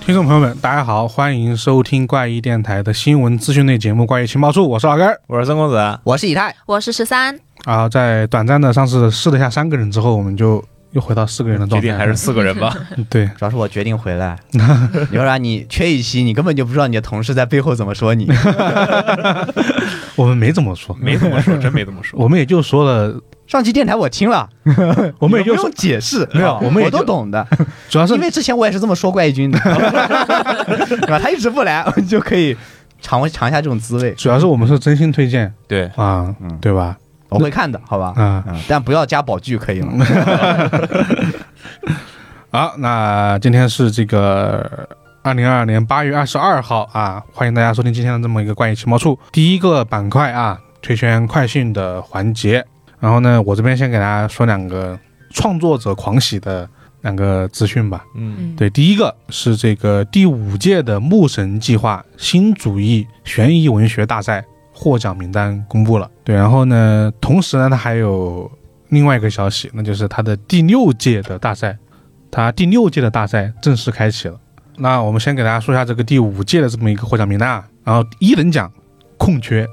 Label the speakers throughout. Speaker 1: 听众朋友们，大家好，欢迎收听怪异电台的新闻资讯类节目《怪异情报处》，我是老根儿
Speaker 2: 我是曾公子，啊
Speaker 3: 我是以太，
Speaker 4: 我是十三，
Speaker 1: 啊。在短暂的上次试了一下三个人之后，我们就又回到四个人的嗯
Speaker 2: 决
Speaker 1: 状态
Speaker 2: 定
Speaker 1: 了，
Speaker 2: 还是四个人 吧。
Speaker 1: 对
Speaker 3: 主要是我决定回来， 你要不然你缺一期，你根本就不知道你的同事在背后怎么说 你。
Speaker 1: 我们没怎么说，
Speaker 2: 没怎么说，真没怎么说。
Speaker 1: 我们也就说了，
Speaker 3: 上期电台我听了，
Speaker 1: 我们也
Speaker 3: 你都
Speaker 1: 就
Speaker 3: 不
Speaker 1: 说
Speaker 3: 用，解释，
Speaker 1: 没有
Speaker 3: 啊
Speaker 1: 我们也
Speaker 3: 我都
Speaker 1: 就
Speaker 3: 懂的，
Speaker 1: 主要是
Speaker 3: 因为之前我也是这么说怪异 君的，对吧？他一直不来，我们就可以尝尝一下这种滋味，
Speaker 1: 主要是我们是真心推荐
Speaker 2: 对，
Speaker 1: 啊，
Speaker 3: 嗯
Speaker 1: 对吧？
Speaker 3: 我会看的，好吧？
Speaker 1: 啊
Speaker 3: 嗯，但不要加宝具可以吗？
Speaker 1: 好，那今天是这个二零二二年八月二十二号啊，欢迎大家收听今天的这么一个怪异情报处。第一个板块啊，推圈快讯的环节。然后呢，我这边先给大家说两个创作者狂喜的两个资讯吧。
Speaker 2: 嗯，
Speaker 4: 嗯，
Speaker 1: 对，第一个是这个第五届的木神计划新主义悬疑文学大赛获奖名单公布了。对，然后呢，同时呢，它还有另外一个消息，那就是它的第六届的大赛，它第六届的大赛正式开启了。那我们先给大家说一下这个第五届的这么一个获奖名单啊，然后一等奖空缺，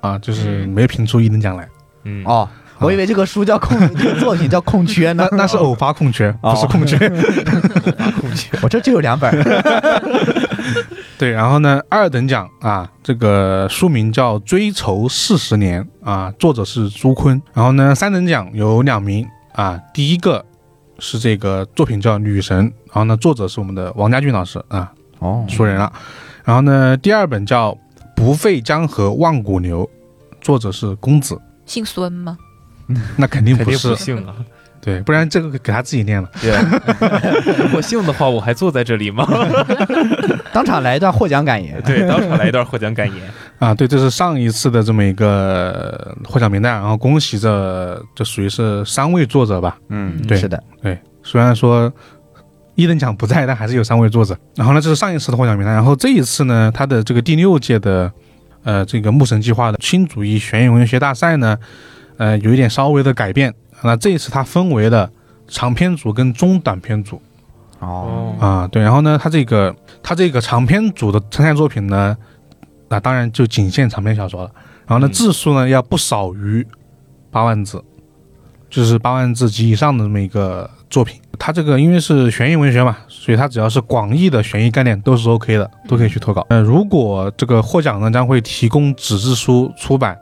Speaker 1: 啊，就是没评出一等奖来，
Speaker 2: 嗯，
Speaker 3: 哦，我以为这个书叫空，这个作品叫空缺
Speaker 1: 那
Speaker 3: 呢。
Speaker 1: 那是偶发空缺，不是
Speaker 3: 哦
Speaker 1: 空缺。
Speaker 3: 我这就有两本儿，
Speaker 1: 对，然后呢，二等奖啊，这个书名叫《追求四十年》啊，作者是朱坤。然后呢，三等奖有两名啊，第一个是这个作品叫《女神》，然后呢，作者是我们的王家俊老师啊，
Speaker 3: 哦
Speaker 1: 熟人了。然后呢，第二本叫《不费江河万古流》，作者是公子，
Speaker 4: 姓孙吗？
Speaker 1: 那 肯定
Speaker 2: 肯
Speaker 1: 不
Speaker 2: 定
Speaker 1: 是，
Speaker 2: 不姓啊。
Speaker 1: 对，不然这个给他自己念了。
Speaker 3: 对，
Speaker 2: 我姓的话，我还坐在这里吗？
Speaker 3: 当场来一段获奖感 言。
Speaker 2: 对，当场来一段获奖感言。
Speaker 1: 啊，对，这是上一次的这么一个获奖名单，然后恭喜这这属于是三位作者吧，
Speaker 3: 嗯
Speaker 1: 对
Speaker 3: 是的，
Speaker 1: 虽然说一等奖不在，但还是有三位作者。然后呢，这是上一次的获奖名单。然后这一次呢，它的这个第六届的呃这个木神计划的新主义悬疑文学大赛呢，呃有一点稍微的改变。那这一次它分为了长篇组跟中短篇组
Speaker 3: 哦，
Speaker 1: 啊，对。然后呢，它这个它这个长篇组的参赛作品呢，那、当然就仅限长篇小说了。然后呢，
Speaker 2: 嗯
Speaker 1: 字数呢要不少于八万字，就是八万字及以上的这么一个作品。它这个因为是悬疑文学嘛，所以它只要是广义的悬疑概念都是 OK 的，都可以去投稿。呃，如果这个获奖呢将会提供纸质书出版，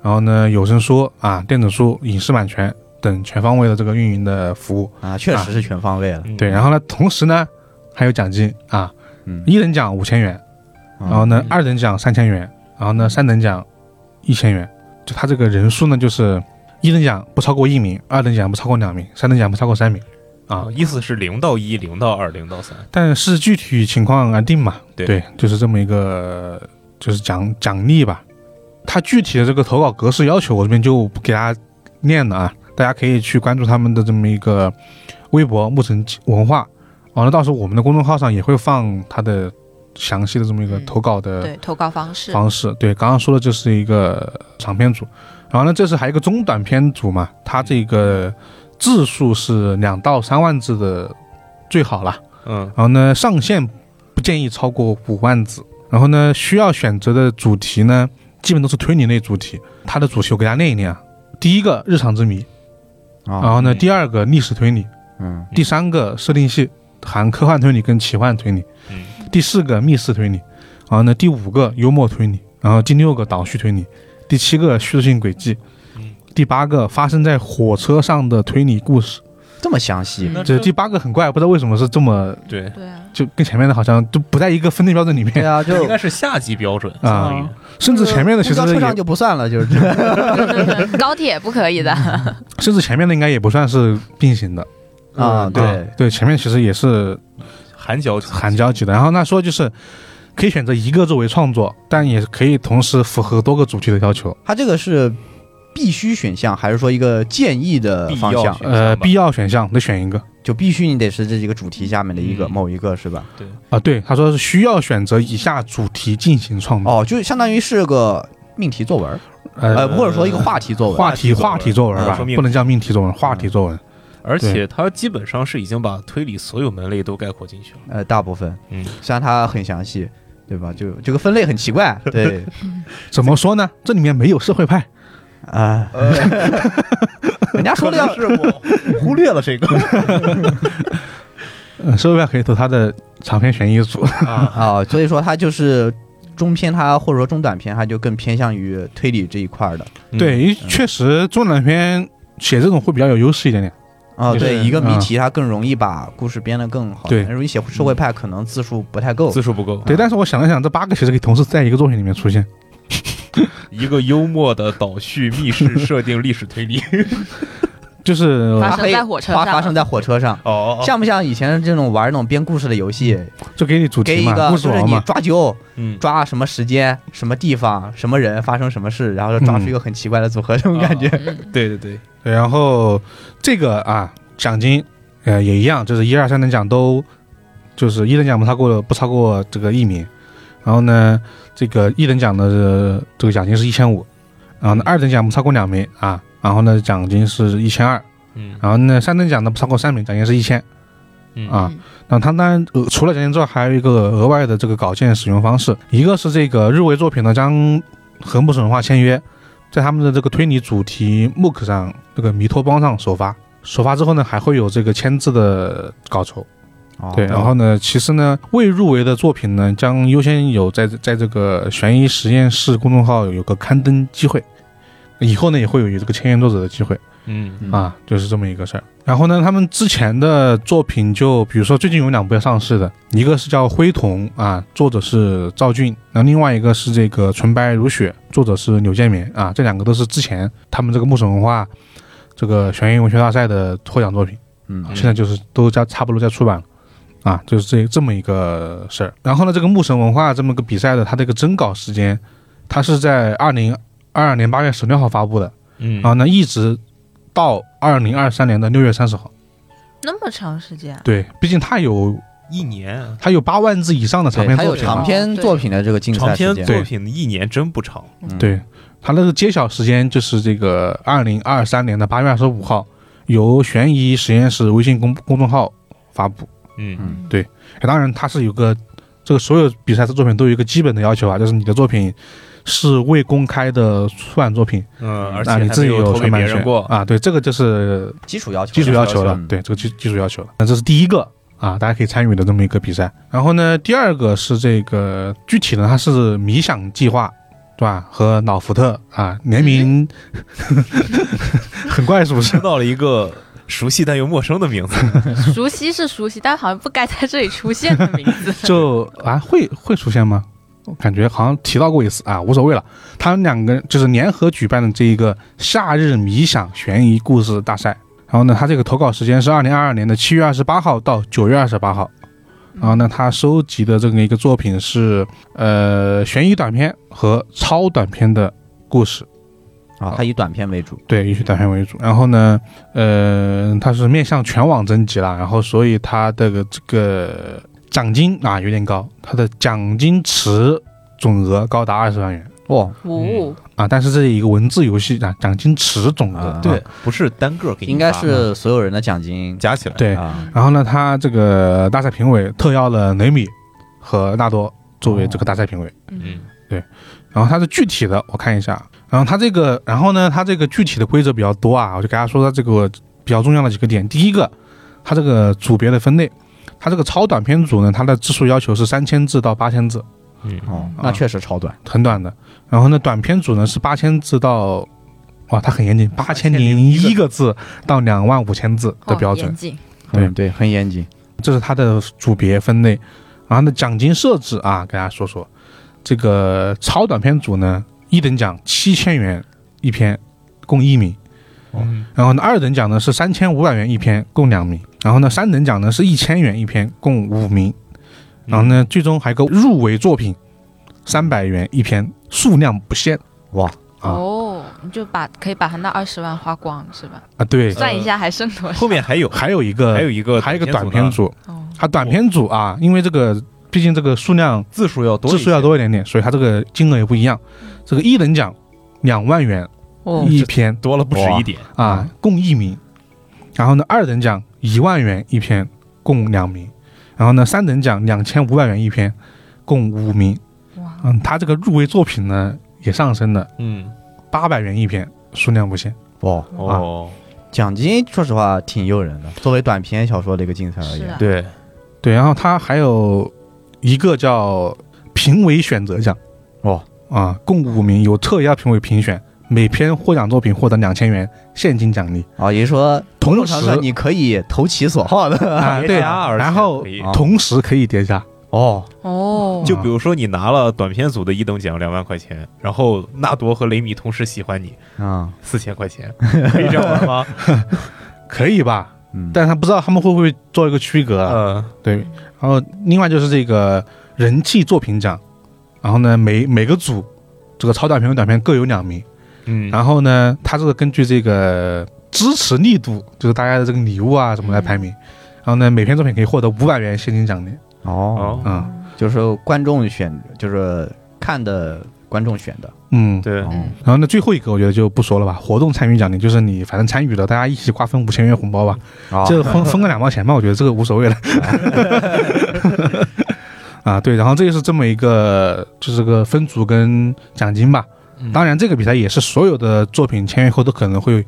Speaker 1: 然后呢有声书啊、电子书、影视版权等全方位的这个运营的服务。
Speaker 3: 啊，确实是全方位了。
Speaker 2: 嗯
Speaker 1: 对，然后呢，同时呢还有奖金啊，
Speaker 3: 嗯
Speaker 1: 一等奖五千元，然
Speaker 3: 哦
Speaker 1: 后呢
Speaker 2: 嗯
Speaker 1: 二等奖三千元，然后呢三等奖一千元，就他这个人数呢就是一等奖不超过一名，二等奖不超过两名，三等奖不超过三名啊
Speaker 2: 哦，，意思是零到一，零到二，零到三。
Speaker 1: 但是具体情况而定嘛，
Speaker 2: 对
Speaker 1: 就是这么一个就是奖奖励吧。他具体的这个投稿格式要求，我这边就不给大家念了啊，大家可以去关注他们的这么一个微博木城文化，完了到时候我们的公众号上也会放他的详细的这么一个
Speaker 4: 嗯
Speaker 1: 投稿的
Speaker 4: 对，投稿方式，
Speaker 1: 呃方式。对，刚刚说的就是一个长篇组，然后呢，这是还有一个中短篇组嘛，它这个字数是两到三万字的最好了。
Speaker 2: 嗯
Speaker 1: 然后呢，上限不建议超过五万字。然后呢，需要选择的主题呢，基本都是推理类主题。它的主题我给大家念一念啊。第一个日常之谜，然
Speaker 3: 啊，
Speaker 1: 后呢，
Speaker 2: 嗯
Speaker 1: 第二个历史推理，
Speaker 3: 嗯，
Speaker 1: 第三个设定系含科幻推理跟奇幻推理，
Speaker 2: 嗯
Speaker 1: 第四个密室推理，然后呢，第五个幽默推理，然后第六个倒叙推理，第七个叙事性轨迹
Speaker 2: 嗯，
Speaker 1: 第八个发生在火车上的推理故事。
Speaker 3: 这么详细，
Speaker 2: 那
Speaker 1: 这第八个很怪，不知道为什么是这么
Speaker 2: 对，
Speaker 4: 对啊，
Speaker 1: 就跟前面的好像就不在一个分类标准里面
Speaker 3: 对。啊，就
Speaker 2: 应该是下级标准相当于
Speaker 1: 啊甚至前面的其实
Speaker 3: 公交车上
Speaker 1: 也，
Speaker 3: 就不算了，就是这样
Speaker 4: 高铁不可以的，
Speaker 1: 甚至前面的应该也不算是并行的
Speaker 3: 啊，
Speaker 1: 啊
Speaker 3: 对，
Speaker 1: 对，前面其实也是
Speaker 2: 含脚
Speaker 1: 含交集的。然后那说就是可以选择一个作为创作，但也可以同时符合多个主题的要求。
Speaker 3: 它这个是必须选项，还是说一个建议的方
Speaker 2: 必要
Speaker 3: 向
Speaker 2: 选？
Speaker 1: 呃，
Speaker 2: 项吧
Speaker 1: 必要选项得选一个
Speaker 3: 就必须你得是这几个主题下面的一个
Speaker 2: 嗯
Speaker 3: 某一个，是吧？
Speaker 2: 对，
Speaker 1: 啊。对，他说是需要选择以下主题进行创作，
Speaker 3: 哦，就相当于是个命题作文，
Speaker 1: 呃，啊
Speaker 3: 呃，或者说一个话题作文。
Speaker 1: 话题话
Speaker 2: 话
Speaker 1: 题
Speaker 2: 题
Speaker 1: 作
Speaker 2: 作
Speaker 1: 文
Speaker 2: 文
Speaker 1: 吧
Speaker 2: 说，命
Speaker 1: 不能叫命题作文，话题作文。
Speaker 2: 而
Speaker 1: 对
Speaker 2: 且它基本上是已经把推理所有门类都概括进去了。
Speaker 3: 呃，大部分，
Speaker 2: 嗯，
Speaker 3: 虽然它很详细，对吧？就这个分类很奇怪，对
Speaker 1: 怎么说呢？这里面没有社会派，
Speaker 3: 啊， 人家说的 要
Speaker 2: 是我
Speaker 3: 忽略了这个
Speaker 1: 呃，社会派可以投他的长篇悬疑组。
Speaker 2: 啊，
Speaker 3: 啊，所以说它就是中篇它，或者说中短篇，它就更偏向于推理这一块儿的
Speaker 2: 嗯
Speaker 1: 对，因为确实中短篇写这种会比较有优势一点点。
Speaker 3: 啊。
Speaker 2: 也是
Speaker 3: 对，一个谜
Speaker 1: 嗯
Speaker 3: 题它更容易把故事编得更好，
Speaker 1: 对
Speaker 3: 容易写社会派可能字数不太够
Speaker 2: 字数不够，
Speaker 1: 对，但是我想了想，这八个其实可以同时在一个作品里面出现。
Speaker 2: 一个幽默的倒叙密室设定历史推 理。
Speaker 1: 就是
Speaker 4: 发
Speaker 3: 它
Speaker 4: 生
Speaker 3: 可以
Speaker 4: 在火车
Speaker 3: 发
Speaker 4: 上
Speaker 3: 发生在火车上。
Speaker 2: 哦，
Speaker 3: 像不像以前这种玩那种编故事的游戏？
Speaker 1: 就给你主
Speaker 3: 给
Speaker 1: 题
Speaker 3: 一
Speaker 1: 嘛，
Speaker 3: 个
Speaker 1: 故
Speaker 3: 就
Speaker 1: 事
Speaker 3: 是
Speaker 1: 王
Speaker 3: 你
Speaker 1: 嘛，
Speaker 3: 抓阄，
Speaker 2: 嗯，
Speaker 3: 抓什么时间、什么地方、什么人发生什么事，然后就抓出一个很奇怪的组合，这种感觉。
Speaker 4: 嗯
Speaker 2: 啊对对对，
Speaker 1: 对然后这个啊，奖金呃也一样，就是一二三等奖都就是一等奖不超过不超过这个一名，然后呢，这个一等奖的呃这个奖金是一千五，然后呢二等奖不超过两名啊，然后呢奖金是一千二，
Speaker 2: 嗯
Speaker 1: 然后呢三等奖的不超过三名，奖金是一千
Speaker 2: 嗯
Speaker 1: 啊。那它当然、呃、除了奖金之外，还有一个呃额外的这个稿件使用方式，一个是这个入围作品呢将横浦省文化签约，在他们的这个推理主题 MOOC 上，这个弥托邦上首发。首发之后呢，还会有这个签字的稿酬。
Speaker 3: 哦
Speaker 1: 对，然后呢，其实呢，未入围的作品呢，将优先有在在这个悬疑实验室公众号有个刊登机会，以后呢也会有这个签约作者的机会。
Speaker 2: 嗯
Speaker 3: 嗯
Speaker 1: 啊，就是这么一个事儿。然后呢，他们之前的作品就，比如说最近有两部要上市的，一个是叫《灰瞳》啊，作者是赵俊，然后另外一个是这个《纯白如雪》，作者是柳建民啊，这两个都是之前他们这个木省文化这个悬疑文学大赛的获奖作品，啊
Speaker 3: 嗯
Speaker 1: 现在就是都在差不多在出版了。啊，就是这这么一个事儿。然后呢，这个木神文化这么个比赛的，它这个征稿时间，它是在二零二二年八月十六号发布的，
Speaker 2: 嗯
Speaker 1: 然后呢，啊一直到二零二三年的六月三十号。
Speaker 4: 那么长时间，啊
Speaker 1: 对，毕竟它有
Speaker 2: 一年啊
Speaker 1: 它有八万字以上的长
Speaker 3: 对
Speaker 1: 篇
Speaker 3: 它
Speaker 1: 作
Speaker 3: 有
Speaker 1: 品，
Speaker 3: 长篇作品的这个竞赛
Speaker 2: 长
Speaker 3: 时
Speaker 2: 篇
Speaker 3: 间，
Speaker 2: 作品一年真不长，
Speaker 1: 对它那个揭晓时间就是这个二零二三年的八月二十五号，由悬疑实验室微信公公众号发布。
Speaker 2: 嗯
Speaker 3: 嗯
Speaker 1: 对当然，它是有个这个所有比赛的作品都有一个基本的要求啊，就是你的作品是未公开的出版作品，
Speaker 2: 嗯，而且
Speaker 1: 啊，你
Speaker 2: 还
Speaker 1: 自
Speaker 2: 没
Speaker 1: 己
Speaker 2: 有投
Speaker 1: 传
Speaker 2: 给别
Speaker 1: 版
Speaker 2: 人
Speaker 1: 权
Speaker 2: 过，
Speaker 1: 啊。对，这个就是
Speaker 3: 基础要求，
Speaker 1: 技术要求了
Speaker 3: 嗯，
Speaker 1: 对，这个技技术要求了。那这是第一个啊，大家可以参与的这么一个比赛。然后呢，第二个是这个具体呢，它是冥想计划，对吧？和老福特啊联名， 很怪是不是
Speaker 2: 听？到了一个熟悉但又陌生的 名字，
Speaker 4: 熟悉是熟悉，但好像不该在这里出现的名字。
Speaker 1: 就啊，会会出现吗？我感觉好像提到过一次啊，无所谓了。他们两个就是联合举办的这一个夏日冥想悬疑故事大赛。然后呢，他这个投稿时间是二零二二年的七月二十八号到九月二十八号。然后呢，他收集的这么一个作品是呃悬疑短片和超短片的故事，
Speaker 3: 啊，它以短篇为主，
Speaker 1: 对，以短片为主。然后呢，呃，它是面向全网征集啦，然后所以它的这个奖金啊有点高，它的奖金池总额高达二十万元
Speaker 3: 哦，
Speaker 4: 五
Speaker 1: 啊，但是这是一个文字游戏啊，奖金池总额、
Speaker 3: 啊
Speaker 2: 对，不是单个给你
Speaker 3: 应该
Speaker 2: 发
Speaker 3: 是所有人的奖金
Speaker 2: 加起来，
Speaker 1: 对。
Speaker 3: 啊，
Speaker 1: 然后呢，他这个大赛评委特邀了雷米和纳多作为这个大赛评委。
Speaker 4: 嗯
Speaker 2: 嗯
Speaker 1: 然后它是具体的，我看一下。然后它这个，然后呢，它这个具体的规则比较多啊，我就给大家说它这个比较重要的几个点。第一个，它这个组别的分类，它这个超短篇组呢，它的字数要求是三千字到八千字，
Speaker 2: 嗯
Speaker 3: 哦，那确实超短，
Speaker 1: 很短的。然后呢，短篇组呢是八千字到，哇，它很严谨，八千零一个字到两万五千字的标
Speaker 4: 哦
Speaker 1: 准
Speaker 4: 严。谨
Speaker 1: 对
Speaker 3: 嗯对，很严谨，
Speaker 1: 这是它的组别分类。然后呢，奖金设置啊，给大家说说，这个超短篇组呢，一等奖七千元一篇，共一名；
Speaker 2: 嗯
Speaker 1: 然后呢，二等奖呢是三千五百元一篇，共两名；然后呢，三等奖呢是一千元一篇，共五名；然后呢，最终还有个入围作品，三百元一篇，数量不限
Speaker 3: 哇，
Speaker 1: 啊。
Speaker 4: 哦，你就把可以把他那二十万花光是吧？
Speaker 1: 啊，对，
Speaker 4: 算一下还剩多少？
Speaker 2: 后面还有
Speaker 1: 还有一个，
Speaker 2: 还有一个
Speaker 1: 还有一个短
Speaker 2: 片
Speaker 1: 片
Speaker 2: 组呢
Speaker 1: 组
Speaker 4: 哦，
Speaker 1: 啊，短片组啊，因为这个毕竟这个数量
Speaker 2: 字数要多，
Speaker 1: 字数要，多一点点，所以它这个金额也不一样。这个一等奖两万元
Speaker 4: 哦，
Speaker 1: 一篇
Speaker 2: 多了不止一点。
Speaker 1: 啊，共一名。然后呢，二等奖一万元一篇，共两名。然后呢，三等奖两千五百元一篇，共五名。
Speaker 4: 哇，
Speaker 1: 嗯，它这个入围作品呢也上升了
Speaker 2: 嗯，
Speaker 1: 八百元一篇，数量不限。
Speaker 3: 哇，
Speaker 2: 哦，
Speaker 3: 奖金说实话挺诱人的，作为短篇小说的一个竞赛而
Speaker 4: 是
Speaker 3: 言，
Speaker 4: 啊，
Speaker 2: 对，
Speaker 1: 对，然后它还有一个叫评委选择奖。
Speaker 3: 哦，
Speaker 1: 啊，共五名，由特邀评委评选，每篇获奖作品获得两千元现金奖励。
Speaker 3: 啊，也就是说，某
Speaker 1: 同
Speaker 3: 种
Speaker 1: 时
Speaker 3: 程度上你可以投其所好 的
Speaker 1: 啊，对，
Speaker 2: 叠加而且
Speaker 1: 然后
Speaker 2: 可以
Speaker 1: 啊同时可以叠加，
Speaker 3: 哦，
Speaker 4: 哦，
Speaker 2: 就
Speaker 1: 嗯
Speaker 2: 比如说你拿了短片组的一等奖两万块钱，然后纳多和雷米同时喜欢你
Speaker 3: 啊，
Speaker 2: 四千块钱，可以这样玩 吗？
Speaker 1: 可以吧？
Speaker 3: 嗯，
Speaker 1: 但是他不知道他们会不会做一个区隔啊。
Speaker 2: 嗯，
Speaker 1: 对，然后另外就是这个人气作品奖，然后呢，每每个组这个超短片和短片各有两名，
Speaker 2: 嗯，
Speaker 1: 然后呢，它这个根据这个支持力度，就是大家的这个礼物啊什么来排名。然后呢，每篇作品可以获得五百元现金奖励。
Speaker 3: 哦，
Speaker 2: 哦，
Speaker 1: 嗯
Speaker 3: 就是说观众选，就是看的观众选的，
Speaker 1: 嗯，
Speaker 2: 对，
Speaker 3: 哦
Speaker 4: 嗯，
Speaker 1: 然后呢，最后一个我觉得就不说了吧。活动参与奖励就是你反正参与了，大家一起瓜分五千元红包吧，
Speaker 3: 啊
Speaker 1: 就分分个两毛钱吧，我觉得这个无所谓了。 啊，对，然后这就是这么一个，就是这个分组跟奖金吧。
Speaker 2: 嗯
Speaker 1: 当然，这个比赛也是所有的作品签约后都可能会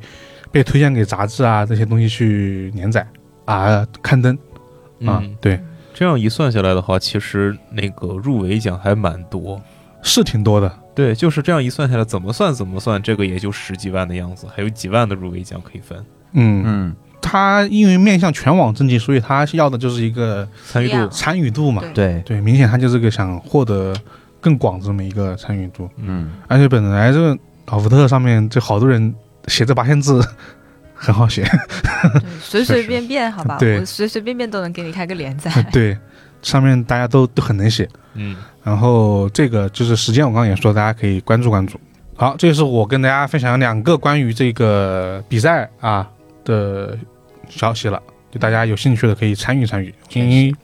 Speaker 1: 被推荐给杂志啊这些东西去连载啊刊登啊。
Speaker 2: 嗯，
Speaker 1: 对，
Speaker 2: 这样一算下来的话，其实那个入围奖还蛮多。
Speaker 1: 是挺多的。
Speaker 2: 对，就是这样一算下来，怎么算怎么算，这个也就十几万的样子，还有几万的入围奖可以分，
Speaker 1: 嗯，
Speaker 3: 嗯，
Speaker 1: 他因为面向全网征集，所以他要的就是一啊个
Speaker 2: 参与度
Speaker 4: 一样
Speaker 1: 参与度嘛。
Speaker 4: 对
Speaker 3: 对，
Speaker 1: 对，明显他就是个想获得更广这么一个参与度，
Speaker 3: 嗯，
Speaker 1: 而且本来这个老福特上面这好多人写这八千字很好 写，
Speaker 4: 对，随随便便好吧，
Speaker 1: 嗯对
Speaker 4: 我随随便便都能给你开个连载，
Speaker 1: 对，上面大家都都很能写。
Speaker 2: 嗯，
Speaker 1: 然后这个就是时间，我刚刚也说，大家可以关注关注。好，这就是我跟大家分享两个关于这个比赛啊的消息了，就大家有兴趣的可以参与参与。因为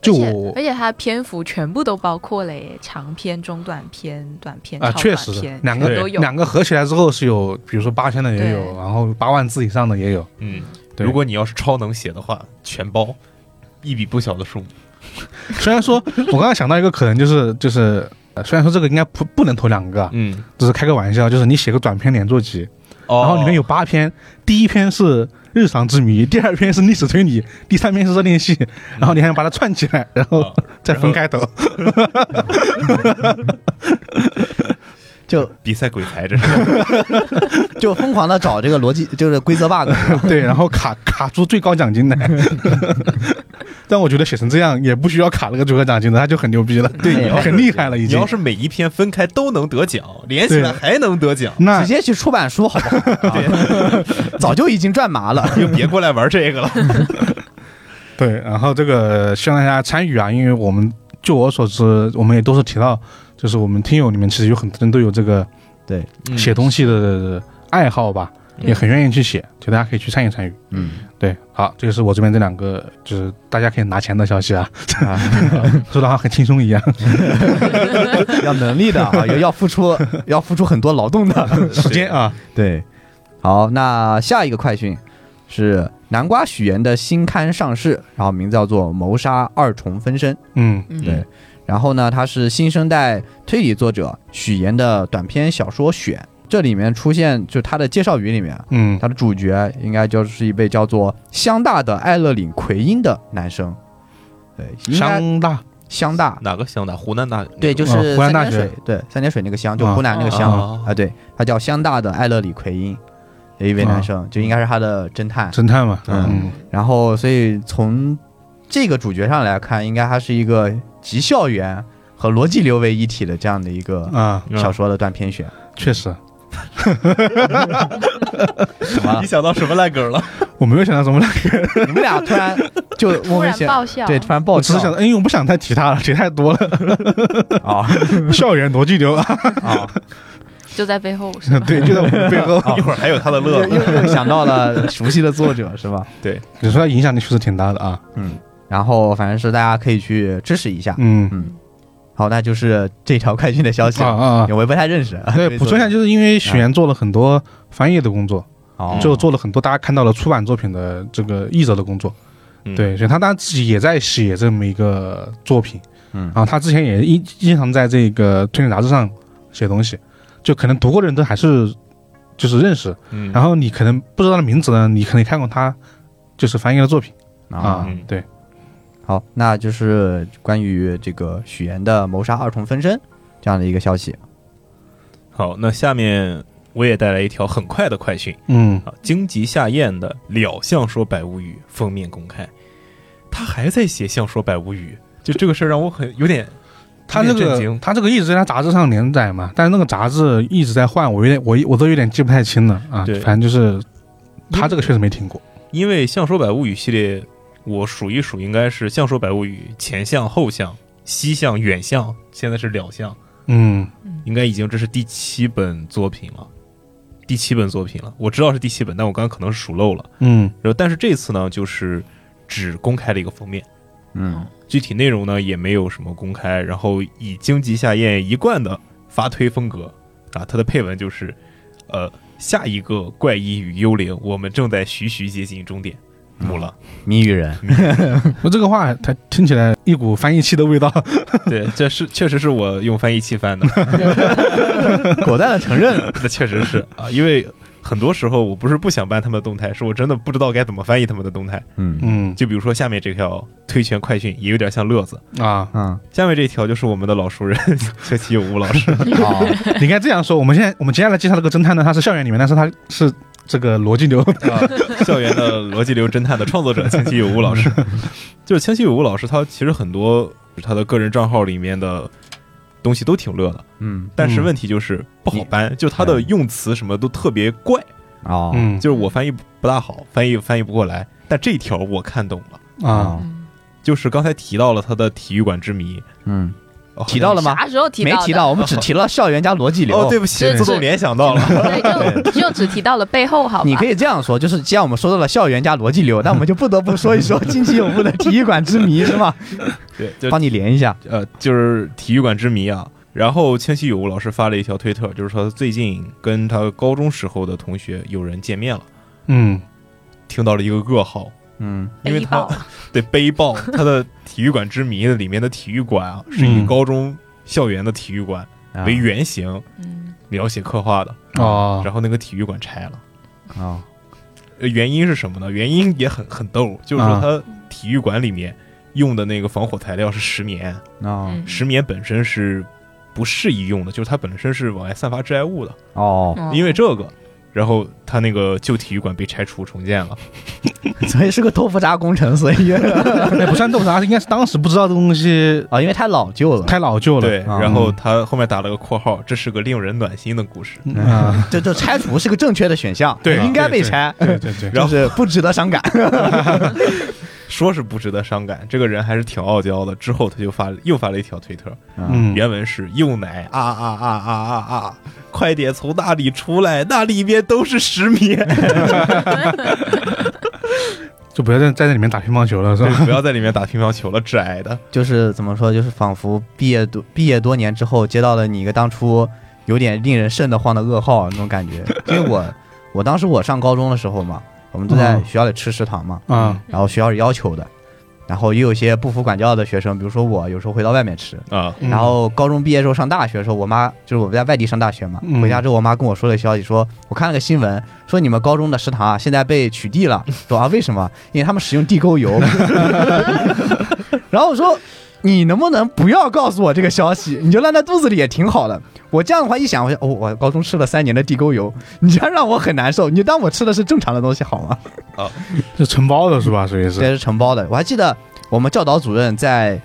Speaker 1: 就
Speaker 4: 而且哎
Speaker 1: 我
Speaker 4: 而且它篇幅全部都包括了耶，长篇、中短篇、短篇、
Speaker 1: 啊，
Speaker 4: 超
Speaker 1: 确
Speaker 4: 短
Speaker 1: 实的
Speaker 4: 篇，
Speaker 1: 两
Speaker 4: 全
Speaker 1: 个
Speaker 4: 都有。
Speaker 1: 两个合起来之后是有，比如说八千的也
Speaker 4: 对
Speaker 1: 有，然后八万字以上的也有。
Speaker 2: 嗯，
Speaker 1: 对
Speaker 2: 如果你要是超能写的话，全包，一笔不小的数目。
Speaker 1: 虽然说，我刚刚想到一个可能就是 就是，呃虽然说这个应该不不能投两个，啊
Speaker 2: 嗯，
Speaker 1: 只是开个玩笑，就是你写个短篇连作集，
Speaker 2: 哦
Speaker 1: 然后里面有八篇，第一篇是日常之谜，第二篇是历史推理，第三篇是热恋戏，然后你还要把它串起来，然后
Speaker 2: 啊
Speaker 1: 再分开投。
Speaker 3: 就
Speaker 2: 比赛鬼才，这是
Speaker 3: 就疯狂的找这个逻辑，就是规 则 bug，
Speaker 1: 对，然后卡卡出最高奖金来。但我觉得写成这样也不需要卡那个最高奖金的，他就很牛逼了，
Speaker 3: 对你要
Speaker 1: 很厉害了已
Speaker 2: 你
Speaker 1: 经
Speaker 2: 要。是每一篇分开都能得奖，连起来
Speaker 1: 对
Speaker 2: 还能得奖，
Speaker 1: 那
Speaker 3: 直接去出版书好不好？啊
Speaker 2: 对，
Speaker 3: 早就已经赚麻了。
Speaker 2: 就别过来玩 这个了。
Speaker 1: 对，然后这个希望大家参与啊，因为我们就我所知，我们也都是提到，就是我们听友里面其实有很多人都有这个
Speaker 3: 嗯
Speaker 1: 写东西的爱好吧，
Speaker 4: 嗯
Speaker 1: 也很愿意去写，就大家可以去参与参与。
Speaker 3: 嗯，
Speaker 1: 对，好，这就是我这边这两个，就是大家可以拿钱的消息啊，
Speaker 3: 啊
Speaker 1: 说的好像很轻松一样。
Speaker 3: 要能力的啊，要要付出，要付出很多劳动的。
Speaker 1: 时间啊，
Speaker 3: 对，好，那下一个快讯是南瓜许岩的新刊上市，然后名字叫做《谋杀二重分身》。
Speaker 1: 嗯
Speaker 4: 嗯
Speaker 3: 对，然后呢，它是新生代推理作者许岩的短篇小说选，这里面出现就他的介绍语里面，
Speaker 1: 嗯
Speaker 3: 他的主角应该就是一位叫做香大的艾勒岭奎因的男生。对，应该
Speaker 1: 香大
Speaker 3: 香大，
Speaker 2: 哪个香大？湖南大？
Speaker 3: 对，就是
Speaker 1: 哦湖南
Speaker 3: 三
Speaker 1: 大
Speaker 3: 点水，对，三点水那个乡，就
Speaker 1: 啊
Speaker 3: 湖南那个乡
Speaker 2: 哦
Speaker 3: 啊，对，他叫香大的艾勒里奎因，有一位男
Speaker 1: 哦
Speaker 3: 生，就应该是他的侦探。
Speaker 1: 侦探嘛，
Speaker 3: 嗯
Speaker 1: 嗯
Speaker 3: 然后，所以从这个主角上来看，应该他是一个集校园和逻辑流为一体的这样的一个
Speaker 1: 啊，
Speaker 2: 嗯
Speaker 3: 小说的断片选。
Speaker 1: 确实，
Speaker 3: 什 么
Speaker 2: 你？想到什么烂梗了？
Speaker 1: 我没有想到什么来，
Speaker 3: 你们俩突 然就
Speaker 4: 突
Speaker 3: 莫名
Speaker 4: 然
Speaker 3: 其妙，
Speaker 4: 爆笑，
Speaker 3: 对，突然
Speaker 1: 我
Speaker 3: 爆
Speaker 1: 只是想
Speaker 3: 笑
Speaker 1: 到，因为我不想再 提他了，提太多了。
Speaker 3: 啊
Speaker 1: 校园逻辑流啊，
Speaker 3: 啊！
Speaker 4: 就在背后是吧？
Speaker 1: 对，就在我们背后。
Speaker 2: 一会儿还有他的
Speaker 3: 又
Speaker 2: 乐子。
Speaker 3: 又又想到了熟悉的作者是吧？
Speaker 1: 你说它影响力确实挺大的啊。
Speaker 3: 嗯，然后反正是大家可以去支持一下。
Speaker 1: 嗯
Speaker 3: 好，那就是这条快讯的消息
Speaker 1: 啊，啊
Speaker 3: 也我也不太 认识。
Speaker 1: 啊！对，补充一下，就是因为许岩做了很多翻译的工作，
Speaker 2: 嗯
Speaker 3: 哦，
Speaker 1: 就做了很多大家看到了出版作品的这个译者的工作。
Speaker 2: 嗯
Speaker 1: 对，所以他当然自己也在写这么一个作品。
Speaker 3: 嗯
Speaker 1: 然后他之前也一经常在这个推理杂志上写东西，就可能读过的人都还是就是认识，
Speaker 2: 嗯，
Speaker 1: 然后你可能不知道他的名字呢，你可能也看过他就是翻译的作品
Speaker 3: 啊
Speaker 1: 啊
Speaker 2: 嗯。
Speaker 1: 对，
Speaker 3: 好，那就是关于这个许岩的谋杀二重分身这样的一个消息。
Speaker 2: 好，那下面我也带来一条很快的快讯
Speaker 1: 嗯
Speaker 2: 啊，荆棘下咽的《了相说百物语》封面公开，他还在写《相说百物语》，就这个事儿让我很有点
Speaker 1: 他这
Speaker 2: 有点震
Speaker 1: 个
Speaker 2: 惊
Speaker 1: 他这个一直在他杂志上连载嘛，但是那个杂志一直在换，我有点我我都有点记不太清了啊。
Speaker 2: 对
Speaker 1: 反正就是他这个确实没听过。
Speaker 2: 因为《相说百物语》系列，我数一数应该是《相说百物语》前项、后项、西项、远项，现在是两项，
Speaker 1: 嗯
Speaker 2: 应该已经这是第七本作品了，第七本作品了。我知道是第七本，但我刚刚可能是数漏了。
Speaker 1: 嗯
Speaker 2: 然后，但是这次呢，就是只公开了一个封面，
Speaker 3: 嗯
Speaker 2: 具体内容呢也没有什么公开。然后以荆棘下咽一贯的发推风格啊，它的配文就是，呃，下一个怪异与幽灵，我们正在徐徐接近终点，木了。
Speaker 3: 谜语 人，
Speaker 1: 我这个话他听起来一股翻译器的味道。
Speaker 2: 对，这是确实是我用翻译器翻的，
Speaker 3: 果断的承认了。
Speaker 2: 那确实是啊，因为很多时候我不是不想搬他们的动态，是我真的不知道该怎么翻译他们的动态。
Speaker 3: 嗯
Speaker 1: 嗯
Speaker 2: 就比如说下面这条推拳快讯，也有点像乐子。
Speaker 1: 啊，
Speaker 3: 嗯，
Speaker 2: 下面这条就是我们的老熟人学习有吴老师，
Speaker 3: 好，
Speaker 1: 你应该这样说。我们现在我们接下来介绍这个侦探呢，他是校园里面，但是他是这个逻辑流。
Speaker 2: 啊、校园的逻辑流侦探的创作者千玺有吴老师。 就是千玺有吴老师，他其实很多他的个人账号里面的东西都挺乐的，
Speaker 3: 嗯
Speaker 2: 但是
Speaker 1: 嗯
Speaker 2: 问题就是不好搬，就他的用词什么都特别怪。
Speaker 3: 哦
Speaker 1: 嗯
Speaker 2: 就是我翻译不大好，翻译翻译不过来。但这条我看懂了，
Speaker 1: 啊，
Speaker 4: 嗯
Speaker 2: 就是刚才提到了他的体育馆之谜，
Speaker 3: 嗯，
Speaker 2: 哦
Speaker 3: 提到了吗？
Speaker 4: 啥时候提
Speaker 3: 没
Speaker 4: 到的？
Speaker 3: 提到，我们只提了校园加逻辑流。
Speaker 2: 哦，对不起，
Speaker 4: 是
Speaker 2: 自动联想到了。
Speaker 4: 对，就就只提到了背后，好吧？
Speaker 3: 你可以这样说，就是既然我们说到了校园加逻辑流，那我们就不得不说一 说金崎永步的体育馆之谜，是吧？
Speaker 2: 对，就
Speaker 3: 帮你连一下。
Speaker 2: 呃，就是体育馆之谜啊。然后千玺有吾老师发了一条推特，就是说最近跟他高中时候的同学有人见面了，
Speaker 1: 嗯
Speaker 2: 听到了一个噩耗，
Speaker 3: 嗯
Speaker 2: 因为
Speaker 4: 背
Speaker 2: 他
Speaker 4: 包，
Speaker 2: 对背爆他的体育馆之谜的里面的体育馆啊，是以
Speaker 1: 嗯
Speaker 2: 高中校园的体育馆
Speaker 3: 啊
Speaker 2: 为原型
Speaker 4: 嗯，
Speaker 2: 描写刻画的，
Speaker 1: 哦
Speaker 2: 然后那个体育馆拆了。
Speaker 3: 啊，
Speaker 2: 呃原因是什么呢？原因也很很逗，就是说
Speaker 1: 啊
Speaker 2: 它体育馆里面用的那个防火材料是石棉，
Speaker 3: 哦
Speaker 4: 嗯
Speaker 2: 石棉本身是不适宜用的，就是它本身是往外散发致癌物的。
Speaker 3: 哦，
Speaker 4: 嗯
Speaker 2: 因为这个，然后它那个旧体育馆被拆除重建了。
Speaker 3: 嗯 所以是个豆腐渣工程，所以
Speaker 1: 那哎不算豆沙，应该是当时不知道这个东西
Speaker 3: 啊，因为太老旧了，
Speaker 1: 太老旧了。
Speaker 2: 对，
Speaker 3: 啊
Speaker 2: 然后它后面打了个括号，这是个令人暖心的故事。
Speaker 1: 嗯啊，
Speaker 3: 这这拆除是个正确的选项，
Speaker 1: 对
Speaker 3: 应该被拆，
Speaker 1: 对对对。
Speaker 3: 就是不值得伤感。
Speaker 2: 说是不值得伤感，这个人还是挺傲娇的。之后他就发又发了一条推特，
Speaker 3: 啊
Speaker 1: 嗯，
Speaker 2: 原文是“幼奶啊啊啊啊啊啊，快点从那里出来，那里面都是石棉。”
Speaker 1: 就不要在在这里面打乒乓球 了，是吧？
Speaker 2: 对，不要在里面打乒乓球了，致癌的。
Speaker 3: 就是怎么说，就是仿佛毕业多毕业多年之后，接到了你一个当初有点令人瘆得慌的噩耗那种感觉。因为我我当时我上高中的时候嘛，我们都在
Speaker 1: 嗯
Speaker 3: 学校里吃食堂嘛，
Speaker 1: 啊，
Speaker 3: 然后学校是要求的，然后也有一些不服管教的学生，比如说我有时候会到外面吃。
Speaker 2: 啊，
Speaker 1: 嗯
Speaker 3: 然后高中毕业之后上大学的时候，我妈就是我在外地上大学嘛，
Speaker 1: 嗯
Speaker 3: 回家之后我妈跟我说了消息说，我看了个新闻，说你们高中的食堂啊现在被取缔了，说啊为什么？因为他们使用地 沟油。然后我说你能不能不要告诉我这个消息，你就烂在肚子里也挺好的。我这样的话一想，我想哦，我高中吃了三年的地沟油，你这样让我很难受。你当我吃的是正常的东西好吗？
Speaker 1: 是承包的是吧？属于
Speaker 3: 这
Speaker 1: 是，
Speaker 3: 是承包的。我还记得我们教导主任在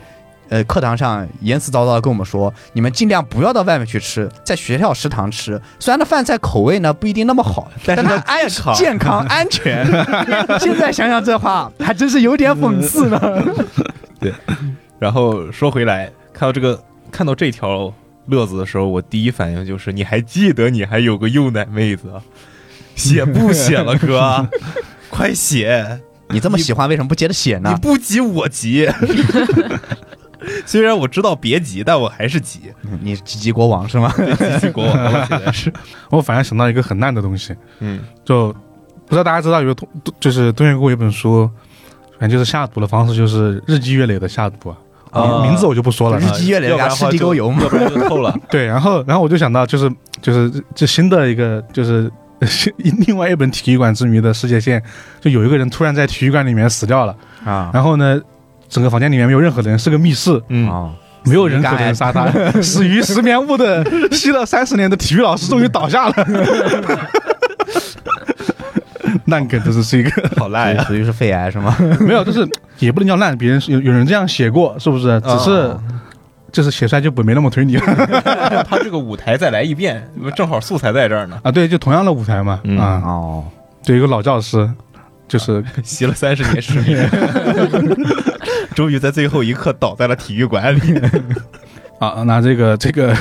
Speaker 3: 呃课堂上言辞凿凿的跟我们说，你们尽量不要到外面去吃，在学校食堂吃。虽然它饭菜口味呢不一定那么好，
Speaker 2: 但是
Speaker 3: 它
Speaker 2: 它
Speaker 3: 安
Speaker 2: 健康
Speaker 3: 健康 安全。现在想想这话还真是有点讽刺
Speaker 2: 嗯
Speaker 3: 呢。
Speaker 2: 然后说回来，看到这个，看到这条乐子的时候，我第一反应就是你还记得你还有个幼奶妹子啊，写不写了哥？啊 快写！
Speaker 3: 你这么喜欢，为什么不接着写
Speaker 2: 你
Speaker 3: 呢？
Speaker 2: 不急我急。 虽然我知道别急，但我还是 急，
Speaker 3: 嗯你是吉吉国王是 吗？
Speaker 2: 急急国王了，现在是。
Speaker 1: 我反而想到一个很烂的东西，
Speaker 2: 嗯
Speaker 1: 就不知道大家知道有个东，就是东野圭吾有一本书，反正就是下毒的方式就是日积月累的下毒啊，
Speaker 2: 啊
Speaker 1: 名字我就不说了。
Speaker 3: 哦日积月累
Speaker 2: 要不然
Speaker 3: 给他吃
Speaker 2: 的话
Speaker 3: 地沟
Speaker 2: 就
Speaker 3: 油嘛
Speaker 2: 要不然就透了。
Speaker 1: 对，然后然后我就想到就是就是这新的一个就是。 新另外一本体育馆之谜的世界线，就有一个人突然在体育馆里面死掉了，
Speaker 3: 啊
Speaker 1: 然后呢，整个房间里面没有任何人，是个密室，
Speaker 2: 嗯，
Speaker 3: 啊！
Speaker 1: 没有人可能杀他。 死于石棉雾 的吸了三十年的体育老师终于倒下了。 烂梗，这只是一个
Speaker 2: 好啊烂哎呀！
Speaker 3: 属于是肺癌是吗？
Speaker 1: 没有，就是也不能叫烂，别人是有有人这样写过，是不是？只是
Speaker 3: 哦
Speaker 1: 就是写出来就不没那么推理 了
Speaker 2: 他这个舞台再来一遍，正好素材在这儿呢。
Speaker 1: 啊。对，就同样的舞台嘛，
Speaker 2: 嗯
Speaker 1: 啊，
Speaker 3: 哦，
Speaker 1: 就一个老教师，就是
Speaker 2: 吸了三十年失眠， 终于在最后一刻倒在了体育馆里。
Speaker 1: 啊，那这个这个。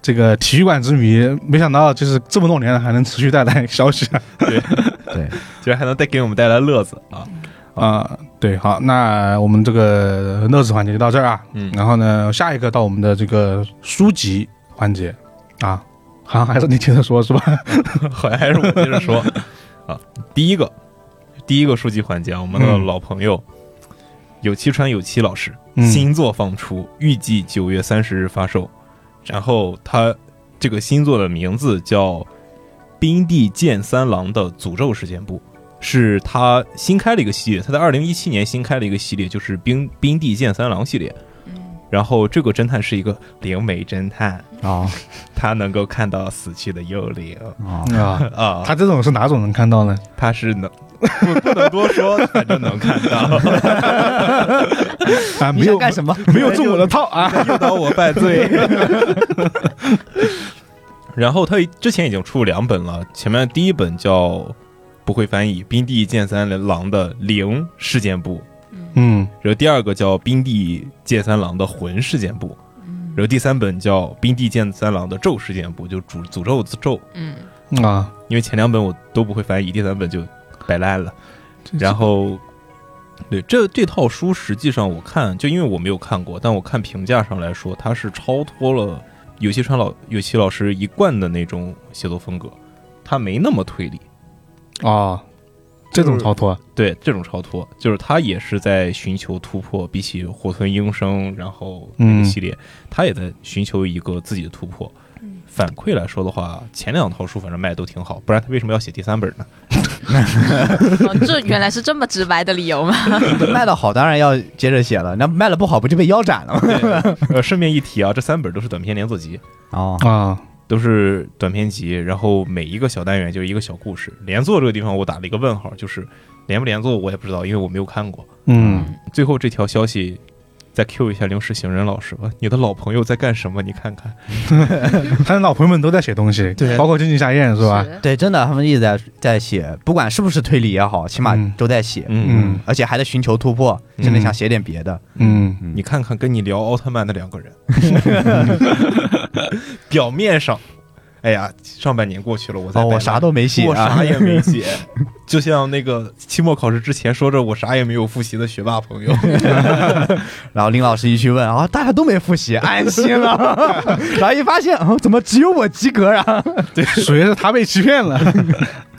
Speaker 1: 这个体育馆之谜，没想到就是这么多年了还能持续带来消息啊！
Speaker 3: 对，
Speaker 2: 居然还能带给我们带来乐子啊！
Speaker 1: 啊对，好，那我们这个乐子环节就到这儿啊。
Speaker 2: 嗯
Speaker 1: 然后呢，下一个到我们的这个书籍环节啊，好像还是你接着说是吧？
Speaker 2: 好像还是我接着说啊。第一个，第一个书籍环节啊，我们的
Speaker 1: 嗯
Speaker 2: 老朋友有栖川有栖老师
Speaker 1: 嗯
Speaker 2: 新作放出，预计九月三十日发售。然后他这个新作的名字叫《冰地健三郎的诅咒事件簿》，是他新开了一个系列，他在二零一七年新开了一个系列，就是冰冰地健三郎系列。然后这个侦探是一个灵媒侦探，
Speaker 3: 哦
Speaker 2: 他能够看到死去的幽灵
Speaker 3: 哦，
Speaker 1: 啊，
Speaker 2: 啊，
Speaker 1: 他这种是哪种能看到呢？
Speaker 2: 他是能不不能多说，反正能看到，
Speaker 1: 啊，
Speaker 3: 你
Speaker 1: 没
Speaker 3: 想
Speaker 1: 有
Speaker 3: 干什么？
Speaker 1: 没有中我的套啊！
Speaker 2: 诱导我犯罪。然后他之前已经出两本了，前面第一本叫不会翻译《冰地剑三郎的灵事件簿》，
Speaker 1: 嗯
Speaker 2: 然后第二个叫《冰地剑三郎的魂事件簿》，然后第三本叫《冰地剑三郎的咒事件簿》，就诅诅咒之咒。
Speaker 4: 嗯，
Speaker 1: 啊，
Speaker 2: 因为前两本我都不会翻译，第三本就摆烂了。然后，对这这套书，实际上我看，就因为我没有看过，但我看评价上来说，它是超脱了有栖川老有栖老师一贯的那种写作风格，他没那么推理。
Speaker 1: 哦，这种逃脱
Speaker 2: 对这种超脱，就是他也是在寻求突破，比起火村英生，然后那个
Speaker 1: 嗯
Speaker 2: 系列，他也在寻求一个自己的突破。反馈来说的话，前两套书反正卖得都挺好，不然他为什么要写第三本呢？
Speaker 4: 哦这原来是这么直白的理由吗？
Speaker 3: 卖的好当然要接着写了，那卖的不好不就被腰斩了吗？
Speaker 2: 呃，顺便一提啊，这三本都是短篇连作集，
Speaker 3: 哦，
Speaker 1: 啊，
Speaker 2: 都是短篇集，然后每一个小单元就是一个小故事。连作这个地方我打了一个问号，就是连不连作我也不知道，因为我没有看过。
Speaker 1: 嗯，
Speaker 2: 最后这条消息，再 Q 一下零食行人老师吧，你的老朋友在干什么？你看看，
Speaker 1: 他的老朋友们都在写东西，
Speaker 3: 对
Speaker 1: 包括金井夏彦是吧？
Speaker 3: 对，真的，他们一直在在写，不管是不是推理也好，起码
Speaker 1: 嗯
Speaker 3: 都在写，
Speaker 1: 嗯
Speaker 3: 而且还在寻求突破，真的想写点别的。
Speaker 1: 嗯，
Speaker 2: 你看看跟你聊奥特曼的两个 人，表面上，哎呀，上半年过去了，我在
Speaker 3: 哦，
Speaker 2: 摆
Speaker 3: 我
Speaker 2: 烂
Speaker 3: 啥都没写
Speaker 2: 我
Speaker 3: 啊
Speaker 2: 啥， 也没写，就像那个期末考试之前说着我啥也没有复习的学霸朋友，
Speaker 3: 然后林老师一去问啊，大家都没复习，安心 了。然后一发现，哦，怎么只有我及格啊？
Speaker 1: 属于是他被欺骗了。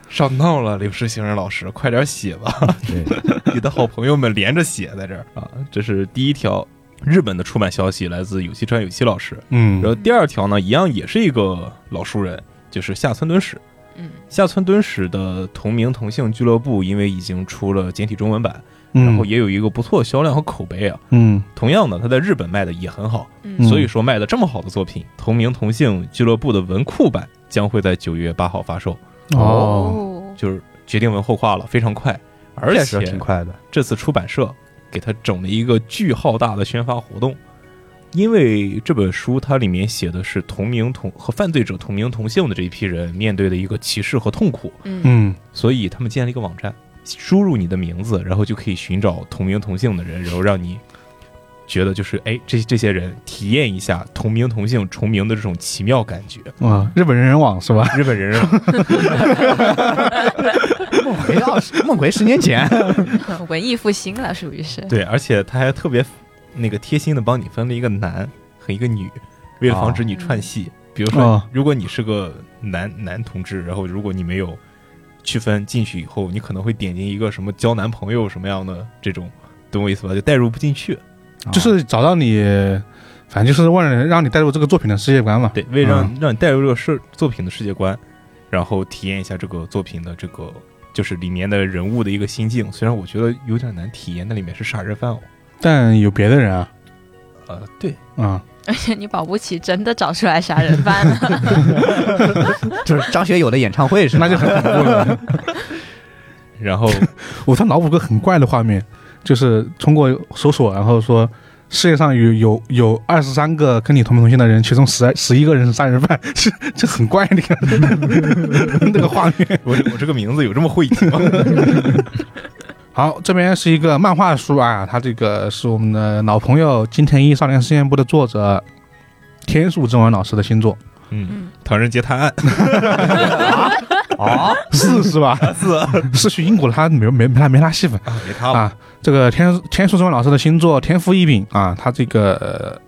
Speaker 2: 上当了，刘诗行人老师，快点写吧！ 你的好朋友们连着写在这儿啊，这是第一条日本的出版消息，来自有栖川有栖老师。然
Speaker 1: 嗯
Speaker 2: 后第二条呢，一样也是一个老熟人，就是下村敦史。
Speaker 4: 嗯，
Speaker 2: 下村敦史的同名同姓俱乐部，因为已经出了简体中文版，然后
Speaker 1: 嗯
Speaker 2: 也有一个不错的销量和口碑啊。
Speaker 1: 嗯
Speaker 2: 同样呢，它在日本卖的也很好，
Speaker 4: 嗯
Speaker 2: 所以说卖的这么好的作品，同名同姓俱乐部的文库版将会在九月八号发售，
Speaker 1: 哦，
Speaker 2: 就是决定文后话了，非常快，而
Speaker 3: 确实
Speaker 2: 且
Speaker 3: 挺快的。
Speaker 2: 这次出版社给他整了一个巨浩大的宣发活动，因为这本书它里面写的是同名同和犯罪者同名同姓的这一批人面对的一个歧视和痛苦，
Speaker 4: 嗯
Speaker 1: 嗯
Speaker 2: 所以他们建了一个网站，输入你的名字，然后就可以寻找同名同姓的人，然后让你觉得就是哎，这这些人体验一下同名同姓重名的这种奇妙感觉。
Speaker 1: 啊，日本人人网是吧？
Speaker 2: 日本人啊，
Speaker 3: 梦回二十，梦回十年 前，
Speaker 4: 文艺复兴了，属于是。
Speaker 2: 对，而且他还特别那个贴心的帮你分了一个男和一个女，为了防止你串戏。比如说
Speaker 1: 哦，
Speaker 2: 如果你是个男男同志，然后如果你没有区分进去以后，你可能会点进一个什么交男朋友什么样的这种，懂我意思吧？就代入不进去。
Speaker 1: 就是找到你，反正就是为了让你带入这个作品的世界观嘛。
Speaker 2: 对，为了让、
Speaker 1: 嗯
Speaker 2: 让你带入这个世作品的世界观，然后体验一下这个作品的这个就是里面的人物的一个心境。虽然我觉得有点难体验，那里面是杀人犯哦。
Speaker 1: 但有别的人啊，
Speaker 2: 呃，对，
Speaker 1: 啊、
Speaker 4: 而且你保不齐真的找出来杀人犯了。
Speaker 3: 就是张学友的演唱会是吗？
Speaker 1: 那就很恐怖了。
Speaker 2: 然后
Speaker 1: 我他脑补个很怪的画面，就是通过搜索，然后说世界上有有有二十三个跟你同名同姓的人，其中十十一个人是杀人犯， 这这很怪的 那个画面。
Speaker 2: 我 我这个名字有这么晦气吗？
Speaker 1: 好，这边是一个漫画书啊，它这个是我们的老朋友金田一少年事件簿的作者天树正文老师的新作，
Speaker 2: 嗯，《唐人街探案》
Speaker 3: 啊，
Speaker 1: 是是吧？是 是去英国了，他没有没他没他戏份。
Speaker 2: 啊，别他了。
Speaker 1: 啊，这个天天树中老师的新作《天赋异禀》啊，他这个、呃、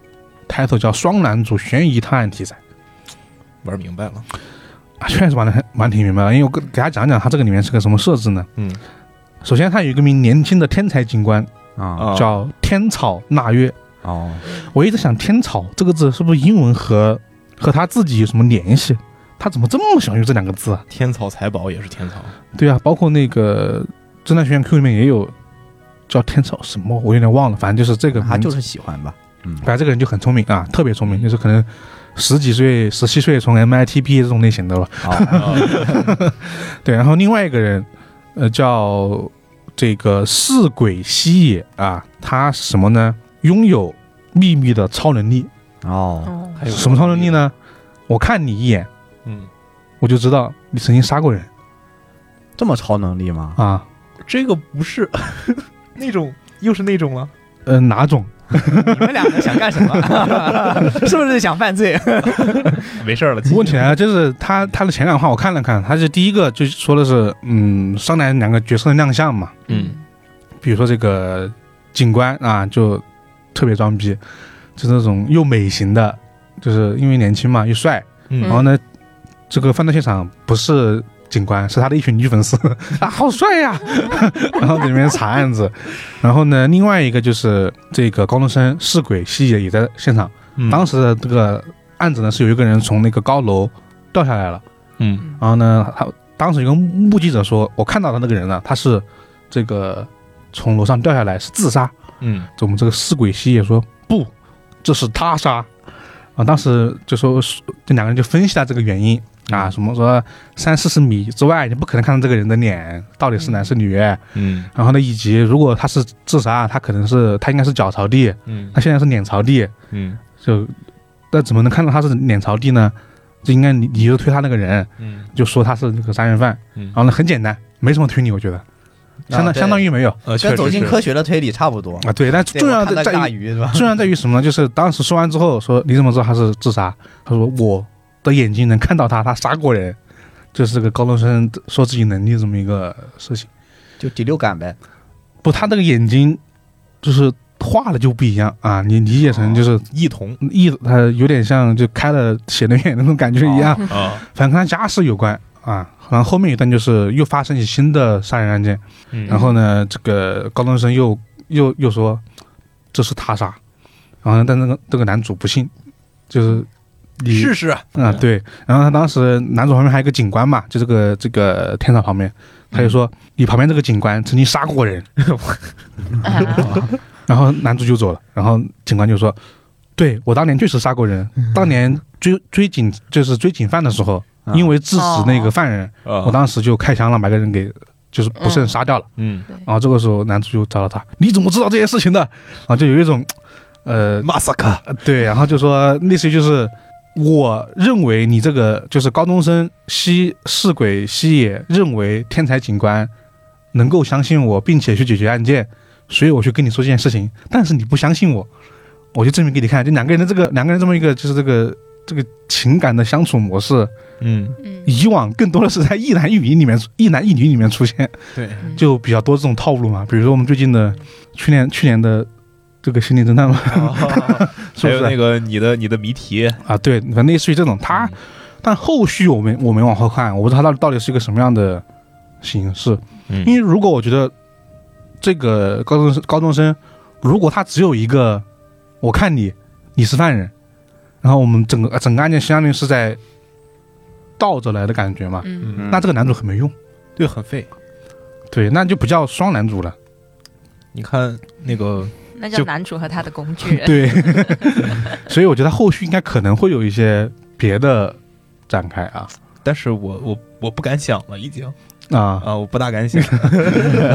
Speaker 1: title 叫双男主悬疑探案题材
Speaker 2: 玩明白了，
Speaker 1: 啊，确实玩的很玩挺明白的。因为我跟给大家讲讲他这个里面是个什么设置呢？
Speaker 2: 嗯，
Speaker 1: 首先，他有一个名年轻的天才警官
Speaker 3: 啊
Speaker 2: 啊，
Speaker 1: 叫天草纳月。
Speaker 3: 哦，
Speaker 1: 我一直想“天草”这个字是不是英文和和他自己有什么联系？他怎么这么喜欢用这两个字啊？
Speaker 2: 天草财宝也是天草，
Speaker 1: 对啊，包括那个《侦探学院 Q》里面也有叫天草什么，我有点忘了，反正就是这个名字。
Speaker 3: 他啊就是喜欢吧，嗯，
Speaker 1: 反正这个人就很聪明啊，特别聪明，就是可能十几岁、十七岁从 MIT 毕业这种类型的吧。
Speaker 3: 哦
Speaker 2: 啊
Speaker 1: 对，然后另外一个人，呃，叫这个四鬼西野啊，他什么呢？拥有秘密的超能力，
Speaker 3: 哦，
Speaker 4: 哦，
Speaker 2: 还有
Speaker 1: 什么超能力？呢？我看你一眼，
Speaker 2: 嗯，
Speaker 1: 我就知道你曾经杀过人
Speaker 3: 这么超能力吗？
Speaker 1: 啊。
Speaker 2: 这个不是 那种，又是那种了。
Speaker 1: 呃，哪种？
Speaker 3: 你们两个想干什么？ 是不是想犯罪？
Speaker 2: 没事儿了，
Speaker 1: 问题来了，就是他他的前两话我看了看，他是第一个就说的是，嗯，上来两个角色的亮相嘛，
Speaker 2: 嗯
Speaker 1: 比如说这个警官啊，就特别装逼，就是那种又美型的，就是因为年轻嘛又帅，
Speaker 2: 嗯
Speaker 1: 然后呢，这个犯罪现场不是警官，是他的一群女粉丝 啊，好帅呀、然后在里面查案子，然后呢，另外一个就是这个高中生是鬼西野也在现场，
Speaker 2: 嗯
Speaker 1: 当时的这个案子呢是有一个人从那个高楼掉下来了。
Speaker 2: 嗯
Speaker 1: 然后呢，他当时有个目击者说，我看到的那个人呢，他是这个从楼上掉下来是自杀。
Speaker 2: 嗯
Speaker 1: 这我们这个尸鬼西也说不，这是他杀。啊，当时就说这两个人就分析了这个原因啊，什么说三四十米之外你不可能看到这个人的脸到底是男是女，
Speaker 2: 嗯
Speaker 1: 然后呢，以及如果他是自杀，他可能是他应该是脚朝地，
Speaker 2: 嗯
Speaker 1: 他现在是脸朝地，
Speaker 2: 嗯
Speaker 1: 就那怎么能看到他是脸朝地呢？就应该你你就推他那个人，
Speaker 2: 嗯
Speaker 1: 就说他是那个杀人犯，
Speaker 2: 嗯
Speaker 1: 然后呢，很简单，没什么推理，我觉得相当
Speaker 3: 啊对
Speaker 1: 相当于没有
Speaker 2: 呃，确
Speaker 3: 跟
Speaker 2: 实
Speaker 3: 走进
Speaker 2: 是
Speaker 3: 科学的推理差不多。
Speaker 1: 啊。对，但
Speaker 3: 对
Speaker 1: 重要
Speaker 3: 我看
Speaker 1: 的
Speaker 3: 那个
Speaker 1: 在
Speaker 3: 大
Speaker 1: 于
Speaker 3: 鱼是吧？
Speaker 1: 重要在于什么呢？就是当时说完之后说你怎么知道他是自杀？他说我的眼睛能看到他，他杀过人，就是这个高中生说自己能力这么一个事情。
Speaker 3: 就第六感呗。
Speaker 1: 不，他那个眼睛就是画了就不一样啊，你理解
Speaker 3: 哦
Speaker 1: 成就是
Speaker 2: 异瞳
Speaker 1: 意他有点像就开了写的眼那种感觉一 样，
Speaker 2: 啊，
Speaker 1: 反正跟他家世有关啊。然后后面一段就是又发生起新的杀人案件。
Speaker 2: 嗯
Speaker 1: 然后呢，这个高中生又又又说这是他杀，然后呢但那个这个男主不信，就是你
Speaker 2: 嗯试试
Speaker 1: 啊对，然后他当时男主旁边还有一个警官嘛，就这个这个天草旁边，他就说、你旁边这个警官曾经杀过人，
Speaker 4: 啊
Speaker 1: 然后男主就走了，然后警官就说，对我当年确实杀过人，
Speaker 2: 嗯
Speaker 1: 当年追追警就是追警犯的时候，
Speaker 2: 嗯
Speaker 3: 啊
Speaker 1: 因为制止那个犯人，
Speaker 2: 啊
Speaker 1: 我当时就开枪了，把个人给就是不慎杀掉了。
Speaker 2: 嗯
Speaker 1: 然后啊这个时候男主就找到他，你怎么知道这件事情的？啊，就有一种，呃，
Speaker 2: 马萨卡
Speaker 1: 对，然后就说类似于就是，我认为你这个就是高中生西是鬼西野认为天才警官能够相信我，并且去解决案件，所以我去跟你说这件事情，但是你不相信我，我就证明给你看，就两个人的这个两个人这么一个就是这个这个情感的相处模式，
Speaker 2: 嗯，
Speaker 4: 嗯，
Speaker 1: 以往更多的是在一男一女里面一男一女里面出现，
Speaker 2: 对，
Speaker 4: 嗯
Speaker 1: 就比较多这种套路嘛。比如说我们最近的去年去年的这个心理侦探 嘛，是不
Speaker 2: 还有
Speaker 1: 是、
Speaker 2: 那个嗯你的你的谜题，
Speaker 1: 啊？对，反正类似于这种，他但后续我们我没往后看，我不知道它到底到底是一个什么样的形式。
Speaker 2: 嗯
Speaker 1: 因为如果我觉得这个高中生高中生，如果他只有一个，我看你你是犯人，然后我们整个整个案件相当于是在倒着来的感觉嘛，
Speaker 4: 嗯
Speaker 2: 嗯，
Speaker 1: 那这个男主很没用，
Speaker 2: 对，很废。
Speaker 1: 对，那就不叫双男主了，
Speaker 2: 你看那个，
Speaker 4: 那叫
Speaker 2: 就
Speaker 4: 男主和他的工具人。
Speaker 1: 对，所以我觉得后续应该可能会有一些别的展开啊
Speaker 2: 但是我我我不敢想了，已经
Speaker 1: 啊，
Speaker 2: 啊，我不大敢想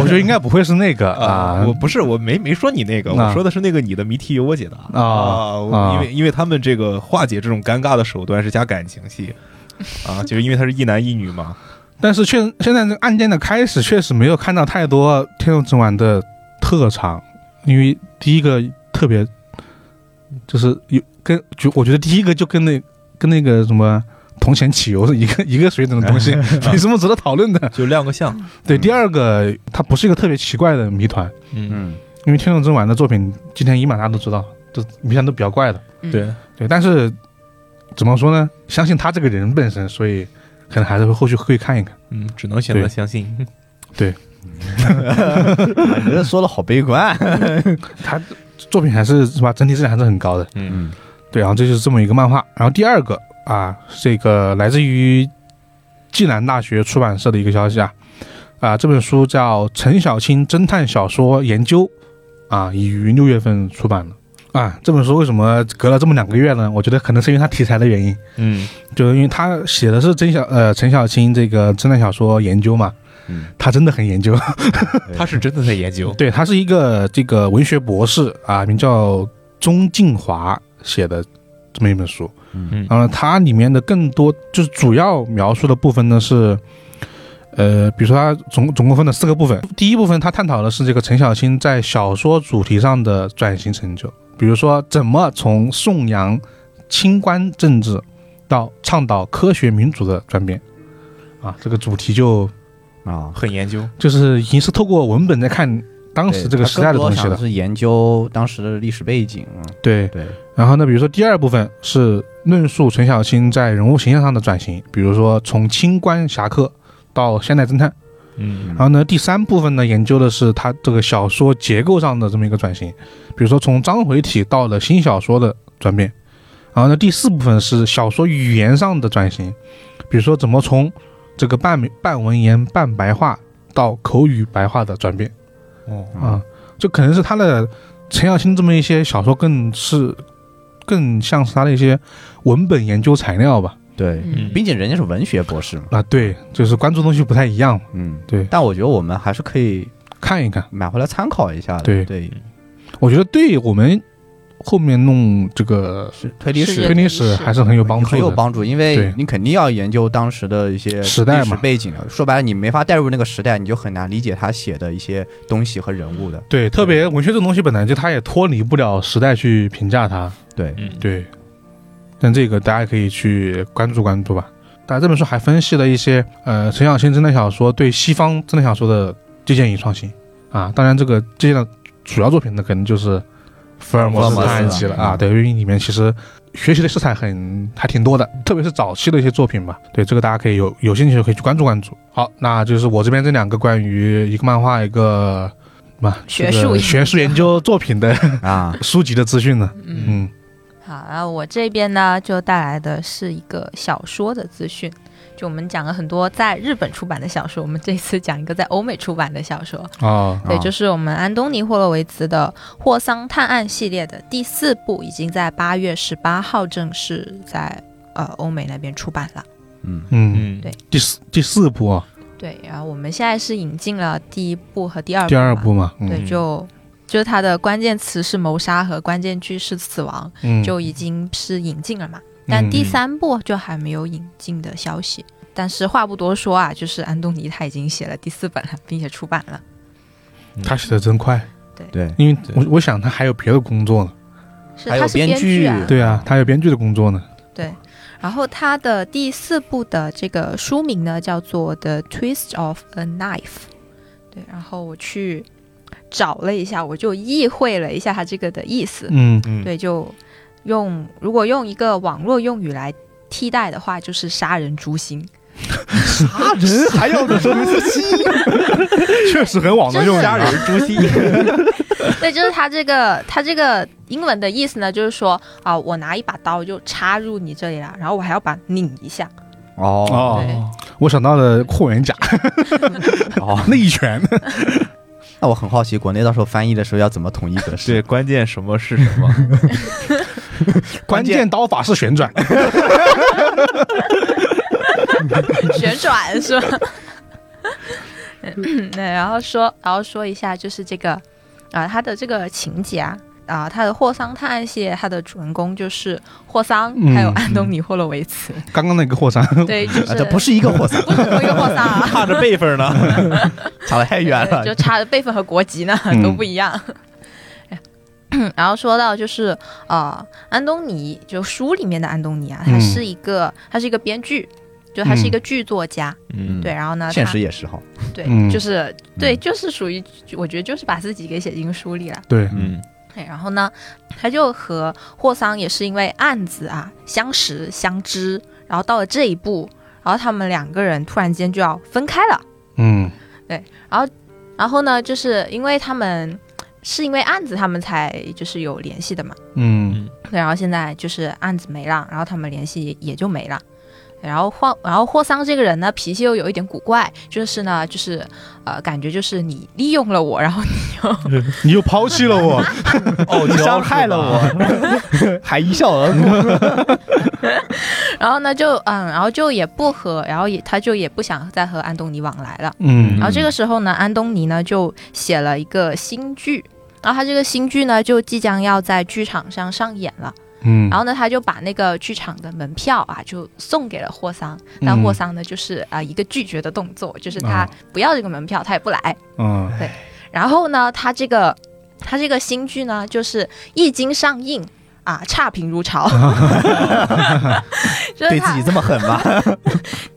Speaker 1: 我觉得应该不会是那个啊
Speaker 2: 我，不是我没没说你那个，
Speaker 1: 啊
Speaker 2: 我说的是那个你的谜题由我解答
Speaker 1: 啊
Speaker 2: 我
Speaker 1: 啊
Speaker 2: 因为因为他们这个化解这种尴尬的手段是加感情戏啊，就是因为他是一男一女嘛，
Speaker 1: 但是确现在这个案件的开始确实没有看到太多《天空之丸》的特长，因为第一个特别就是有跟就我觉得第一个就跟那跟那个什么铜钱起油是一个 一个水准的东西，没什么值得讨论的。
Speaker 2: 就亮个相，
Speaker 1: 对，第二个它不是一个特别奇怪的谜团，
Speaker 2: 嗯，
Speaker 3: 嗯
Speaker 1: 因为《天空之丸》的作品今天一嘛大家都知道，这谜团都比较怪的。
Speaker 4: 嗯，
Speaker 2: 对，
Speaker 1: 对，但是怎么说呢？相信他这个人本身，所以可能还是会后续会看一看。
Speaker 2: 嗯，只能选择
Speaker 1: 对
Speaker 2: 相信，
Speaker 3: 你这说的好 悲观。
Speaker 1: 他作品还是是吧，整体质量还是很高的。
Speaker 2: 嗯，
Speaker 1: 对，然后这就是这么一个漫画。然后第二个啊，这个来自于暨南大学出版社的一个消息啊，啊，这本书叫《陈小青侦探小说研究》，啊，已于六月份出版了。啊，这本书为什么隔了这么两个月呢？我觉得可能是因为它题材的原因，
Speaker 2: 嗯，
Speaker 1: 就是因为他写的是真小呃陈小青这个侦探小说研究嘛，
Speaker 3: 嗯，
Speaker 1: 他真的很研究。
Speaker 2: 他是真的在研究，
Speaker 1: 对，他是一个这个文学博士啊，名叫钟敬华写的这么一本书。
Speaker 2: 嗯
Speaker 1: 然后它里面的更多就是主要描述的部分呢是，呃，比如说它总总共分了四个部分。第一部分它探讨的是这个陈小青在小说主题上的转型成就，比如说怎么从颂扬清官政治到倡导科学民主的转变。啊，这个主题就
Speaker 3: 啊，
Speaker 2: 很研究，
Speaker 1: 就是已经是透过文本在看当时这个时代的东西了。
Speaker 3: 是研究当时的历史背景。
Speaker 1: 对，
Speaker 3: 对，
Speaker 1: 然后呢，比如说第二部分是论述陈小青在人物形象上的转型，比如说从清官侠客到现代侦探。
Speaker 2: 嗯
Speaker 1: 然后呢，第三部分呢，研究的是他这个小说结构上的这么一个转型，比如说从章回体到了新小说的转变。然后呢，第四部分是小说语言上的转型，比如说怎么从这个半半文言半白话到口语白话的转变。
Speaker 2: 哦，
Speaker 1: 啊，就可能是他的陈小青这么一些小说，更是更像是他的一些文本研究材料吧。
Speaker 3: 对，
Speaker 4: 嗯
Speaker 3: 毕竟人家是文学博士嘛。
Speaker 1: 啊，对，就是关注东西不太一样，
Speaker 3: 嗯，
Speaker 1: 对
Speaker 3: 但我觉得我们还是可以
Speaker 1: 看一看。
Speaker 3: 买回来参考一下的。
Speaker 1: 对
Speaker 3: 对，
Speaker 1: 我觉得对我们后面弄这个
Speaker 3: 是推历
Speaker 4: 是
Speaker 3: 史
Speaker 1: 推理史还是很有帮助
Speaker 3: 很有
Speaker 1: 的。
Speaker 3: 帮助，因为
Speaker 1: 对
Speaker 3: 你肯定要研究当时的一些
Speaker 1: 时代嘛
Speaker 3: 历史背景了。说白了，你没法带入那个时代，你就很难理解他写的一些东西和人物的。
Speaker 1: 对，特别文学这种东西本来就它也脱离不了时代去评价它。
Speaker 3: 对，
Speaker 2: 嗯，
Speaker 1: 对，但这个大家可以去关注关注吧。当然，这本书还分析了一些呃陈小青侦探小说对西方侦探小说的借鉴与创新啊。当然，这个借鉴的主要作品呢，可能就是福尔摩斯
Speaker 3: 福尔摩斯
Speaker 1: 探案集了啊。对，因为里面其实学习的色彩很还挺多的，特别是早期的一些作品吧。对，这个大家可以有有兴趣可以去关注关注。好，那就是我这边这两个关于一个漫画一个嘛
Speaker 4: 学
Speaker 1: 这个
Speaker 4: 术
Speaker 1: 学术研究作品的
Speaker 3: 啊，
Speaker 1: 书籍的资讯呢。
Speaker 4: 嗯，
Speaker 1: 嗯
Speaker 4: 好，然后我这边呢就带来的是一个小说的资讯，就我们讲了很多在日本出版的小说，我们这次讲一个在欧美出版的小说。
Speaker 1: 哦
Speaker 4: 对，
Speaker 3: 啊
Speaker 4: 就是我们安东尼·霍洛维茨的《霍桑探案》系列的第四部，已经在八月十八号正式在呃欧美那边出版了。
Speaker 3: 嗯
Speaker 1: 嗯。
Speaker 2: 嗯，
Speaker 4: 对
Speaker 1: 第四第四部啊，
Speaker 4: 对，然后我们现在是引进了第一部和第二部吧。
Speaker 1: 第二部嘛，
Speaker 4: 对，
Speaker 2: 嗯
Speaker 4: 就就是它的关键词是谋杀和关键句是死亡，
Speaker 1: 嗯，
Speaker 4: 就已经是引进了嘛。但第三部就还没有引进的消息。但是话不多说啊，就是安东尼他已经写了第四本了，并且出版了。
Speaker 1: 他写的真快，
Speaker 4: 对，
Speaker 3: 对，
Speaker 1: 因为
Speaker 2: 对
Speaker 1: 我我想他还有别的工作呢。
Speaker 4: 是
Speaker 3: 还有
Speaker 4: 他是
Speaker 3: 编
Speaker 4: 剧
Speaker 3: 剧
Speaker 4: 啊，
Speaker 1: 对啊，他有编剧的工作呢。
Speaker 4: 然后他的第四部的这个书名呢叫做《The Twist of a Knife》，对，然后我去找了一下，我就意会了一下它这个的意思，
Speaker 1: 嗯
Speaker 2: 嗯，
Speaker 4: 对，就用如果用一个网络用语来替代的话，就是杀人诛心，
Speaker 3: 杀人还要个什么戏？
Speaker 1: 确实很网络用语
Speaker 2: 杀
Speaker 1: 啊。
Speaker 2: 人诛心，
Speaker 4: 对，就是它这个它这个英文的意思呢，就是说啊、我拿一把刀就插入你这里了，然后我还要把它拧一下，
Speaker 3: 哦
Speaker 1: 哦，我想到了霍元甲
Speaker 3: 哦，
Speaker 1: 内拳，
Speaker 3: 那我很好奇，国内到时候翻译的时候要怎么统一格式？
Speaker 2: 对，关键什么是什么？
Speaker 1: 关键刀法是旋转。
Speaker 4: 旋转是吧？ 嗯，对然后说，然后说一下，就是这个啊，他的这个情节啊，啊，他的霍桑探案系列，他的主人公就是霍桑，
Speaker 1: 嗯
Speaker 4: 还有安东尼·霍洛维茨，
Speaker 1: 刚刚那个霍山，
Speaker 4: 对，就是、
Speaker 3: 啊，这不是一个货色，
Speaker 4: 不是同一个霍桑 啊，
Speaker 2: 差着辈分呢。
Speaker 3: 差得太远了
Speaker 4: 对。就差辈分和国籍呢
Speaker 1: 嗯
Speaker 4: 都不一样。哎然后说到就是呃，安东尼，就书里面的安东尼啊，他
Speaker 1: 嗯
Speaker 4: 是一个、他是一个编剧，就他是一个剧作家，
Speaker 2: 嗯，
Speaker 4: 对，然后呢，
Speaker 3: 现
Speaker 4: 他
Speaker 3: 实也是哈，
Speaker 4: 对，
Speaker 1: 嗯
Speaker 4: 就是对，就是属于我觉得就是把自己给写进书里了。
Speaker 1: 对，
Speaker 2: 嗯，
Speaker 4: 对，然后呢，他就和霍桑也是因为案子啊相识相知，然后到了这一步，然后他们两个人突然间就要分开了。
Speaker 1: 嗯
Speaker 4: 然后呢，就是因为他们是因为案子他们才就是有联系的嘛。
Speaker 1: 嗯
Speaker 4: 对，然后现在就是案子没了，然后他们联系也就没了。对然后霍，然后霍桑这个人呢，脾气又有一点古怪，就是呢，就是呃，感觉就是你利用了我，然后
Speaker 1: 你又抛弃了我，
Speaker 2: 哦，
Speaker 3: 你伤害了我， 还一笑而过。
Speaker 4: 然后呢，就嗯，然后就也不和，然后也他就也不想再和安东尼往来了。
Speaker 1: 嗯
Speaker 4: 然后这个时候呢，安东尼呢就写了一个新剧，然后他这个新剧呢就即将要在剧场上上演了。
Speaker 1: 嗯
Speaker 4: 然后呢，他就把那个剧场的门票啊就送给了霍桑，但
Speaker 1: 嗯
Speaker 4: 霍桑呢就是啊、一个拒绝的动作，就是他
Speaker 1: 啊
Speaker 4: 不要这个门票，他也不来。
Speaker 1: 嗯
Speaker 4: 然后呢，他这个他这个新剧呢，就是一经上映啊，差评如 潮，就是
Speaker 3: 对自
Speaker 4: 他
Speaker 3: 己这么狠吗？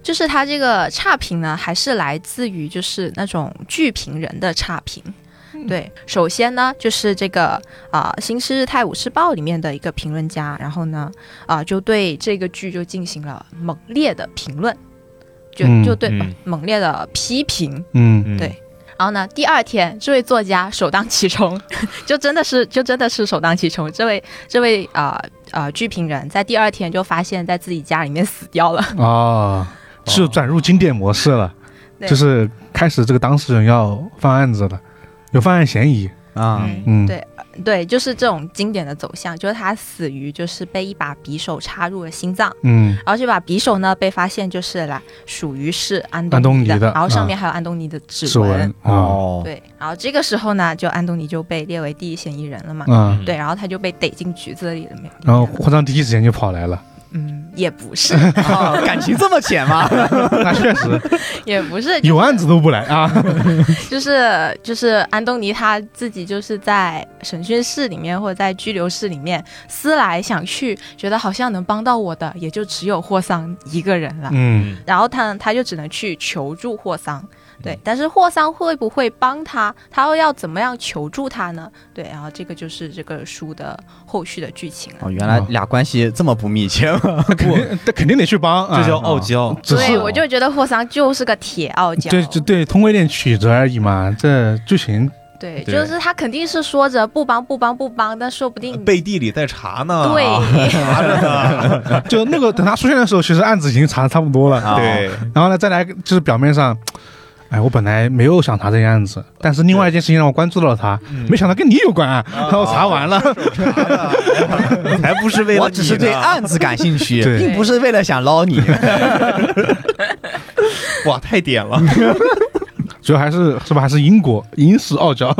Speaker 4: 就是他这个差评呢，还是来自于就是那种剧评人的差评。对，首先呢，就是这个啊、新世日泰晤士报》里面的一个评论家，然后呢，啊、就对这个剧就进行了猛烈的评论，就
Speaker 1: 嗯
Speaker 4: 就对、
Speaker 2: 嗯
Speaker 4: 猛烈的批评。
Speaker 1: 嗯
Speaker 4: 对然后呢，第二天这位作家首当其冲， 就真的是就真的是首当其冲。这位这位啊啊、剧评人在第二天就发现，在自己家里面死掉了。
Speaker 1: 啊，是转入经典模式了，
Speaker 4: 对
Speaker 1: 就是开始这个当事人要犯案子了，有犯案嫌疑，
Speaker 3: 啊，
Speaker 1: 嗯，
Speaker 4: 对对，就是这种经典的走向，就是他死于就是被一把匕首插入了心脏，
Speaker 1: 嗯
Speaker 4: 然后这把匕首呢被发现就是来属于是安东
Speaker 1: 安东
Speaker 4: 尼
Speaker 1: 尼的
Speaker 4: 然后上
Speaker 1: 啊
Speaker 4: 面还有安东尼的指
Speaker 1: 指纹啊
Speaker 3: 哦，
Speaker 4: 对，然后这个时候呢，就安东尼就被列为第一嫌疑人了嘛。
Speaker 1: 啊，
Speaker 4: 对，然后他就被逮进局子里了面。
Speaker 1: 然后霍桑第一时间就跑来了，
Speaker 4: 嗯，也不是，
Speaker 3: 哦感情这么浅吗？
Speaker 1: 那确实
Speaker 4: 也不是，
Speaker 1: 有案子都不来啊，
Speaker 4: 就是就是安东尼他自己就是在审讯室里面或者在拘留室里面思来想去，觉得好像能帮到我的也就只有霍桑一个人了，
Speaker 1: 嗯
Speaker 4: 然后他他就只能去求助霍桑。对，但是霍桑会不会帮他？他又要怎么样求助他呢？对，然后这个就是这个书的后续的剧
Speaker 1: 啊
Speaker 4: 情了。
Speaker 3: 哦，原来俩关系这么不密 切吗？
Speaker 1: 那肯定那肯定得去帮，啊
Speaker 2: 这叫傲娇。
Speaker 1: 只
Speaker 4: 对，啊
Speaker 1: 是
Speaker 4: 我就觉得霍桑就是个铁傲娇。
Speaker 1: 对对对，通过一点曲折而已嘛，这剧情
Speaker 4: 对
Speaker 2: 对
Speaker 4: 就是他肯定是说着不帮不帮不帮，但说不
Speaker 1: 啊
Speaker 4: 定
Speaker 2: 背地里在查呢，
Speaker 4: 对、
Speaker 2: 查着呢，
Speaker 1: 就那个等他出现的时候，其实案子已经查的差不多了，
Speaker 3: 啊
Speaker 2: 对，
Speaker 1: 然后呢，再来就是表面上，哎，我本来没有想查这件案子，但是另外一件事情让我关注到了他，没想到跟你有关嗯啊，然后查完 了，
Speaker 2: 才不是为了
Speaker 3: 我只是对
Speaker 2: 啊，
Speaker 3: 案子感兴趣，
Speaker 1: 对
Speaker 3: 并不是为了想捞你。
Speaker 2: 哇，太点 了，
Speaker 1: 主要还是是吧，还是英国英式傲娇，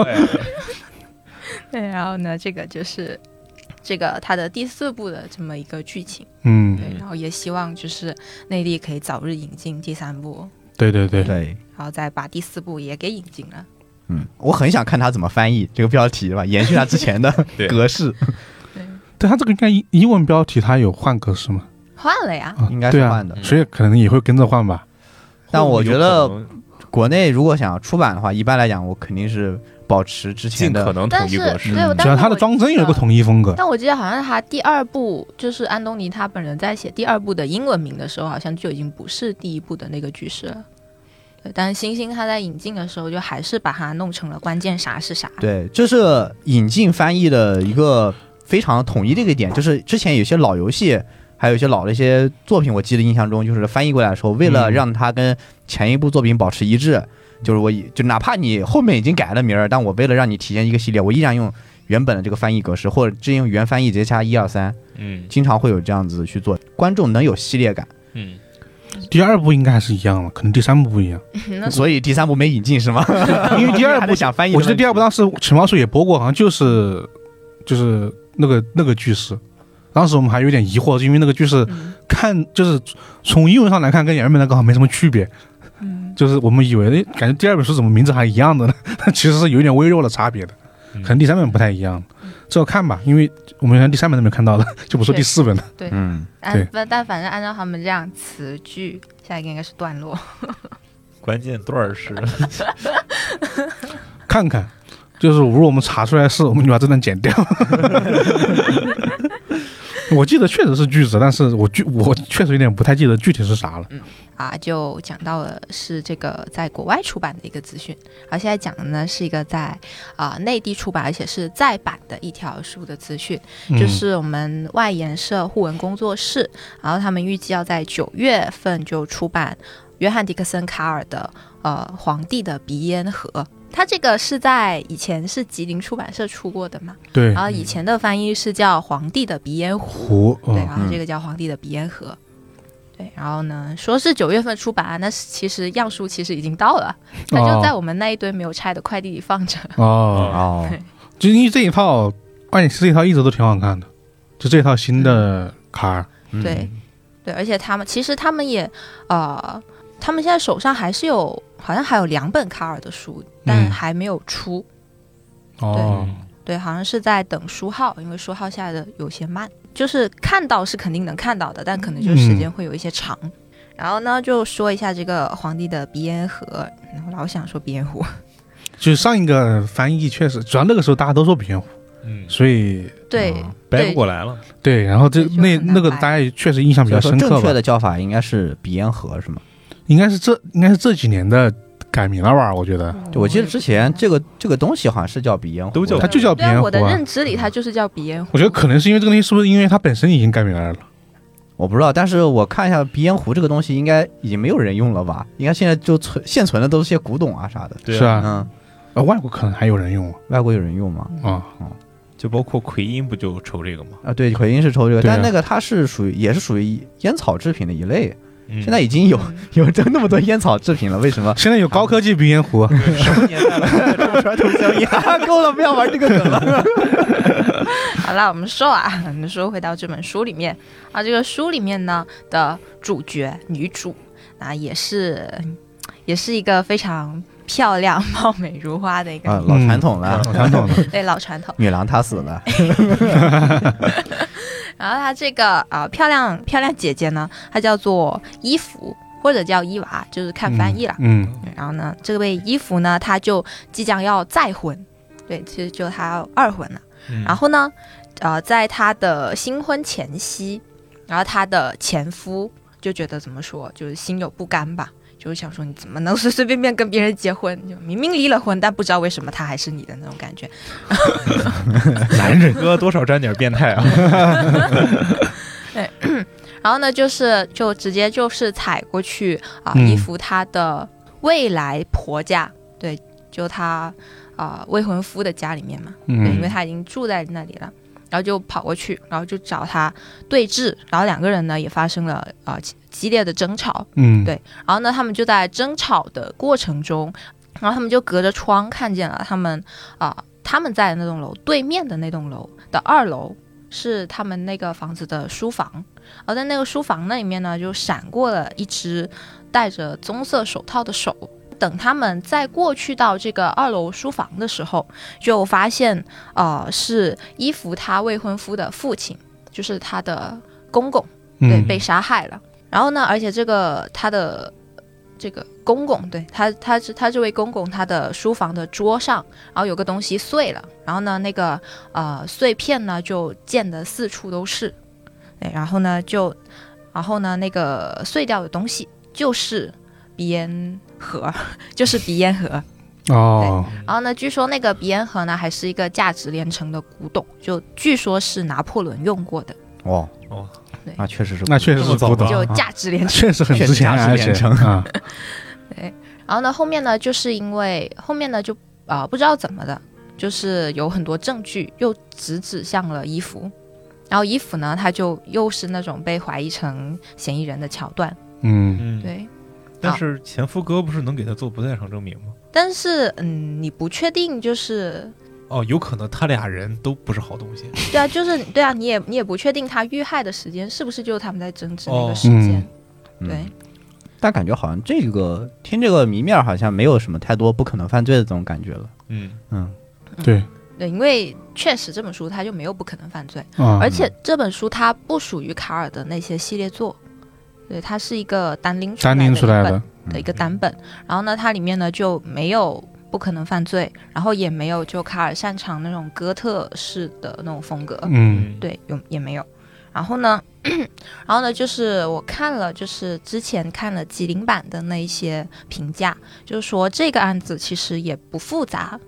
Speaker 4: 对，然后呢，这个就是这个它的第四部的这么一个剧情，
Speaker 1: 嗯，
Speaker 4: 对，
Speaker 2: 嗯
Speaker 4: 然后也希望就是内地可以早日引进第三部，
Speaker 1: 对对对，
Speaker 3: 对，
Speaker 4: 然后再把第四部也给引进了。
Speaker 3: 嗯，我很想看他怎么翻译这个标题吧，延续他之前的
Speaker 2: 对
Speaker 3: 格式，
Speaker 1: 对他这个应该英英文标题，他有换格式吗？
Speaker 4: 换了呀。
Speaker 1: 啊
Speaker 3: 应该
Speaker 1: 对
Speaker 3: 是
Speaker 1: 啊
Speaker 3: 换的。
Speaker 2: 嗯
Speaker 1: 所以可能也会跟着换吧。
Speaker 3: 但我觉得
Speaker 2: 会不会有可能
Speaker 3: 国内如果想出版的话，一般来讲我肯定是保持之前
Speaker 2: 尽
Speaker 3: 的
Speaker 2: 可能统
Speaker 4: 但
Speaker 2: 一
Speaker 4: 是
Speaker 2: 格式，
Speaker 4: 对，我
Speaker 1: 只要他的装帧有一个统一风格，
Speaker 4: 但我记得好像他第二部就是安东尼他本人在写第二部的英文名的时候，好像就已经不是第一部的那个句式了。对，但是星星他在引进的时候，就还是把它弄成了关键啥是啥。
Speaker 3: 对，这是引进翻译的一个非常统一的一个点，就是之前有些老游戏，还有一些老的一些作品，我记得印象中就是翻译过来的时候，为了
Speaker 1: 嗯
Speaker 3: 让它跟前一部作品保持一致，就是我以就哪怕你后面已经改了名儿，但我为了让你体现一个系列，我依然用原本的这个翻译格式，或者只用原翻译直接加一二三，
Speaker 2: 嗯
Speaker 3: 经常会有这样子去做，观众能有系列感，
Speaker 2: 嗯，
Speaker 1: 第二部应该还是一样的，可能第三部不 一样。
Speaker 4: 那
Speaker 3: 所以第三部没引进是吗？
Speaker 1: 因为第二
Speaker 3: 还
Speaker 1: 部
Speaker 3: 在，想翻译，
Speaker 1: 我记得第二部当时陈茂叔也播过，好像就是就是那个那个句式。当时我们还有点疑惑，因为那个句式
Speaker 4: 嗯
Speaker 1: 看就是从英文上来看，跟原本那个好像没什么区别。
Speaker 4: 嗯，
Speaker 1: 就是我们以为，诶感觉第二本书怎么名字还一样的呢？ 它其实是有点微弱的差别的，
Speaker 2: 嗯
Speaker 1: 可能第三本不太一样。
Speaker 4: 嗯
Speaker 1: 这要看吧，因为我们连第三本都没看到的，就不说第四本了。
Speaker 3: 嗯，
Speaker 1: 对
Speaker 4: 按但但反正按照他们这样词句，下一个应该是段落。
Speaker 2: 关键段儿是
Speaker 1: 看看，就是如果我们查出来是，我们就把这段剪掉。 我记得确实是句子，但是我具我确实有点不太记得具体是啥了。
Speaker 4: 啊，就讲到了是这个在国外出版的一个资讯，而现在讲的呢是一个在啊、内地出版而且是再版的一条书的资讯，
Speaker 1: 嗯
Speaker 4: 就是我们外研社互文工作室，然后他们预计要在九月份就出版约翰·迪克森·卡尔的呃《皇帝的鼻烟盒》。它这个是在以前是吉林出版社出过的嘛，
Speaker 1: 嗯对
Speaker 4: 然后以前的翻译是叫《皇帝的鼻烟壶》，
Speaker 1: 湖，
Speaker 4: 对，
Speaker 1: 嗯
Speaker 4: 然后这个叫《皇帝的鼻烟盒》对，然后呢，说是九月份出版，那其实样书其实已经到了，它就在我们那一堆没有拆的快递里放着。
Speaker 1: 哦，
Speaker 3: 哦，
Speaker 1: 就因为这一套，而且这一套一直都挺好看的，就这一套新的卡尔，
Speaker 3: 嗯
Speaker 4: 对，对，而且他们其实他们也，呃，他们现在手上还是有，好像还有两本卡尔的书，但
Speaker 1: 嗯
Speaker 4: 还没有出。
Speaker 1: 哦，
Speaker 4: 对，好像是在等书号，因为书号下的有些慢，就是看到是肯定能看到的，但可能就
Speaker 1: 嗯
Speaker 4: 时间会有一些长。然后呢，就说一下这个皇帝的鼻烟盒，嗯我老想说鼻烟壶，
Speaker 1: 就是上一个翻译确实，主要那个时候大家都说鼻烟壶，
Speaker 2: 嗯，
Speaker 1: 所以
Speaker 4: 对、
Speaker 3: 嗯
Speaker 2: 掰不过来了，
Speaker 1: 对，然后这
Speaker 4: 对就
Speaker 1: 那
Speaker 4: 很难
Speaker 1: 那个
Speaker 4: 掰
Speaker 1: 大家也确实印象比
Speaker 3: 所
Speaker 1: 较
Speaker 3: 以说
Speaker 1: 深
Speaker 3: 正
Speaker 1: 刻
Speaker 3: 确
Speaker 1: 吧，
Speaker 3: 的叫法应该是鼻烟盒是吗？
Speaker 1: 应该是这应该是这几年的改名了吧？我觉得
Speaker 3: 嗯就我
Speaker 2: 嗯
Speaker 3: 记得之前这个这个东西好像是叫鼻烟壶，
Speaker 2: 都叫
Speaker 1: 它就叫鼻
Speaker 4: 对啊，
Speaker 1: 烟壶
Speaker 4: 我的
Speaker 1: 啊
Speaker 4: 认。知里它就是叫鼻烟壶。
Speaker 1: 我觉得可能是因为这个东西是不是因为它本身已经改名了？
Speaker 3: 我不知道，但是我看一下鼻烟壶这个东西，应该已经没有人用了吧？应该现在就存现存的都是些古董啊啥的。
Speaker 2: 对
Speaker 1: 是，啊，
Speaker 3: 嗯，
Speaker 1: 呃，外国可能还有人用啊
Speaker 3: 外国有人用吗？
Speaker 1: 啊，
Speaker 2: 就包括奎因不就抽这个吗？
Speaker 3: 啊，对，奎因是抽这个，
Speaker 1: 对啊？
Speaker 3: 但那个它是属于也是属于烟草制品的一类。
Speaker 2: 嗯
Speaker 3: 现在已经 有 有这那么多烟草制品了，为什么
Speaker 1: 现在有高科技鼻烟壶，
Speaker 2: 什么年代了，这么说都香烟？
Speaker 3: 够了，不要玩这个梗了。
Speaker 4: 好啦，我们说啊，我们说回到这本书里面啊，这个书里面呢的主角女主啊，也是也是一个非常漂亮、 貌美如花的一个、
Speaker 3: 啊，
Speaker 2: 嗯
Speaker 3: 老传 统了，
Speaker 1: 老传统的，
Speaker 4: 对老传统。
Speaker 3: 女郎她死了，
Speaker 4: 然后她这个啊、漂亮漂亮姐姐呢，她叫做伊芙或者叫伊娃，就是看翻译了。
Speaker 1: 嗯，
Speaker 4: 对然后呢，这位伊芙呢，她就即将要再婚，对，其实就她要二婚了。
Speaker 2: 嗯
Speaker 4: 然后呢，呃，在她的新婚前夕，然后她的前夫就觉得怎么说，就是心有不甘吧，就是想说你怎么能随随便便跟别人结婚？就明明离了婚，但不知道为什么他还是你的那种感觉。
Speaker 2: 男人哥多少沾点变态啊，
Speaker 4: 然后呢，就是就直接就是踩过去啊，
Speaker 1: 嗯
Speaker 4: 一服她的未来婆家，对，就她啊、未婚夫的家里面嘛。对，因
Speaker 1: 嗯
Speaker 4: 为他已经住在那里了，然后就跑过去，然后就找他对峙，然后两个人呢也发生了啊、呃激激烈的争吵，
Speaker 1: 嗯，
Speaker 4: 对然后呢他们就在争吵的过程中，然后他们就隔着窗看见了他们啊、他们在那栋楼对面的那栋楼的二楼。是他们那个房子的书房，呃而在那个书房那里面呢，就闪过了一只戴着棕色手套的手，等他们再过去到这个二楼书房的时候，就发现呃是伊芙她未婚夫的父亲，就是她的公公，对，
Speaker 1: 嗯
Speaker 4: 被杀害了。然后呢，而且这个他的这个公公，对他，他是他这位公公，他的书房的桌上，然后有个东西碎了，然后呢，那个呃碎片呢就溅得四处都是，对，然后呢就，然后呢那个碎掉的东西就是鼻烟盒， 就是鼻烟盒。
Speaker 1: 哦，
Speaker 4: 然后呢，据说那个鼻烟盒呢还是一个价值连城的古董，就据说是拿破仑用过的，
Speaker 3: 哦
Speaker 2: 哦，
Speaker 4: 对
Speaker 3: 那确实是，
Speaker 1: 那确实是古董，
Speaker 4: 就
Speaker 1: 啊
Speaker 4: 价值连城。
Speaker 1: 确实很值钱啊，而
Speaker 3: 确实
Speaker 1: 且
Speaker 3: 价值连
Speaker 1: 啊，
Speaker 4: 然后呢，后面呢，就是因为后面呢就啊、呃不知道怎么的，就是有很多证据又直指向了伊芙，然后伊芙呢，她就又是那种被怀疑成嫌疑人的桥段，
Speaker 1: 嗯，
Speaker 2: 嗯，
Speaker 4: 对。
Speaker 2: 但是前夫哥不是能给他做不在场证明吗？
Speaker 4: 但是，嗯，你不确定，就是
Speaker 2: 哦，有可能他俩人都不是好东西。
Speaker 4: 对啊，就是对啊，你也你也不确定他遇害的时间是不是就是他们在争执那
Speaker 2: 哦
Speaker 4: 个时间，
Speaker 3: 嗯
Speaker 4: 对，
Speaker 3: 但感觉好像这个听这个谜面儿好像没有什么太多不可能犯罪的这种感觉了。
Speaker 2: 嗯，
Speaker 3: 嗯，
Speaker 1: 对
Speaker 4: 对，因为确实这本书它就没有不可能犯罪，
Speaker 1: 啊，
Speaker 4: 而且这本书它不属于卡尔的那些系列作，对，它是一个单拎出来
Speaker 1: 单
Speaker 4: 的
Speaker 1: 拎出
Speaker 4: 一
Speaker 1: 来
Speaker 4: 本
Speaker 1: 的，嗯
Speaker 4: 的一个单本。然后呢，它里面呢就没有不可能犯罪，然后也没有就卡尔擅长那种哥特式的那种风格，
Speaker 1: 嗯，
Speaker 4: 对，有也没有。然后呢， 然后呢，就是我看了，就是之前看了吉林版的那一些评价，就是说这个案子其实也不复杂，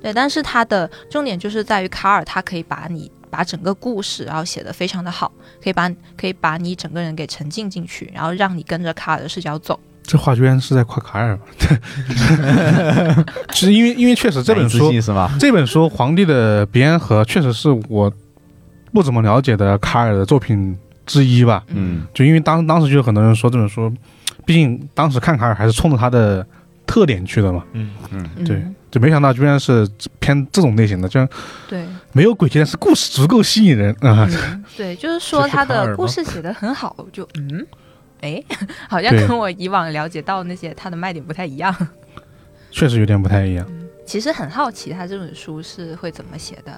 Speaker 4: 对，但是它的重点就是在于卡尔，他可以把你把整个故事，然后写得非常的好，可以把可以把你整个人给沉浸进去，然后让你跟着卡尔的视角走。
Speaker 1: 这话居然是在夸卡尔 吧？是因为因为确实这本
Speaker 3: 难以
Speaker 1: 书
Speaker 3: 置信是吧？
Speaker 1: 这本书《皇帝的鼻烟盒》确实是我不怎么了解的卡尔的作品之一吧。
Speaker 3: 嗯，
Speaker 1: 就因为当当时就有很多人说这本书，毕竟当时看卡尔还是冲着他的特点去的嘛，
Speaker 2: 嗯，
Speaker 4: 嗯
Speaker 1: 对就没想到居然是偏这种类型的，居然
Speaker 4: 对，
Speaker 1: 没有诡计，但是故事足够吸引人啊、
Speaker 4: 嗯对，就是说
Speaker 2: 这是
Speaker 4: 他
Speaker 2: 卡尔
Speaker 4: 的
Speaker 2: 吗
Speaker 4: 故事写得很好，我就 嗯，哎，好像
Speaker 1: 对
Speaker 4: 跟我以往了解到那些他的卖点不太 一样。
Speaker 1: 确实有点不太一样。
Speaker 4: 其实很好奇他这本书是会怎么写的，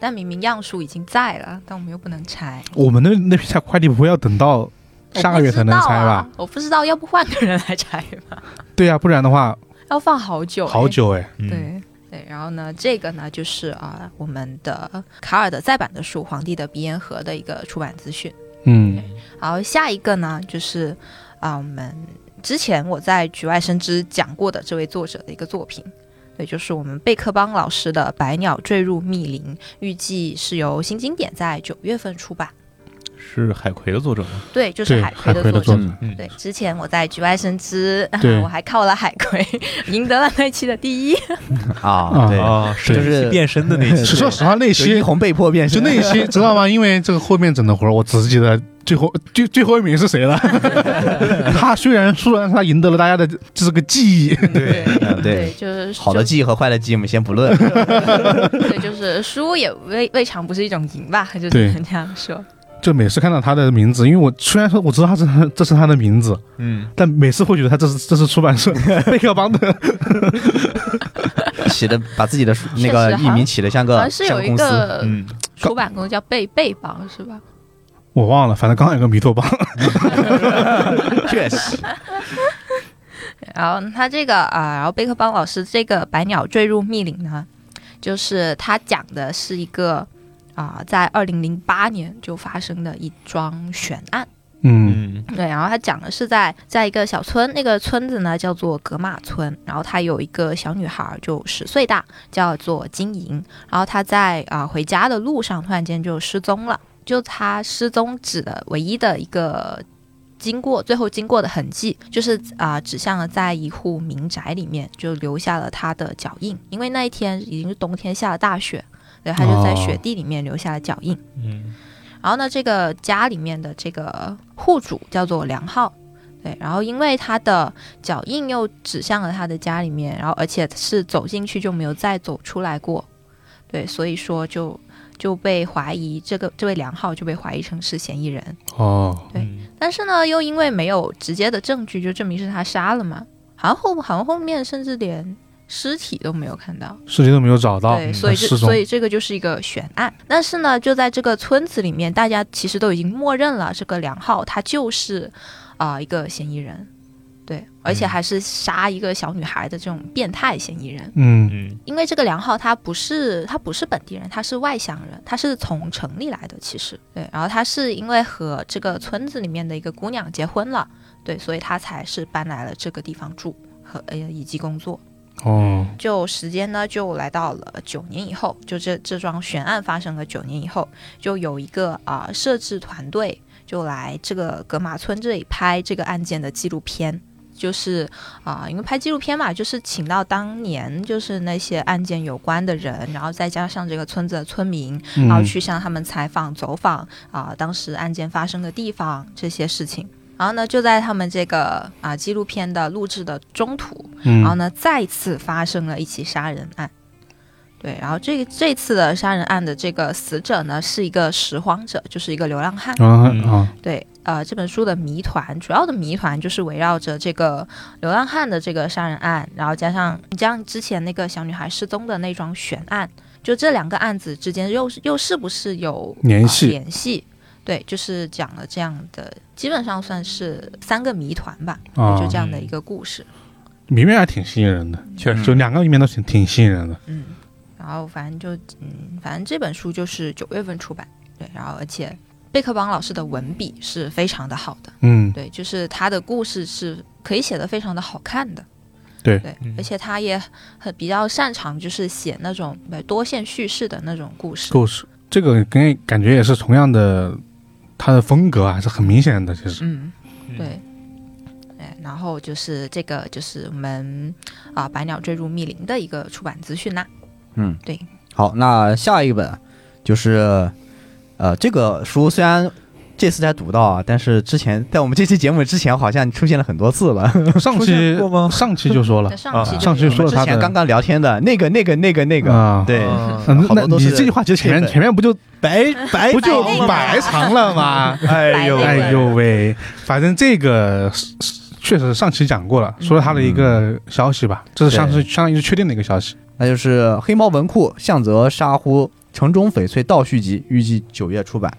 Speaker 4: 但明明样书已经在了，但我们又不能拆。
Speaker 1: 我们的那批拆快递不会要等到下个月才能拆吧？
Speaker 4: 我不知道啊？我不知道，要不换个人来拆吧，
Speaker 1: 对呀、不然的话
Speaker 4: 要放好久，
Speaker 1: 好
Speaker 4: 哎
Speaker 1: 久哎。
Speaker 2: 嗯，
Speaker 4: 对对，然后呢，这个呢就是啊、我们的卡尔的再版的书《皇帝的鼻烟盒》的一个出版资讯。
Speaker 1: 嗯
Speaker 4: 然后下一个呢，就是啊、我们之前我在局外生枝讲过的这位作者的一个作品，对，就是我们贝克邦老师的《百鸟坠入密林》，预计是由新经典在九月份出版。
Speaker 2: 是海葵的作者吗？
Speaker 4: 对，就是
Speaker 1: 对，
Speaker 4: 海
Speaker 1: 海
Speaker 4: 葵
Speaker 1: 葵
Speaker 4: 的
Speaker 1: 的作
Speaker 4: 作者。
Speaker 1: 者
Speaker 3: 嗯，
Speaker 2: 嗯
Speaker 4: 对，之前我在局外生枝，
Speaker 1: 对
Speaker 4: 我还靠了海葵，赢得了那期的 第一。
Speaker 3: 啊，
Speaker 1: 啊
Speaker 3: 对，
Speaker 2: 啊，是
Speaker 3: 就是
Speaker 2: 变身的那一期
Speaker 1: 说实话，那
Speaker 3: 就
Speaker 1: 些
Speaker 3: 一红被迫变
Speaker 1: 就
Speaker 3: 身，
Speaker 1: 那一期，知道吗？因为这个后面整的活儿，我只是记得最后最最后一名是谁了。他虽然输了，但是他赢得了大家的这个记忆。
Speaker 2: 对，
Speaker 3: 嗯
Speaker 4: 对，
Speaker 3: 对，
Speaker 4: 就是
Speaker 3: 好的
Speaker 4: 就
Speaker 3: 记忆和坏的记忆我们先不 论。
Speaker 4: 对，就是输也 未未尝不是一种赢吧，就
Speaker 1: 对
Speaker 4: 是这样说。
Speaker 1: 就每次看到他的名字，因为我虽然说我知道他是他这是他的名字，
Speaker 2: 嗯，
Speaker 1: 但每次会觉得他这是这是出版社贝克邦的。
Speaker 3: 起的把自己的书
Speaker 4: 实
Speaker 3: 那个
Speaker 4: 好
Speaker 3: 艺
Speaker 4: 像
Speaker 3: 名起的像
Speaker 4: 好
Speaker 3: 个
Speaker 4: 像是
Speaker 3: 像
Speaker 4: 有
Speaker 3: 个
Speaker 4: 一
Speaker 3: 公司，
Speaker 4: 个
Speaker 2: 嗯，
Speaker 4: 出版公司叫贝贝邦是吧？
Speaker 1: 我忘了，反正刚刚有个弥托邦。
Speaker 3: 确实，
Speaker 4: 然后他这个啊、然后贝克邦老师这个《百鸟坠入密林》呢，就是他讲的是一个啊、在二零零八年就发生的一桩悬案。
Speaker 1: 嗯
Speaker 2: 嗯
Speaker 4: 对，然后他讲的是在在一个小村，那个村子呢叫做格马村，然后他有一个小女孩，就十岁大，叫做金莹，然后她在啊、回家的路上突然间就失踪了，就她失踪指的唯一的一个经过，最后经过的痕迹就是啊、指向了在一户民宅里面，就留下了她的脚印，因为那一天已经是冬天，下了大雪，对，她就在雪
Speaker 1: 哦
Speaker 4: 地里面留下了脚印。
Speaker 2: 嗯，
Speaker 4: 然后呢，这个家里面的这个户主叫做梁浩，对，然后因为他的脚印又指向了他的家里面，然后而且是走进去就没有再走出来过，对，所以说就就被怀疑这个这位梁浩就被怀疑成是嫌疑人，
Speaker 1: 哦，
Speaker 4: 对但是呢，又因为没有直接的证据就证明是他杀了嘛，好像后好像后面甚至连尸体都没有看到。
Speaker 1: 尸体都没有找到，
Speaker 4: 对，所以
Speaker 1: 它
Speaker 4: 这
Speaker 1: 嗯失踪
Speaker 4: 所以这个就是一个悬案。但是呢，就在这个村子里面，大家其实都已经默认了这个梁浩他就是啊、一个嫌疑人，对，而
Speaker 1: 嗯
Speaker 4: 且还是杀一个小女孩的这种变态嫌疑人。
Speaker 1: 嗯
Speaker 2: 嗯
Speaker 4: 因为这个梁浩他不是他不是本地人，他是外乡人，他是从城里来的，其实对，然后他是因为和这个村子里面的一个姑娘结婚了，对，所以他才是搬来了这个地方住和呃以及工作。
Speaker 1: 哦，
Speaker 4: 就时间呢，就来到了九年以后，就这这桩悬案发生了九年以后，就有一个啊、摄制团队就来这个格马村这里拍这个案件的纪录片，就是啊、因为拍纪录片嘛，就是请到当年就是那些案件有关的人，然后再加上这个村子的村民，
Speaker 1: 嗯
Speaker 4: 然后去向他们采访、走访啊、当时案件发生的地方这些事情。然后呢，就在他们这个啊、纪录片的录制的呃中途，然后
Speaker 1: 嗯
Speaker 4: 呢，再次发生了一起杀人案。对，然后这个这次的杀人案的这个死者呢，是一个拾荒者，就是一个流浪汉。
Speaker 1: 啊
Speaker 2: 嗯
Speaker 1: 啊，
Speaker 4: 对，呃，这本书的谜团主要的谜团就是围绕着这个流浪汉的这个杀人案，然后加上你像之前那个小女孩失踪的那桩悬案，就这两个案子之间又是又是不是有
Speaker 1: 联系
Speaker 4: 呃联系？对，就是讲了这样的，基本上算是三个谜团吧，
Speaker 1: 啊
Speaker 4: 就这样的一个故事。
Speaker 1: 明面还挺吸引人的，
Speaker 2: 确实
Speaker 1: 就两个里面都挺挺吸引人的。
Speaker 4: 嗯，然后反正就嗯，反正这本书就是九月份出版，对，然后而且贝克邦老师的文笔是非常的好的，
Speaker 1: 嗯，
Speaker 4: 对，就是他的故事是可以写的非常的好看的，
Speaker 1: 对
Speaker 4: 对
Speaker 2: 嗯，
Speaker 4: 而且他也很比较擅长就是写那种呃多线叙事的那种故事，
Speaker 1: 故事这个跟感觉也是同样的，它的风格还是很明显的，其 实。
Speaker 4: 嗯，
Speaker 2: 嗯
Speaker 4: 对。哎，然后就是这个，就是我们啊、百鸟坠入密林》的一个出版资讯啦。
Speaker 3: 嗯，
Speaker 4: 对。
Speaker 3: 好，那下一本就是，呃，这个书虽然这次才读到啊，但是之前在我们这期节目之前好像出现了很多次了。
Speaker 1: 上
Speaker 2: 出
Speaker 1: 期
Speaker 2: 现过吗
Speaker 1: 上期就说了
Speaker 4: 那，上期
Speaker 2: 啊
Speaker 4: 就
Speaker 1: 上期
Speaker 4: 有
Speaker 1: 说了
Speaker 3: 之
Speaker 1: 他
Speaker 3: 前
Speaker 1: 的
Speaker 3: 刚刚聊天的那个、那个、那个、 那个，
Speaker 1: 啊
Speaker 3: 对，
Speaker 1: 嗯
Speaker 3: 好
Speaker 1: 那
Speaker 3: 多都
Speaker 1: 你
Speaker 3: 是
Speaker 1: 这句话其实前面
Speaker 3: 这个
Speaker 1: 前面不就
Speaker 3: 白白
Speaker 1: 不就
Speaker 4: 那个
Speaker 1: 白藏了 吗？
Speaker 2: 哎呦
Speaker 4: 白那个
Speaker 1: 哎呦喂，反正这个是是确实上期讲过了，说了他的一个消息吧，这是
Speaker 3: 嗯对
Speaker 1: 相是相当于是确定的一个消息。
Speaker 3: 那就是黑猫文库向泽沙呼城中翡翠倒叙集，预计九月出版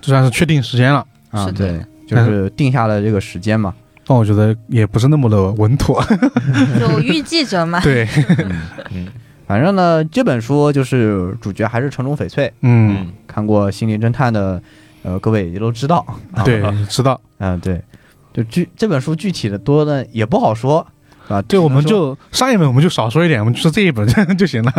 Speaker 1: 这算是确定时间了。
Speaker 3: 啊
Speaker 4: 是，的
Speaker 3: 对，就是定下了这个时间嘛。
Speaker 1: 但我觉得也不是那么的稳 妥。，
Speaker 4: 就预计着嘛
Speaker 1: 对，
Speaker 2: 嗯
Speaker 3: 反正呢，这本书就是主角还是城中翡翠，
Speaker 1: 嗯，
Speaker 3: 看过《心灵侦探》的，呃，各位也都知道，啊
Speaker 1: 对，知道。
Speaker 3: 嗯，对，就具这本书具体的多呢也不好说，啊，
Speaker 1: 对，我们
Speaker 3: 只能说
Speaker 1: 就上一本我们就少说一点，我们就说这一本 就行了。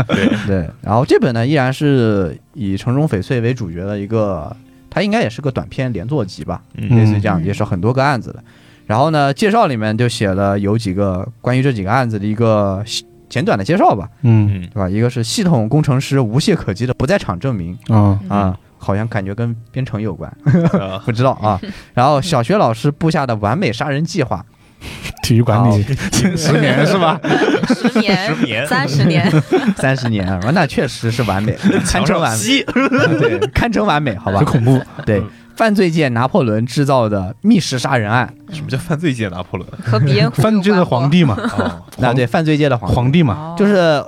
Speaker 3: 对，然后这本呢依然是以城中翡翠为主角的一个，它应该也是个短篇连作集吧，类似于这样，
Speaker 4: 嗯
Speaker 3: 也是很多个案子的。然后呢，介绍里面就写了有几个关于这几个案子的一个细简短的介绍吧，
Speaker 1: 嗯
Speaker 2: 嗯
Speaker 3: 对吧？一个是系统工程师无懈可击的不在场证明
Speaker 1: 啊，
Speaker 4: 嗯
Speaker 3: 啊。好像感觉跟编程有关，
Speaker 2: 啊
Speaker 3: 不知道啊。然后小学老师布下的完美杀人计划，
Speaker 1: 体育管理十年是吧？
Speaker 4: 十年、
Speaker 2: 十年
Speaker 4: 三十年，
Speaker 3: 三十年，啊那确实是完美，
Speaker 2: 墙
Speaker 3: 堪称
Speaker 2: 上
Speaker 3: 完美，
Speaker 2: 吸，
Speaker 3: 对，堪称完美，好吧
Speaker 1: 很？恐 怖。
Speaker 3: 对
Speaker 2: 嗯，
Speaker 3: 犯罪界拿破仑制造的密室杀人案，
Speaker 2: 什么叫犯罪界拿破仑？
Speaker 4: 和 鼻烟壶
Speaker 1: 犯 罪的皇帝嘛，
Speaker 2: 哦，
Speaker 3: 那对犯罪界的皇
Speaker 1: 皇帝
Speaker 4: 有
Speaker 1: 嘛，
Speaker 4: 关过，
Speaker 3: 就是是，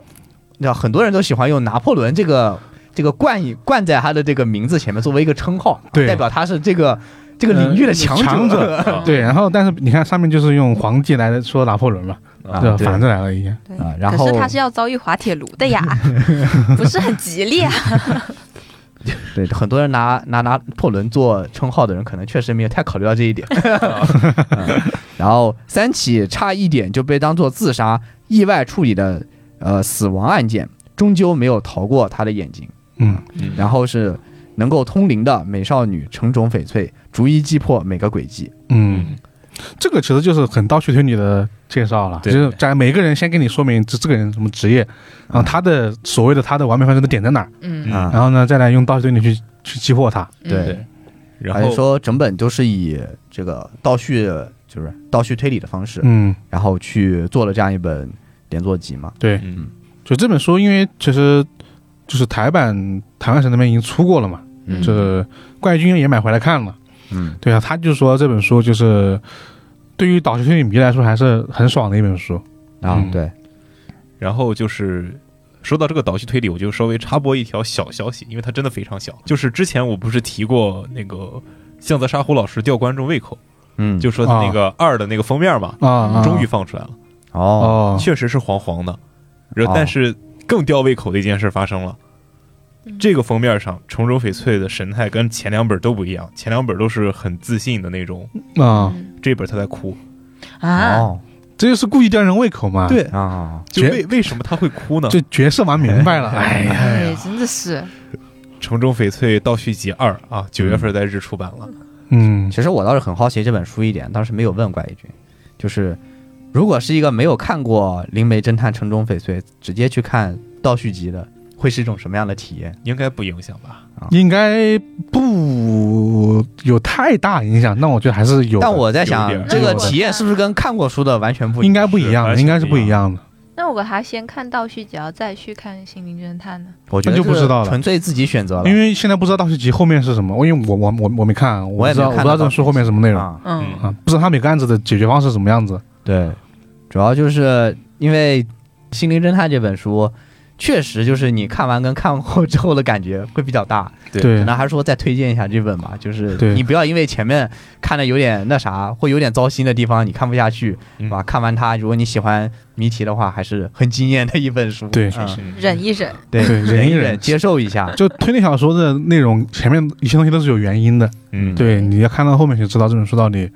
Speaker 3: 你知道很多人都喜欢用拿破仑这个这个冠以冠在他的这个名字前面作为一个称号，
Speaker 1: 对
Speaker 3: 代表他是这个这个领域的强
Speaker 1: 呃强 者
Speaker 2: 啊
Speaker 1: 对。然后，但是你看上面就是用皇帝来说拿破仑嘛，
Speaker 2: 啊
Speaker 1: 呃对吧？
Speaker 3: 对
Speaker 1: 反着来了一样。
Speaker 4: 对
Speaker 3: 啊然
Speaker 4: 可
Speaker 3: 后
Speaker 4: 是他是要遭遇滑铁卢的呀，不是很吉利啊。
Speaker 3: 对，很多人拿拿拿破仑做称号的人，可能确实没有太考虑到这 一点。 嗯然后三起差一点就被当做自杀意外处理的呃死亡案件，终究没有逃过他的眼睛。
Speaker 1: 嗯，
Speaker 2: 嗯
Speaker 3: 然后是能够通灵的美少女城种翡翠，逐一击破每个轨迹。
Speaker 1: 嗯，这个其实就是很倒叙推理的介绍了，就
Speaker 2: 对
Speaker 1: 是在每个人先跟你说明这这个人什么职业，然后他的所谓的他的完美犯罪的点在哪儿，
Speaker 4: 嗯，
Speaker 3: 啊
Speaker 1: 然后呢再来用倒叙推理去去击破他。
Speaker 4: 嗯
Speaker 3: 对
Speaker 2: 对，然
Speaker 3: 而且
Speaker 2: 后
Speaker 3: 说整本都是以这个倒叙，就是倒叙推理的方式，
Speaker 1: 嗯，
Speaker 3: 然后去做了这样一本连作集嘛。
Speaker 1: 对，
Speaker 2: 嗯
Speaker 1: 就这本书，因为其实就是台版台湾省那边已经出过了嘛，
Speaker 4: 嗯
Speaker 1: 就是怪君也买回来看了。
Speaker 3: 嗯，
Speaker 1: 对啊，他就说这本书就是对于岛学推理迷来说还是很爽的一本书。
Speaker 3: 啊
Speaker 1: 嗯，
Speaker 3: 对，
Speaker 2: 然后就是说到这个导戏推理，我就稍微插播一条小消息，因为它真的非常小。就是之前我不是提过那个向泽沙虎老师吊观众胃口，
Speaker 3: 嗯，
Speaker 2: 就说他那个二的那个封面嘛，
Speaker 1: 啊啊，
Speaker 2: 终于放出来了，
Speaker 3: 哦，
Speaker 1: 哦，
Speaker 2: 确实是黄黄的。然后
Speaker 3: 哦
Speaker 2: 但是更吊胃口的一件事发生了。
Speaker 4: 嗯
Speaker 2: 这个封面上，重州翡翠的神态跟前两本都不一样，前两本都是很自信的那种，
Speaker 4: 嗯
Speaker 1: 啊，
Speaker 2: 这本他在哭。
Speaker 4: 啊，
Speaker 3: 哦，
Speaker 1: 这就是故意吊人胃口嘛。，
Speaker 2: 对，
Speaker 3: 啊，
Speaker 2: 就为为什么他会哭呢？
Speaker 1: 就角色玩明白了。哎呀，
Speaker 4: 哎，真的是，
Speaker 2: 城中翡翠倒叙集二啊，九月份在日出版了。
Speaker 1: 嗯，
Speaker 3: 其实我倒是很好奇这本书一点，当时没有问怪一句，就是如果是一个没有看过《灵媒侦探城中翡翠》，直接去看倒叙集的，会是一种什么样的体验？
Speaker 2: 应该不影响吧？
Speaker 1: 应该不有太大影响，那我觉得还是有的。
Speaker 3: 但我在
Speaker 2: 有
Speaker 3: 想
Speaker 2: 点，
Speaker 3: 这个
Speaker 1: 有的
Speaker 3: 体验是不是跟看过书的完全不一
Speaker 1: 应
Speaker 3: 样？
Speaker 1: 该不一样
Speaker 2: 是
Speaker 1: 的，应该是不一样的。
Speaker 5: 那我给他先看倒叙，只要再去看《心灵侦探》呢？
Speaker 3: 我觉得
Speaker 1: 那就不知道了
Speaker 3: 是纯粹自己选择了，
Speaker 1: 因为现在不知道倒叙集后面是什么，因为我我我我没看，
Speaker 3: 我也
Speaker 1: 不知道
Speaker 3: 没
Speaker 1: 我
Speaker 3: 看
Speaker 1: 不知道这
Speaker 3: 到
Speaker 1: 本书后面什么内容
Speaker 3: 啊，
Speaker 4: 嗯，
Speaker 1: 啊，不知道他每个案子的解决方式什么样子。
Speaker 3: 对，主要就是因为《心灵侦探》这本书。确实，就是你看完跟看后之后的感觉会比较大，
Speaker 2: 对
Speaker 1: 对
Speaker 3: 可能还是说再推荐一下这本吧，就是
Speaker 1: 对
Speaker 3: 你不要因为前面看的有点那啥，会有点糟心的地方，你看不下去，
Speaker 2: 嗯
Speaker 3: 是吧？看完它，如果你喜欢谜题的话，还是很惊艳的一本书。
Speaker 1: 对
Speaker 2: 啊
Speaker 3: 嗯
Speaker 4: 忍一忍，
Speaker 3: 对，
Speaker 1: 对忍
Speaker 3: 忍
Speaker 1: 一
Speaker 3: 一
Speaker 1: 忍
Speaker 3: 忍，接受一下。
Speaker 1: 就推理小说的内容，前面一些东西都是有原因的。
Speaker 2: 嗯，
Speaker 1: 对，你要看到后面就知道这本书到底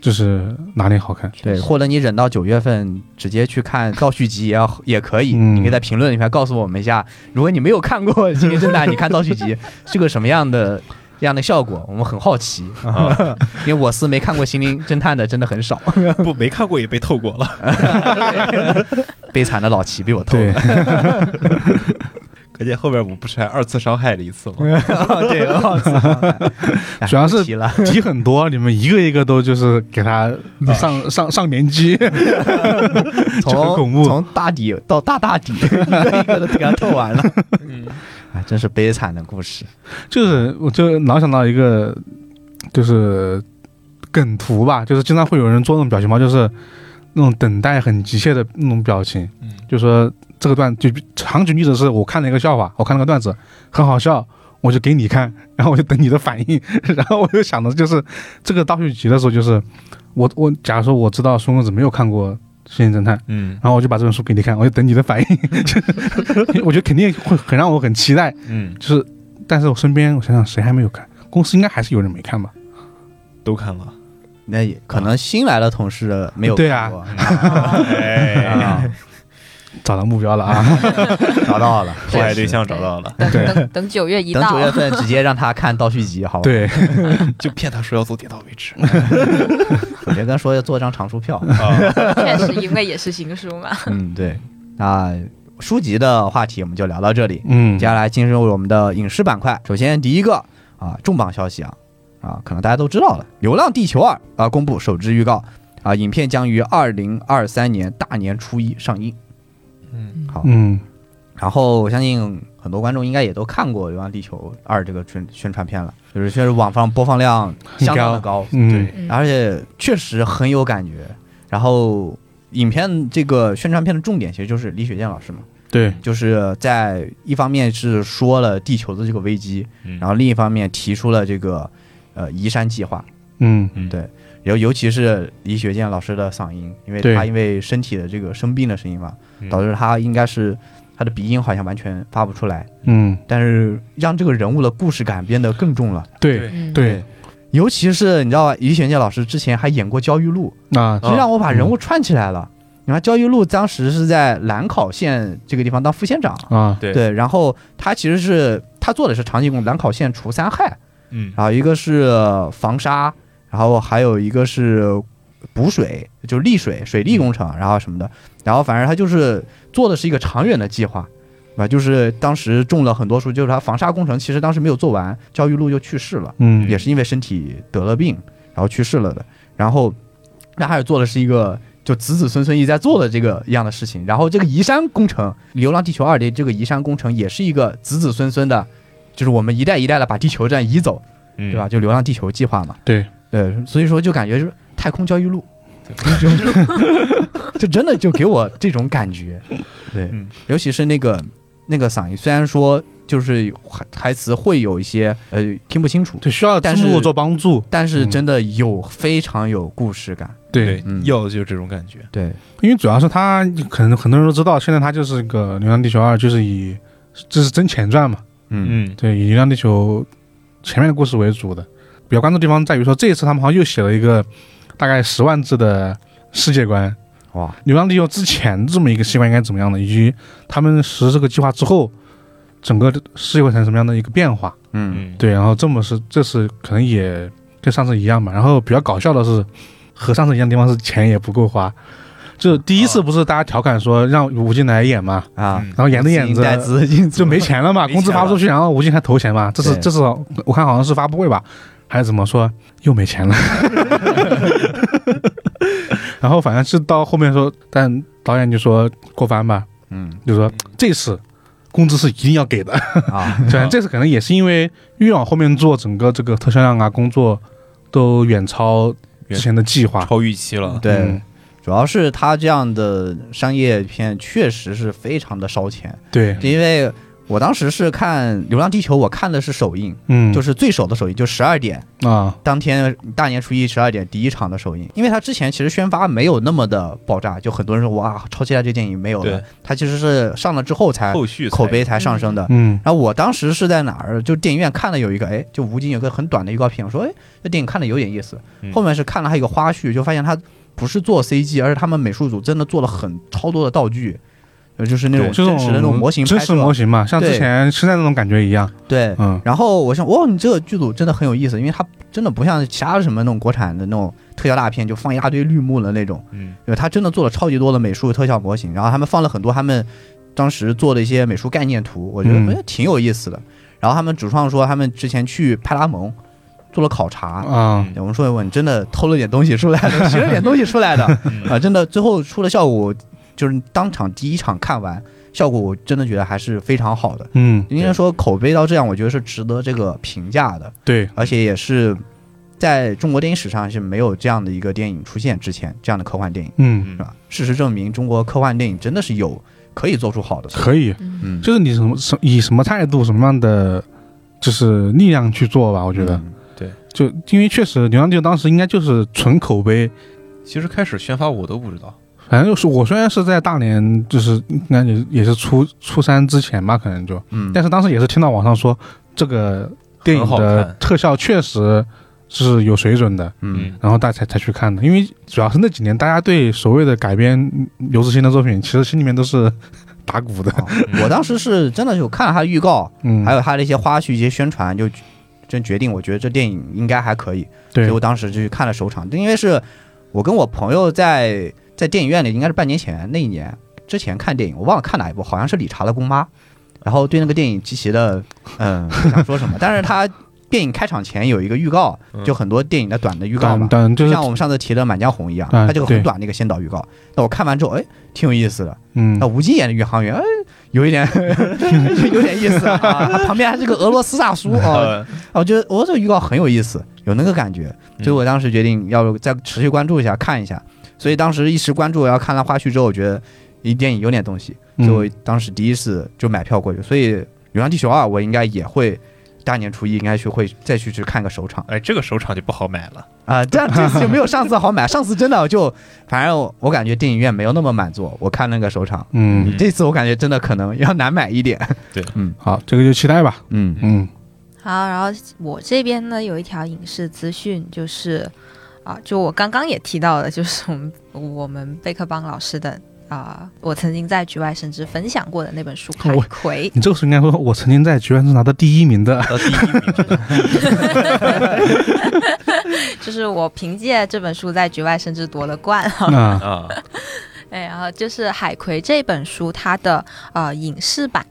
Speaker 1: 就是哪里好看。
Speaker 3: 对，或者你忍到九月份直接去看倒叙集也要 也可以，
Speaker 1: 嗯
Speaker 3: 你可以在评论里面告诉我们一下，如果你没有看过《心灵侦探》，你看倒 叙集是个什么样的这样的效果，我们很好奇，
Speaker 2: 啊
Speaker 3: 因为我司没看过《心灵侦探》的真的很少，
Speaker 2: 不没看过也被透过了。
Speaker 3: 悲惨的老齐被我偷了。
Speaker 1: 对，
Speaker 2: 可见后边我不是还二次伤害了一次吗？
Speaker 3: 对，哦奥斯 卡哎
Speaker 1: 主要是
Speaker 3: 不提了，
Speaker 1: 题很多，你们一个一个都就是给他上上上年纪。
Speaker 3: 从
Speaker 1: 很恐怖
Speaker 3: 从大底到大大底， 一个一个的给他透完了。
Speaker 1: 嗯
Speaker 3: 哎，真是悲惨的故事。
Speaker 1: 就是我就老想到一个，就是梗图吧，就是经常会有人做那种表情包，就是那种等待很急切的那种表情。
Speaker 2: 嗯
Speaker 1: 就说这个段就常举例子是我看了一个笑话，我看了个段子很好笑，我就给你看， 然后我就等你的反应， 然后我就想的就是这个倒叙集的时候，就是我我假如说我知道孙公子没有看过。心灵侦探，
Speaker 2: 嗯
Speaker 1: 然后我就把这本书给你看，我就等你的反应。 就是我觉得肯定会很让我很期待，
Speaker 2: 嗯，
Speaker 1: 就是，但是我身边我想想谁还没有看，公司应该还是有人没看吧？
Speaker 2: 都看了。
Speaker 3: 那也可能新来的同事没有
Speaker 1: 啊对啊
Speaker 3: 看过，
Speaker 2: 哎，
Speaker 3: 啊，
Speaker 1: 找到目标了啊！
Speaker 3: 找到了。
Speaker 2: 祸 害对象找到 了，
Speaker 4: 等
Speaker 1: 对
Speaker 4: 等等九月一
Speaker 3: 等九
Speaker 4: 到，
Speaker 3: 月份直接让他看倒叙集，好吧？，
Speaker 1: 对，
Speaker 2: 就骗他说要走点到为止。
Speaker 3: 别跟他说要做张长书票。
Speaker 2: 啊，
Speaker 4: 确实因为也是新书嘛，
Speaker 3: 嗯， 对。那书籍的话题我们就聊到这里。
Speaker 1: 嗯
Speaker 3: 接，下来进入我们的影视板块。首先第一个啊，重磅消息啊啊，可能大家都知道了，《流浪地球二》啊公布首支预告啊，影片将于二零二三年大年初一上映。
Speaker 2: 嗯
Speaker 3: 好，
Speaker 1: 嗯，
Speaker 3: 然后我相信很多观众应该也都看过《流浪地球二》这个宣宣传片了，就是确实网上播放量相当的高，
Speaker 1: 嗯，
Speaker 4: 嗯
Speaker 3: 而且确实很有感觉。然后影片这个宣传片的重点其实就是李雪健老师嘛。
Speaker 1: 对，
Speaker 3: 就是在一方面是说了地球的这个危机，
Speaker 2: 嗯
Speaker 3: 然后另一方面提出了这个呃移山计划，
Speaker 1: 嗯，
Speaker 3: 尤尤其是李雪健老师的嗓音，因为
Speaker 1: 对
Speaker 3: 他因为身体的这个生病的声音嘛
Speaker 2: 嗯，
Speaker 3: 导致他应该是他的鼻音好像完全发不出来，
Speaker 1: 嗯，
Speaker 3: 但是让这个人物的故事感变得更重了，
Speaker 1: 对，
Speaker 4: 嗯，
Speaker 1: 对，
Speaker 3: 尤其是你知道吧，李雪健老师之前还演过《焦裕禄》，
Speaker 1: 那
Speaker 3: 实际上我把人物串起来了。你看焦裕禄当时是在兰考县这个地方当副县长，
Speaker 1: 啊，
Speaker 2: 对
Speaker 3: 对，然后他其实是他做的是长期工，兰考县除三害，
Speaker 2: 嗯
Speaker 3: 然后一个是防沙，然后还有一个是补水，就是利水水利工程，然后什么的，然后反正他就是做的是一个长远的计划，对吧？就是当时种了很多树，就是他防沙工程其实当时没有做完，焦裕禄就去世了，
Speaker 1: 嗯，
Speaker 3: 也是因为身体得了病，然后去世了的，然后那还是做的是一个。就子子孙孙一直在做的这个一样的事情。然后这个移山工程，《流浪地球二》的这个移山工程也是一个子子孙孙的，就是我们一代一代的把地球这样移走，
Speaker 2: 嗯
Speaker 3: 对吧？？就《流浪地球》计划嘛。
Speaker 1: 对
Speaker 3: 对，所以说就感觉就是太空教育路， 这真的就给我这种感觉。对，
Speaker 2: 嗯
Speaker 3: 尤其是那个那个嗓音，虽然说就是台词会有一些呃听不清楚，
Speaker 1: 对，需要字
Speaker 3: 但
Speaker 1: 幕
Speaker 3: 是
Speaker 1: 做帮助。
Speaker 3: 但是
Speaker 1: 嗯
Speaker 3: 真的有、非常有故事感。
Speaker 1: 对，
Speaker 3: 嗯
Speaker 2: 要的就是这种感觉。
Speaker 3: 对，
Speaker 1: 因为主要是他可能很多人都知道，现在他就是个《流浪地球二》，就是以这是真前传嘛，
Speaker 3: 嗯
Speaker 2: 嗯，
Speaker 1: 对，以《流浪地球》前面的故事为主的。比较关注的地方在于说，这一次他们好像又写了一个大概十万字的世界观，
Speaker 3: 哇，
Speaker 1: 流浪地球之前这么一个习惯应该怎么样的，以及他们实施这个计划之后，整个世界会产生什么样的一个变化？
Speaker 3: 嗯
Speaker 2: 嗯，
Speaker 1: 对，然后这么是这次可能也跟上次一样吧。然后比较搞笑的是，和上次一样的地方是钱也不够花。就第一次不是大家调侃说让吴京来演嘛，
Speaker 3: 啊，
Speaker 1: 嗯然后演着演
Speaker 3: 自己带
Speaker 1: 着
Speaker 3: 资金
Speaker 1: 就没钱了嘛，
Speaker 2: 没钱
Speaker 1: 工资发不出去，然后吴京还投钱嘛。这次
Speaker 3: 对
Speaker 1: 这次我看好像是发布会吧，还是怎么说又没钱了。 然后反正是到后面说，但导演就说郭帆吧，
Speaker 3: 嗯
Speaker 1: 就说这次工资是一定要给 的。
Speaker 3: 啊，
Speaker 1: 虽然这次可能也是因为越往后面做，整个这个特效量啊工作都远超之前的计划。
Speaker 2: 超预期了。
Speaker 3: 对。
Speaker 1: 嗯
Speaker 3: 主要是他这样的商业片确实是非常的烧钱，
Speaker 1: 对，
Speaker 3: 因为我当时是看《流浪地球》，我看的是首映，
Speaker 1: 嗯，
Speaker 3: 就是最首的首映，就十二点
Speaker 1: 啊，
Speaker 3: 当天大年初一十二点第一场的首映，因为它之前其实宣发没有那么的爆炸，就很多人说哇超期待这电影没有了
Speaker 2: 对，
Speaker 3: 它其实是上了之后才
Speaker 2: 后续才
Speaker 3: 嗯口碑才上升的。
Speaker 1: 嗯
Speaker 3: 然后我当时是在哪儿？就电影院看了有一个，哎，就吴京有个很短的预告片，我说哎这电影看的有点意思
Speaker 2: 嗯。
Speaker 3: 后面是看了还有一个花絮，就发现他不是做 CG，而是他们美术组真的做了很超多的道具。呃就是那种
Speaker 1: 这
Speaker 3: 真实的那种模型
Speaker 1: 真
Speaker 3: 拍
Speaker 1: 实
Speaker 3: 摄，
Speaker 1: 模型嘛，像之
Speaker 3: 对
Speaker 1: 前现在那种感觉一样。
Speaker 3: 对，
Speaker 1: 嗯
Speaker 3: 然后我想，哇，你这个剧组真的很有意思，因为它真的不像其他什么那种国产的那种特效大片，就放一大堆绿幕的那种，
Speaker 2: 嗯
Speaker 3: 因为它真的做了超级多的美术特效模型，然后他们放了很多他们当时做的一些美术概念图，我觉得
Speaker 1: 嗯
Speaker 3: 哎挺有意思的。然后他们主创说，他们之前去派拉蒙做了考察。
Speaker 1: 啊，
Speaker 3: 我们说，我你真的偷了点东西出来 的，学了点东西出来的
Speaker 2: 嗯
Speaker 3: 啊！真的，最后出的效果就是当场第一场看完，效果我真的觉得还是非常好的。
Speaker 1: 嗯，
Speaker 3: 应该说口碑到这样，我觉得是值得这个评价的，
Speaker 1: 对，
Speaker 3: 而且也是在中国电影史上是没有这样的一个电影出现之前，这样的科幻电影
Speaker 1: 嗯，
Speaker 3: 是吧？事实证明，中国科幻电影真的是有可以做出好的，
Speaker 1: 可以，
Speaker 3: 嗯，
Speaker 1: 就是你什么什以什么态度、什么样的就是力量去做吧，我
Speaker 3: 我
Speaker 1: 觉得。就因为确实《流浪地球》当时应该就是纯口碑，
Speaker 2: 其实开始宣发我都不知道，
Speaker 1: 反正就是我虽然是在大连，就是应该也也是初初三之前吧，可能就，
Speaker 3: 嗯，
Speaker 1: 但是当时也是听到网上说这个电影
Speaker 2: 很好
Speaker 1: 的
Speaker 2: 看
Speaker 1: 特效确实是有水准的，
Speaker 3: 嗯，
Speaker 1: 然后大家才才去看的。因为主要是那几年大家对所谓的改编刘慈欣的作品，其实心里面都是 打鼓的。
Speaker 3: 啊我当时是真的有看了他的预告，
Speaker 1: 嗯，
Speaker 3: 还有他的一些花絮、一些宣传，就真决定我觉得这电影应该还可以，所
Speaker 1: 对
Speaker 3: 以我当时就去看了首场，因为是我跟我朋友在在电影院里，应该是半年前那一年之前看电影，我忘了看哪一部，好像是《理查的姑妈》，然后对那个电影极 其的嗯不想说什么，但是他电影开场前有一个预告，就很多电影的短的预告嘛
Speaker 1: 嗯短，短就
Speaker 3: 就是像我们上次提的《满江红》一样，
Speaker 1: 嗯
Speaker 3: 它这个
Speaker 1: 对
Speaker 3: 很短的一个先导预告。那我看完之后，哎，挺有意思的。
Speaker 1: 嗯
Speaker 3: 那，吴京演的宇航员，哎，有一 点有点意思啊，啊旁边还是个俄罗斯大叔啊，
Speaker 2: 呃，
Speaker 3: 啊，我觉得我这个预告很有意思，有那个感觉，
Speaker 1: 嗯
Speaker 3: 所以我当时决定要再持续关注一下，看一下。所以当时一时关注，然后看了花絮之后，我觉得一电影有点东西，
Speaker 1: 嗯
Speaker 3: 所以我当时第一次就买票过去。所以《流浪地球二》我应该也会大年初一应该去会再去去看个首场
Speaker 2: 哎，这个首场就不好买了。
Speaker 3: 啊，这样这次就没有上次好买。上次真的就反正我我感觉电影院没有那么满座，我看那个首场。
Speaker 1: 嗯，
Speaker 2: 嗯
Speaker 3: 这次我感觉真的可能要难买一点。
Speaker 1: 好，这个就期待吧。
Speaker 3: 嗯
Speaker 1: 嗯
Speaker 4: 好，然后我这边呢有一条影视资讯，就是啊，就我刚刚也提到的，就是我们我们贝克邦老师的啊，我曾经在局外甚至分享过的那本书《海
Speaker 1: 我
Speaker 4: 葵》。
Speaker 1: 你这个时候应该说，我曾经在局外是拿到第一名 的。
Speaker 2: 到第一名，
Speaker 4: 就是我凭借这本书在局外甚至夺了冠啊。
Speaker 1: 啊，
Speaker 2: 啊，
Speaker 4: 对，然后哎呃就是《海葵》这本书，它的呃影视版，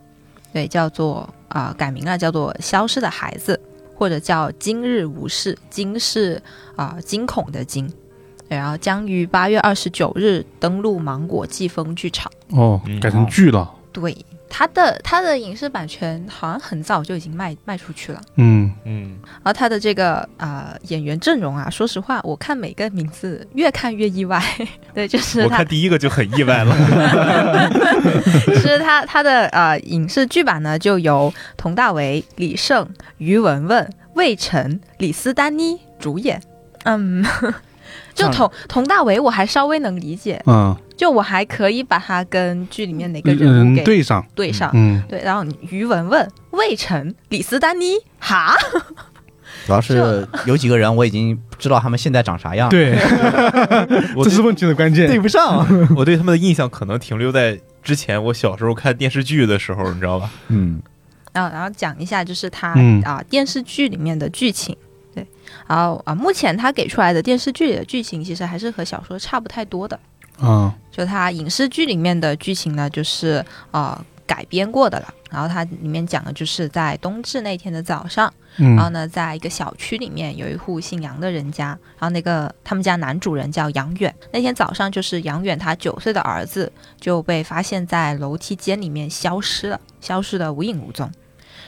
Speaker 4: 对，叫做啊、呃、改名了，叫做《消失的孩子》，或者叫《今日无事》，惊是啊、呃惊恐的惊。对，然后将于八月二十九日登陆芒果季风剧场。
Speaker 1: 哦，
Speaker 2: 嗯
Speaker 1: 改成剧了。
Speaker 4: 对，它的它的影视版权好像很早就已经卖卖出去了，
Speaker 1: 嗯，
Speaker 2: 嗯，
Speaker 4: 然后它的这个啊、呃演员阵容啊，说实话，我看每个名字越看越意外， 对，就是
Speaker 2: 我
Speaker 4: 它
Speaker 2: 看第一个就很意外了。
Speaker 4: 是他他的呃影视剧版呢，就由佟大为、李晟、于文文、魏晨、李斯丹妮主演。嗯， 就佟佟大为我还稍微能理解，
Speaker 1: 嗯，
Speaker 4: 就我还可以把他跟剧里面哪个人
Speaker 1: 人
Speaker 4: 物
Speaker 1: 嗯
Speaker 4: 给啊
Speaker 1: 对上，
Speaker 4: 对上。
Speaker 1: 嗯，
Speaker 4: 对，然后于文文、魏晨、李斯丹妮，哈，
Speaker 3: 主要是有几个人我已经不知道他们现在长啥样，
Speaker 1: 对，
Speaker 2: 我
Speaker 1: 这是问题的关
Speaker 3: 啊对
Speaker 1: 键。
Speaker 3: 不上。
Speaker 2: 我对他们的印象可能停留在之前我小时候看电视剧的时候，你知道吧？
Speaker 3: 嗯，
Speaker 4: 然后然后讲一下就是他啊、
Speaker 1: 嗯
Speaker 4: 电视剧里面的剧情，对，然后啊、目前他给出来的电视剧里的剧情其实还是和小说差不太多的，
Speaker 1: 啊，
Speaker 4: 就它影视剧里面的剧情呢，就是呃改编过的了。然后它里面讲的就是在冬至那天的早上，
Speaker 1: 嗯
Speaker 4: 然后呢，在一个小区里面有一户姓杨的人家，然后那个他们家男主人叫杨远。那天早上就是杨远他九岁的儿子就被发现在楼梯间里面消失了，消失的无影无踪。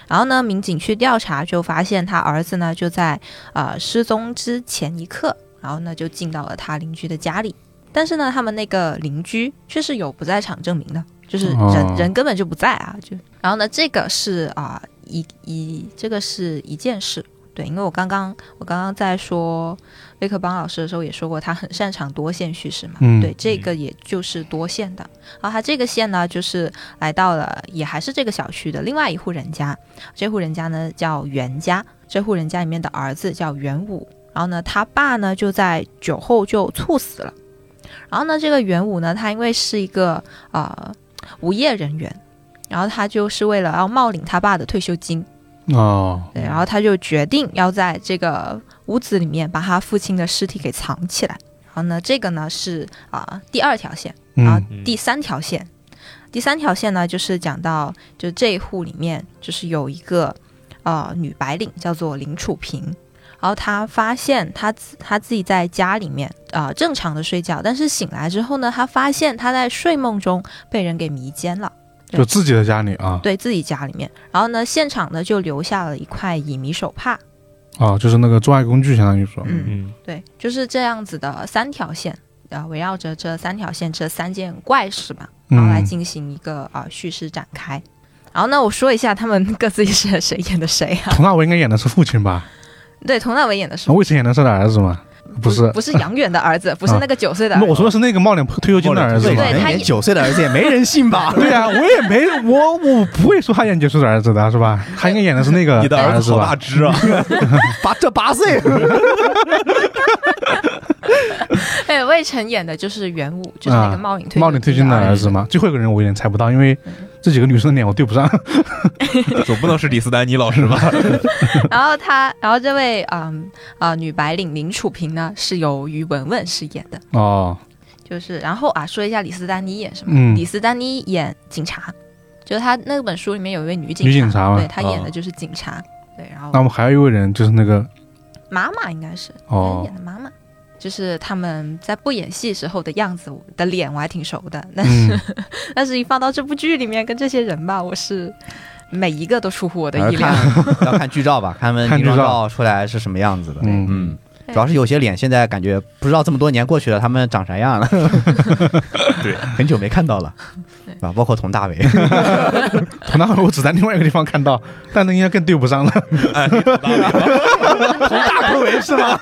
Speaker 4: 然后呢，民警去调查就发现他儿子呢就在呃失踪之前一刻，然后呢就进到了他邻居的家里。但是呢，他们那个邻居却是有不在场证明的，就是人、
Speaker 1: 哦
Speaker 4: 人根本就不在啊。就然后呢，这个是啊、一一这个是一件事，对，因为我刚刚我刚刚在说魏克邦老师的时候也说过，他很擅长多线叙事嘛，
Speaker 1: 嗯
Speaker 4: 对，这个也就是多线的。然后他这个线呢，就是来到了也还是这个小区的另外一户人家，这户人家呢叫袁家，这户人家里面的儿子叫袁武，然后呢他爸呢就在酒后就猝死了。然后呢，这个袁武呢，他因为是一个呃无业人员，然后他就是为了要冒领他爸的退休金，
Speaker 1: 哦，
Speaker 4: 对，然后他就决定要在这个屋子里面把他父亲的尸体给藏起来。然后呢，这个呢是啊、第二条线，然后
Speaker 1: 嗯
Speaker 4: 第三条线，第三条线呢就是讲到就这一户里面就是有一个呃女白领叫做林楚萍，然后她发现她自她自己在家里面啊、呃正常的睡觉，但是醒来之后呢，她发现她在睡梦中被人给迷奸了。
Speaker 1: 就自己的家里啊，
Speaker 4: 对自己家里面，然后呢，现场呢就留下了一块乙醚手帕，
Speaker 1: 啊，就是那个做爱工具，相当于说，
Speaker 4: 嗯
Speaker 2: 嗯，
Speaker 4: 对，就是这样子的三条线，啊，围绕着这三条线这三件怪事嘛，然后来
Speaker 1: 嗯，
Speaker 4: 进行一个啊、叙事展开。然后呢，我说一下他们各自是谁演的谁啊？
Speaker 1: 佟大为应该演的是父亲吧？
Speaker 4: 对，佟大为演的是
Speaker 1: 啊魏晨演的是他的儿子吗？不是，
Speaker 4: 不是杨远的 儿子，不是
Speaker 1: 啊
Speaker 4: 那个九岁的儿
Speaker 1: 那
Speaker 4: 子。
Speaker 1: 我说的是那个冒领退休金的儿子
Speaker 4: 对
Speaker 1: 嘛。
Speaker 4: 对他
Speaker 3: 连
Speaker 4: 也
Speaker 3: 九岁的儿子也没人信 吧？
Speaker 1: 对啊，我也没我我不会说他演九岁的儿子的是吧？他应该演的是那个
Speaker 2: 你的
Speaker 1: 儿
Speaker 2: 儿子好大
Speaker 1: 吧？
Speaker 2: 只啊！
Speaker 3: 八这八岁，
Speaker 4: 哎，魏晨演的就是袁武，就是那个冒领退
Speaker 1: 冒领啊退休
Speaker 4: 金
Speaker 1: 金的儿
Speaker 4: 子
Speaker 1: 子。嘛，最后一个人我有点猜不到，因为这几个女生的脸我对不上。
Speaker 2: 总不能是李斯丹妮老 师吧？
Speaker 4: 然后他，然后这位嗯啊、女白领林楚萍呢，是由于文文饰演的。
Speaker 1: 哦，
Speaker 4: 就是，然后啊，说一下李斯丹妮演什么？
Speaker 1: 嗯
Speaker 4: 李斯丹妮演警察，就是她那本书里面有一位女警
Speaker 1: 女警察嘛啊
Speaker 4: 对，她演
Speaker 2: 哦
Speaker 4: 的就是警察。对，然后
Speaker 1: 那我们还有一位人就是那个
Speaker 4: 妈妈应该是，她
Speaker 1: 哦
Speaker 4: 演，的妈妈，就是他们在不演戏时候的样子我的脸，我还挺熟的。但是，
Speaker 1: 嗯，
Speaker 4: 但是一放到这部剧里面跟这些人吧，我是每一个都出乎我的
Speaker 3: 还
Speaker 4: 意
Speaker 3: 是
Speaker 4: 料
Speaker 3: 看。要看剧照吧，看他们
Speaker 1: 看
Speaker 3: 凝
Speaker 1: 剧
Speaker 3: 妆
Speaker 1: 照
Speaker 3: 照出来是什么样子的。
Speaker 1: 嗯
Speaker 3: 嗯，
Speaker 4: 对
Speaker 3: 主要是有些脸现在感觉不知道这么多年过去了，他们长啥样了。
Speaker 2: 对，
Speaker 3: 很久没看到了，啊，包括佟大为。
Speaker 1: 佟大为我只在另外一个地方看到，但那应该更对不上了。
Speaker 3: 大头为是吗？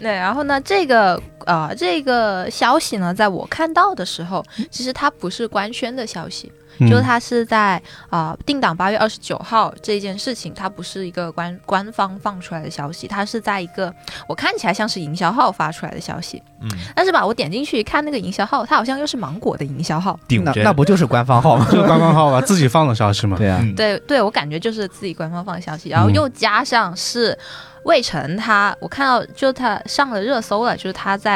Speaker 4: 对，然后呢，这个呃，这个消息呢，在我看到的时候，其实它不是官宣的消息，就是
Speaker 1: 嗯
Speaker 4: 它是在啊、呃定档八月二十九号这件事情，它不是一个官官方放出来的消息，它是在一个我看起来像是营销号发出来的消息，
Speaker 2: 嗯，
Speaker 4: 但是吧，我点进去一看那个营销号，它好像又是芒果的营销号，
Speaker 2: 顶
Speaker 3: 那
Speaker 2: 真
Speaker 3: 那不就是官方 号吗？
Speaker 1: 就是刚刚好吧，自己放的消息嘛。
Speaker 3: 对啊，
Speaker 2: 嗯
Speaker 4: 对对，我感觉就是自己官方放的消息，然后
Speaker 1: 嗯
Speaker 4: 又加上是魏晨他，我看到就他上了热搜了，就是他在。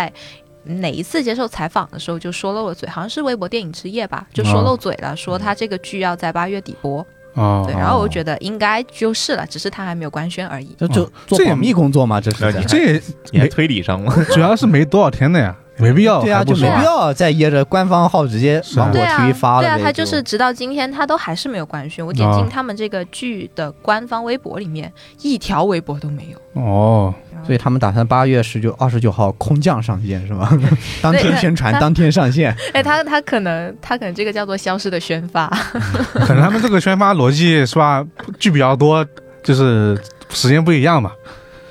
Speaker 4: 哪一次接受采访的时候就说漏了嘴，好像是微博电影之夜吧，就说
Speaker 1: 哦
Speaker 4: 漏嘴了，说他这个剧要在八月底播。
Speaker 1: 哦，
Speaker 4: 对，然后我觉得应该就是了，只是他还没有官宣而已。
Speaker 3: 就就
Speaker 1: 哦
Speaker 3: 做
Speaker 1: 这也
Speaker 3: 保密工作嘛，这
Speaker 2: 那
Speaker 3: 是
Speaker 2: 你
Speaker 3: 在
Speaker 1: 这也
Speaker 2: 你还推理上了，
Speaker 1: 主要是没多少天了呀，没必要，
Speaker 3: 对啊，
Speaker 1: 还
Speaker 3: 就
Speaker 1: 不
Speaker 3: 没
Speaker 1: 说
Speaker 3: 必要再掖着官方号直接
Speaker 1: 是啊
Speaker 3: 芒果
Speaker 4: 对啊
Speaker 3: TV 发，了
Speaker 4: 对
Speaker 3: 呗。
Speaker 4: 啊，他就是直到今天，他都还是没有官宣。我点
Speaker 1: 哦
Speaker 4: 进他们这个剧的官方微博里面，一条微博都没有。
Speaker 1: 哦，
Speaker 3: 所以他们打算八月十九、二十九号空降上线是吧？ 当天宣传，
Speaker 4: 对
Speaker 3: 当天上 线。
Speaker 1: 嗯
Speaker 4: 哎，他他可能他可能这个叫做消失的宣发，
Speaker 1: 可能他们这个宣发逻辑是吧，剧比较多，就是时间不一样嘛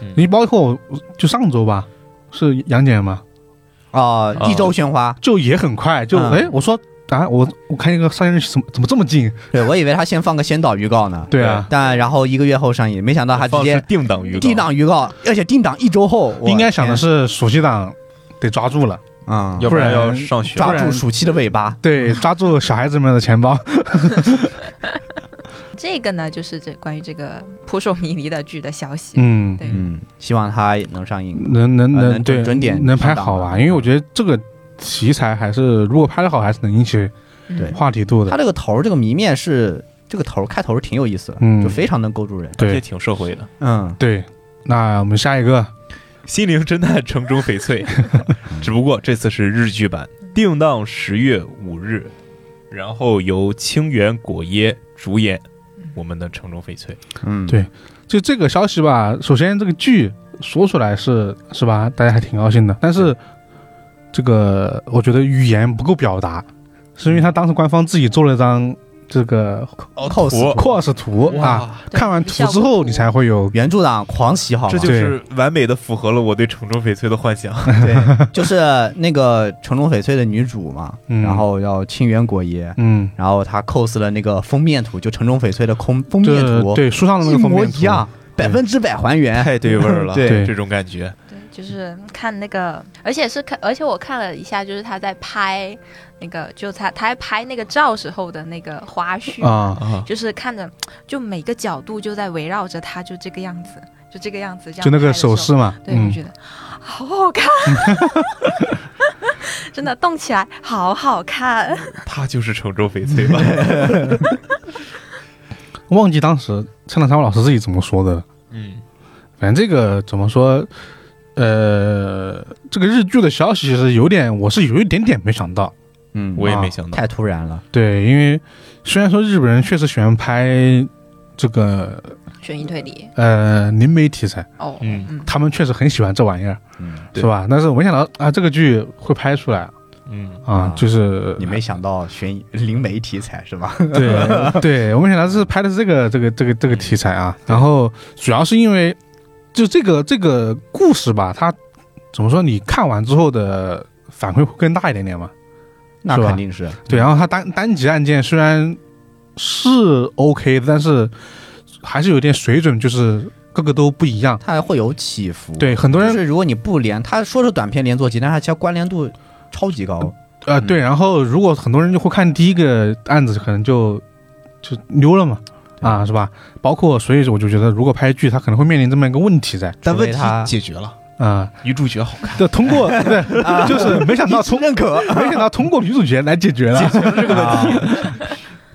Speaker 2: 嗯。
Speaker 1: 你包括就上周吧，是杨戬嘛，
Speaker 3: 啊，
Speaker 2: 啊
Speaker 3: 一周宣发，
Speaker 1: 就也很快，就
Speaker 3: 嗯
Speaker 1: 哎、我说啊，我我看一个上映日期怎么怎么这么近？
Speaker 3: 对我以为他先放个先导预告呢，
Speaker 1: 对啊，
Speaker 3: 但然后一个月后上映，没想到他直
Speaker 2: 放是
Speaker 3: 接
Speaker 2: 定档预告，
Speaker 3: 定档预告，而且定档一周后。我
Speaker 1: 应该想的是暑期档得抓住了，
Speaker 3: 天啊，
Speaker 2: 要不然
Speaker 1: 不然
Speaker 2: 要上学
Speaker 1: 不
Speaker 3: 抓
Speaker 2: 了。
Speaker 1: 然
Speaker 3: 住暑期的尾巴。
Speaker 1: 对，抓住小孩子们的钱 包。
Speaker 4: 这个呢就是这关于这个扑朔迷离的剧的消息。
Speaker 1: 嗯，
Speaker 4: 对，
Speaker 3: 嗯，希望它能上映。
Speaker 1: 能能
Speaker 3: 呃
Speaker 1: 能
Speaker 3: 能
Speaker 1: 对
Speaker 3: 准准点
Speaker 1: 能拍
Speaker 3: 上档
Speaker 1: 好
Speaker 3: 吧
Speaker 1: 吧？因为我觉得这个题材还是如果拍的好，还是能引起
Speaker 4: 嗯
Speaker 3: 对
Speaker 1: 话题度
Speaker 3: 它
Speaker 1: 的。
Speaker 3: 这个头儿，这个谜面是这个头儿开头是挺有意思的，
Speaker 1: 嗯
Speaker 3: 就非常能勾住人。
Speaker 2: 而且
Speaker 1: 对
Speaker 2: 挺社会的，
Speaker 3: 嗯，
Speaker 1: 对，那我们下一个
Speaker 2: 《心灵侦探 城中翡翠》，只不过这次是日剧版，定档十月五日，然后由清源果耶主演我们的城中翡翠。
Speaker 3: 嗯，
Speaker 1: 对就这个消息吧，首先这个剧说出来是是吧，大家还挺高兴的，但是这个我觉得语言不够表达，是因为他当时官方自己做了张这个
Speaker 2: 哦
Speaker 3: cos
Speaker 2: 图
Speaker 1: cos 图啊，
Speaker 2: 哇，
Speaker 4: 对
Speaker 1: 看完图之后你才会有
Speaker 3: 原著党狂喜好
Speaker 2: 这
Speaker 3: 吗？
Speaker 2: 就是完美的符合了我对城中翡翠的幻想。
Speaker 3: 对，就是那个《城中翡翠》的女主嘛，
Speaker 1: 嗯
Speaker 3: 然后叫清源果耶，
Speaker 1: 嗯，
Speaker 3: 然后她 cos 了那个封面图，就《城中翡翠》的空封面
Speaker 1: 这
Speaker 3: 图，
Speaker 1: 对书上的那
Speaker 3: 一
Speaker 1: 个封
Speaker 3: 模
Speaker 1: 面
Speaker 3: 一
Speaker 1: 图
Speaker 3: 样，百分之百还原。
Speaker 2: 太对味儿了，
Speaker 3: 对
Speaker 2: 这种感觉，
Speaker 4: 对，就是看那个，而且是看，而且我看了一下，就是他在拍那个，就他他在拍那个照时候的那个花絮，
Speaker 1: 啊，
Speaker 2: 啊，
Speaker 4: 就是看着，就每个角度就在围绕着他，就这个样子，就这个样子，这样
Speaker 1: 就那
Speaker 4: 拍
Speaker 1: 个
Speaker 4: 的时候
Speaker 1: 手势，嘛，
Speaker 4: 对，我
Speaker 1: 嗯
Speaker 4: 觉得好 好看，真的动起来好好看，
Speaker 2: 他就是城中翡翠吧？
Speaker 1: 忘记当时灿烂沙漠老师自己怎么说的了。
Speaker 2: 嗯，
Speaker 1: 反正这个怎么说，呃，这个日剧的消息是有点，我是有一点点没想到。
Speaker 3: 嗯，
Speaker 2: 我也
Speaker 1: 啊
Speaker 2: 没想到，
Speaker 3: 太突然了。
Speaker 1: 对，因为虽然说日本人确实喜欢拍这个
Speaker 4: 悬疑推理
Speaker 1: 呃灵媒题材，
Speaker 4: 哦，
Speaker 2: 嗯
Speaker 4: 嗯，
Speaker 1: 他们确实很喜欢这玩意儿，
Speaker 3: 嗯，
Speaker 2: 对
Speaker 1: 是吧？但是我没想到啊，这个剧会拍出来
Speaker 2: 嗯，
Speaker 1: 啊
Speaker 3: 啊，
Speaker 1: 就是
Speaker 3: 你没想到悬疑灵媒题材是吧？
Speaker 1: 对 对，我没想到是拍的是这个这个这个这个题材啊。然后主要是因为就这个这个故事吧，它怎么说？你看完之后的反馈会更大一点点嘛。
Speaker 3: 那
Speaker 1: 是吧
Speaker 3: 肯定是。
Speaker 1: 对，然后它单单集案件虽然是 OK 的，但是还是有点水准，就是各个都不一样。
Speaker 3: 它会有起伏。，
Speaker 1: 对，很多
Speaker 3: 就
Speaker 1: 人
Speaker 3: 是如果你不连，它说是短篇连作集，但是它其实关联度超级高。
Speaker 1: 呃对，然后如果很多人就会看第一个案子，可能就就溜了嘛，啊是吧？包括所以我就觉得，如果拍剧，它可能会面临这么一个问题在
Speaker 3: 但问题
Speaker 2: 解决了，
Speaker 1: 啊，
Speaker 2: 女主角好看，
Speaker 1: 就通过对，就是没想到通
Speaker 3: 认 可
Speaker 1: 没想到通过女主角来解决了，
Speaker 3: 这个问题，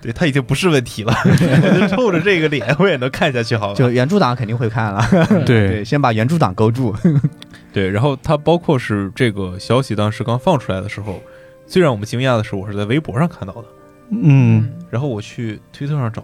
Speaker 2: 对她已经不是问题 了，我就臭着这个脸我也能看下去，好吧？
Speaker 3: 就原著党肯定会看了。
Speaker 1: 对
Speaker 3: 对，先把原著党勾住。
Speaker 2: 对，然后它包括是这个消息当时刚放出来的时候，最让我们惊讶的是，我是在微博上看到的，
Speaker 1: 嗯，
Speaker 2: 然后我去推特上找，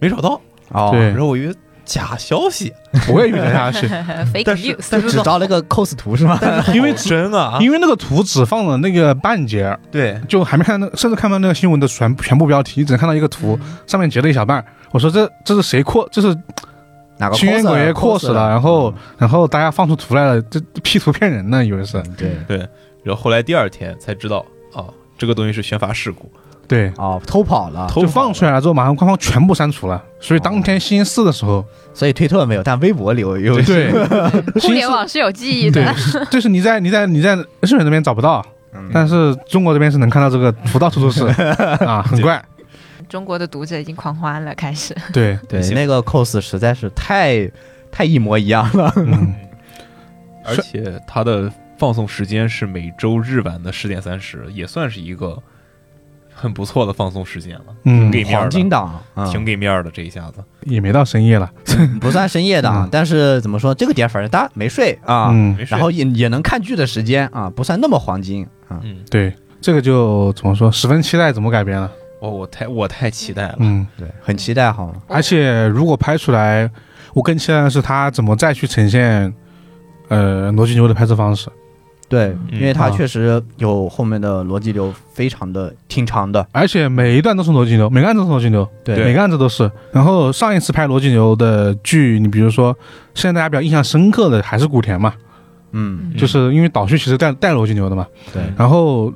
Speaker 2: 没找到，
Speaker 3: 哦
Speaker 1: 对
Speaker 2: 然后我以为假消息，
Speaker 1: 我也以为他是，
Speaker 4: 呃，fake
Speaker 2: 但是
Speaker 4: news，
Speaker 2: 但是
Speaker 3: 只招了个 cos 图是吧？
Speaker 1: 因为
Speaker 2: 好啊真啊，
Speaker 1: 因为那个图只放了那个半截儿，
Speaker 2: 对，
Speaker 1: 就还没看到那，甚至看不到那个新闻的全全部标题，只能看到一个图，
Speaker 4: 嗯
Speaker 1: 上面截了一小半儿。我说这这是谁扩？这是
Speaker 3: 哪个啊嗯
Speaker 1: 清源鬼也 cos 了，然后然后大家放出图来了，这 P 图骗人呢，以为是
Speaker 3: 嗯对
Speaker 2: 然后后来第二天才知道啊，这个东西是宣发事故，
Speaker 1: 对，
Speaker 3: 哦偷跑了，
Speaker 2: 偷
Speaker 1: 就放出
Speaker 2: 来，
Speaker 1: 来了之后，马上官方全部删除了。所以当天星期四的时候，
Speaker 3: 所以推特没有，但微博里有有。
Speaker 1: 对
Speaker 4: 互联网是有记忆
Speaker 1: 对
Speaker 4: 的，，
Speaker 1: 就是你在你在你在日本那边找不到，但是中国这边是能看到这个图到处都是啊，很怪。
Speaker 4: 中国的读者已经狂欢了，开始，
Speaker 1: 对，
Speaker 3: 对，那个 cos 实在是太太一模一样了。
Speaker 1: 嗯，
Speaker 2: 而且它的放送时间是每周日晚的十点三十，也算是一个很不错的放松时间了，
Speaker 1: 嗯，
Speaker 2: 给面儿
Speaker 3: 黄
Speaker 2: 的
Speaker 3: 金档，嗯
Speaker 2: 挺给面儿的这一下子。
Speaker 1: 也没到深夜了，
Speaker 3: 不算深夜档
Speaker 1: 嗯，
Speaker 3: 但是怎么说，这个点反正大家没睡啊，
Speaker 1: 嗯
Speaker 2: 没，事
Speaker 3: 然后也也能看剧的时间啊，不算那么黄金啊。
Speaker 2: 嗯，
Speaker 1: 对，这个就怎么说，十分期待怎么改编了，
Speaker 2: 哦，我太我太期待了。
Speaker 1: 嗯，
Speaker 3: 对，很期待哈。
Speaker 1: 而且如果拍出来，我更期待的是他怎么再去呈现，呃，逻辑牛的拍摄方式。
Speaker 3: 对，
Speaker 2: 嗯
Speaker 3: 因为它
Speaker 1: 啊
Speaker 3: 确实有后面的逻辑流非常的挺长的，
Speaker 1: 而且每一段都是逻辑流，每个案子都是逻辑流，
Speaker 3: 对
Speaker 1: 每个案子都是。然后上一次拍逻辑流的剧，你比如说，现在大家比较印象深刻的还是古田嘛，
Speaker 3: 嗯，
Speaker 2: 嗯
Speaker 1: 就是因为导叙其实带带逻辑流的嘛。
Speaker 3: 对，
Speaker 1: 然后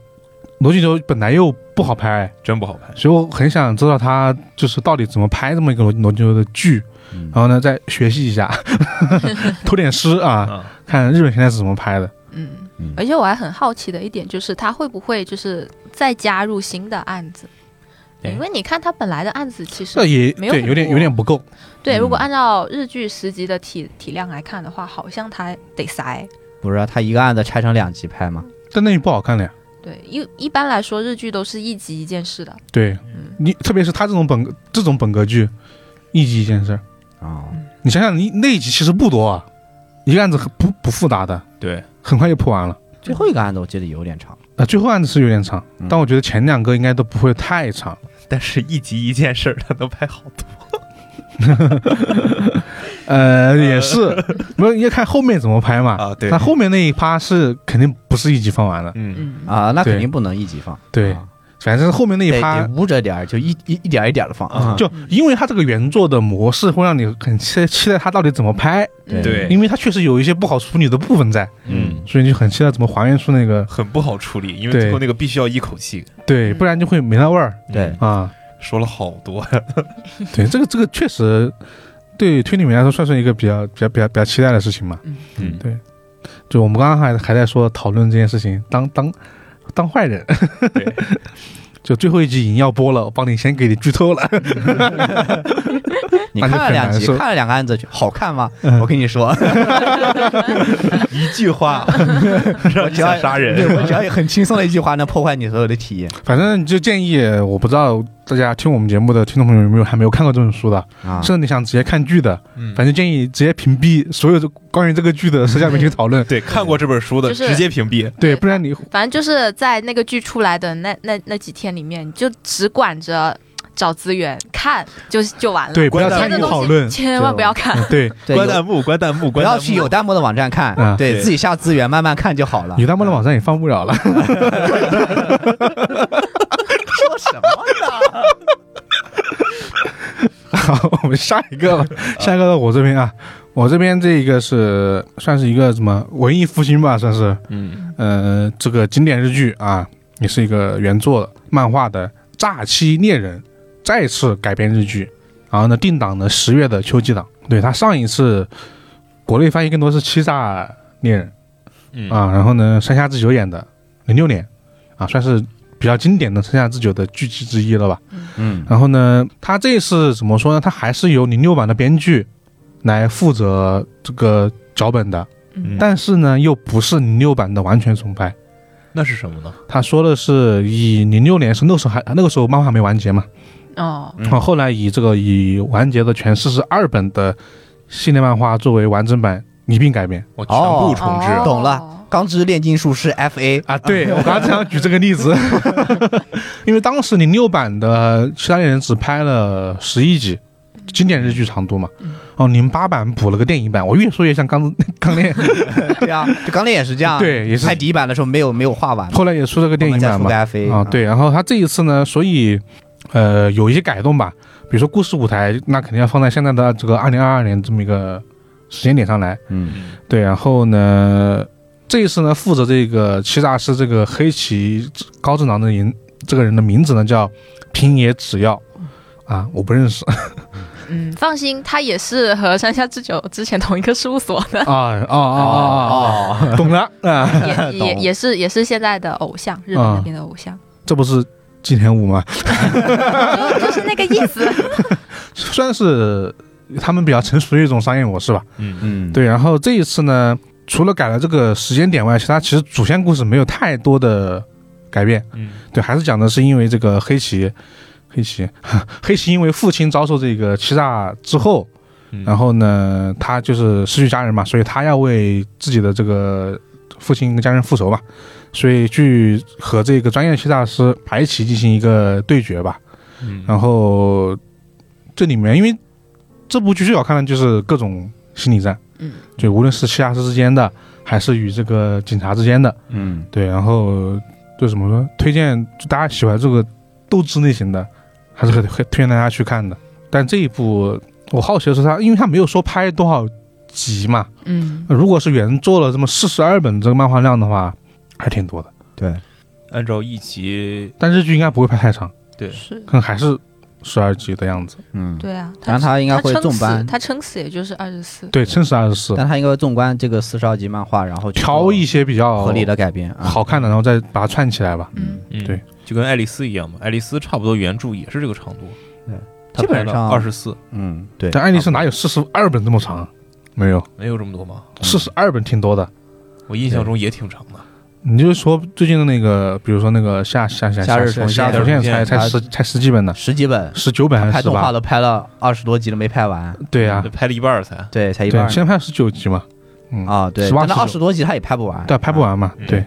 Speaker 1: 逻辑流本来又不好拍，
Speaker 2: 嗯真不好拍。
Speaker 1: 所以我很想知道他就是到底怎么拍这么一个逻逻辑流的剧，
Speaker 3: 嗯
Speaker 1: 然后呢再学习一 下， 偷点师啊，
Speaker 2: 啊，
Speaker 1: 看日本现在是怎么拍的。
Speaker 4: 嗯
Speaker 3: 嗯，
Speaker 4: 而且我还很好奇的一点就是，他会不会就是再加入新的案子？
Speaker 2: 哎
Speaker 4: 因为你看他本来的案子其实
Speaker 1: 这也
Speaker 4: 没有
Speaker 1: 对，
Speaker 4: 很
Speaker 1: 有点
Speaker 4: 多
Speaker 1: 有点不够。
Speaker 4: 对，如果
Speaker 3: 嗯
Speaker 4: 按照日剧十集的体体量来看的话，好像他得塞。
Speaker 3: 不是啊它一个案子拆成两集拍嘛，
Speaker 1: 但那也不好看了呀。
Speaker 4: 对，一一般来说日剧都是一集一件事的，
Speaker 1: 对
Speaker 4: 嗯
Speaker 1: 你，特别是他这种本这种本格剧，一集一件事儿，
Speaker 3: 啊，
Speaker 2: 嗯
Speaker 1: 你想想，你那一集其实不多啊，一个案子很不不复杂的，
Speaker 2: 对，
Speaker 1: 很快就破完了。
Speaker 3: 最后一个案子我记得有点长，
Speaker 1: 呃，最后案子是有点长
Speaker 3: 嗯，
Speaker 1: 但我觉得前两个应该都不会太长。
Speaker 2: 但是一集一件事儿，他能拍好多。
Speaker 1: 呃，也是，不是要看后面怎么拍嘛。
Speaker 2: 啊对
Speaker 1: 那后面那一趴是肯定不是一集放完了，
Speaker 2: 嗯，
Speaker 4: 嗯，
Speaker 3: 啊，那肯
Speaker 1: 对
Speaker 3: 定不能一集放，
Speaker 1: 对
Speaker 3: 啊
Speaker 1: 反正后面那
Speaker 3: 得
Speaker 1: 一趴
Speaker 3: 得捂着点儿，就一一一点儿一点的放
Speaker 2: 啊
Speaker 1: 就因为它这个原作的模式会让你很期期待它到底怎么拍，
Speaker 3: 对
Speaker 4: 嗯
Speaker 2: 对，
Speaker 1: 因为它确实有一些不好处理的部分在，
Speaker 2: 嗯，
Speaker 1: 所以你就很期待怎么还原出那个
Speaker 2: 很不好处理，因为
Speaker 1: 对
Speaker 2: 最后那个必须要一口气。嗯
Speaker 1: 对，不然就会没那味儿
Speaker 3: 对，
Speaker 1: 啊。
Speaker 2: 说了好多，
Speaker 1: 对，这个这个确实对推理迷来说算是一个比较比较比较比较期待的事情嘛。
Speaker 2: 嗯
Speaker 1: 对就我们刚刚还还在说讨论这件事情，当当当坏人，
Speaker 2: 对，
Speaker 1: 就最后一集已经要播了，我帮你先给你剧透了。
Speaker 3: 你
Speaker 1: 那
Speaker 3: 看
Speaker 1: 就
Speaker 3: 了
Speaker 1: 很
Speaker 3: 两
Speaker 1: 难
Speaker 3: 集，
Speaker 1: 受
Speaker 3: 看了两个案子，好看吗？我跟你说，
Speaker 2: 一句话让
Speaker 3: 我
Speaker 2: 你
Speaker 3: 只要
Speaker 2: 想杀
Speaker 3: 对我
Speaker 2: 人。
Speaker 3: 只要很轻松的一句话能破坏你所有的体验
Speaker 1: 反正就建议，我不知道大家听我们节目的听众朋友有没有还没有看过这本书的，
Speaker 3: 啊
Speaker 1: 甚至你想直接看剧的，
Speaker 2: 嗯。
Speaker 1: 反正建议直接屏蔽所有的关于这个剧的私下面去讨论
Speaker 2: 对，看过这本书的
Speaker 4: 就是
Speaker 2: 直接屏蔽。
Speaker 1: 对，不然你
Speaker 4: 反正就是在那个剧出来的那那那几天里面，你就只管着找资源看，就就完了。
Speaker 1: 对不要
Speaker 4: 别
Speaker 1: 参
Speaker 4: 的
Speaker 1: 与
Speaker 4: 东西
Speaker 1: 讨 论，嗯
Speaker 4: 千万不要看。
Speaker 1: 对，
Speaker 3: 对
Speaker 2: 关
Speaker 3: 有
Speaker 2: 弹幕，关弹幕，
Speaker 3: 不
Speaker 2: 关弹
Speaker 3: 要
Speaker 2: 幕。
Speaker 3: 去有弹幕的网站看，
Speaker 1: 嗯
Speaker 3: 对
Speaker 2: 对
Speaker 3: 自己下资源慢慢看就好了。
Speaker 1: 有弹幕的网站也放不了了。
Speaker 3: 说什么呢？
Speaker 1: 好，我们下一 个吧，下一个到我这边啊，我这边这个是算是一个什么文艺复兴吧，算是，
Speaker 2: 嗯，
Speaker 1: 呃，这个经典日剧啊，也是一个原作漫画的《诈欺猎人》再次改编日剧，然后呢定档呢十月的秋季档，对它上一次国内翻译更多是《欺诈猎人》
Speaker 2: 嗯
Speaker 1: 啊，然后呢山下智久演的，零六年啊，算是比较经典的山下智久的剧集之一了吧。
Speaker 3: 嗯
Speaker 1: 然后呢，他这次怎么说呢？他还是由零六版的编剧来负责这个脚本的，
Speaker 2: 嗯
Speaker 1: 但是呢，又不是零六版的完全重拍。
Speaker 2: 那是什么呢？
Speaker 1: 他说的是以零六年是那个时候还那个时候漫画还没完结嘛，
Speaker 4: 哦，
Speaker 2: 嗯
Speaker 1: 然后后来以这个以完结的全四十二本的系列漫画作为完整版一并改编
Speaker 2: 我全部重置。
Speaker 4: 哦
Speaker 3: 懂了，钢之炼金术师 F A
Speaker 1: 啊。对我刚才想举这个例子，因为当时零六版的其他猎人只拍了十一集，经典日剧长度嘛。哦，零八版补了个电影版，我越说越像钢钢炼，
Speaker 3: 对啊，就钢炼也是这样，
Speaker 1: 对也是
Speaker 3: 拍底板的时候没有没有画完，
Speaker 1: 后来也出了个电影
Speaker 3: 再
Speaker 1: 版
Speaker 3: 出
Speaker 1: 嘛
Speaker 3: 个。F A
Speaker 1: 啊，对，，然后他这一次呢，所以呃有一些改动吧，比如说故事舞台，那肯定要放在现在的这个二零二二年这么一个时间点上来。
Speaker 3: 嗯
Speaker 2: 嗯
Speaker 1: 对，然后呢，这一次呢，负责这个欺诈师这个黑崎高正郎的人，这个人的名字呢叫平野紫耀。啊，我不认 识
Speaker 4: 嗯，放心，他也是和山下智久之前同一个事务所 的，
Speaker 1: 啊哦哦
Speaker 3: 哦，
Speaker 1: 哦，懂了啊，
Speaker 4: 也也也是也是现在的偶像，日本那边的偶像，
Speaker 1: 这不是金田武吗？嗯
Speaker 4: 就就是那个意思。
Speaker 1: 算是他们比较成熟的一种商业模式吧。
Speaker 2: 嗯
Speaker 3: 嗯，
Speaker 1: 对，然后这一次呢，除了改了这个时间点外，其他其实主线故事没有太多的改变。
Speaker 2: 嗯，
Speaker 1: 对，还是讲的是因为这个黑棋，黑棋， 黑棋因为父亲遭受这个欺诈之后，
Speaker 2: 嗯
Speaker 1: 然后呢，他就是失去家人嘛，所以他要为自己的这个父亲跟家人复仇嘛，所以去和这个专业欺诈师白棋进行一个对决吧。
Speaker 2: 嗯
Speaker 1: 然后这里面，因为这部剧最好看的就是各种心理战，
Speaker 4: 嗯，
Speaker 1: 就无论是欺诈师之间的，还是与这个警察之间的，
Speaker 3: 嗯，
Speaker 1: 对，然后就怎么说，推荐就大家喜欢这个斗智类型的，还是很很推荐大家去看的。但这一部我好奇的是它，因为它没有说拍多少集嘛，
Speaker 4: 嗯，
Speaker 1: 如果是原作了这么四十二本这个漫画量的话，还挺多的。
Speaker 3: 对，
Speaker 2: 按照一集
Speaker 1: 但日剧应该不会拍太长，
Speaker 2: 对
Speaker 4: 是
Speaker 1: 可，能还是十二集的样子。
Speaker 3: 嗯，
Speaker 4: 对啊，
Speaker 3: 然后他应该会
Speaker 4: 撑
Speaker 3: 重
Speaker 4: 死
Speaker 3: 班
Speaker 4: 他撑死也就是二十四，
Speaker 1: 对，撑死二十四，
Speaker 3: 但他应该会纵观这个四十二集漫画，然后去
Speaker 1: 挑
Speaker 3: 做
Speaker 1: 一些比较
Speaker 3: 合理的改编啊。
Speaker 1: 好看的，然后再把它串起来吧。
Speaker 4: 嗯，
Speaker 2: 嗯
Speaker 1: 对，
Speaker 2: 就跟爱丽丝一样嘛，爱丽丝差不多原著也是这个长度，
Speaker 3: 他
Speaker 2: 基本
Speaker 3: 拍了
Speaker 2: 上二十四，
Speaker 3: 嗯，对，
Speaker 1: 但爱丽丝哪有四十二本这么长？没有，
Speaker 2: 没有这么多吗？
Speaker 1: 四十二本挺多的。
Speaker 2: 我印象中也挺长的。
Speaker 1: 你就说最近的那个，比如说那个夏夏夏
Speaker 3: 夏日重现
Speaker 1: 夏日重现才才
Speaker 3: 夏日
Speaker 1: 十才十几本呢，
Speaker 3: 十几本，
Speaker 1: 十九本还是
Speaker 3: 拍
Speaker 1: 十
Speaker 3: 动画
Speaker 1: 八？
Speaker 3: 都拍了二十多集都没拍完，
Speaker 1: 对呀，
Speaker 2: 拍了一半儿才。
Speaker 3: 对，才一半
Speaker 1: 对，
Speaker 3: 儿
Speaker 1: 先拍十九集嘛，嗯，
Speaker 3: 啊，对，
Speaker 1: 18
Speaker 3: 但那
Speaker 1: 19
Speaker 3: 二十多集他也拍不完，
Speaker 1: 对，拍不
Speaker 3: 啊，
Speaker 1: 完嘛，
Speaker 2: 嗯
Speaker 1: 对，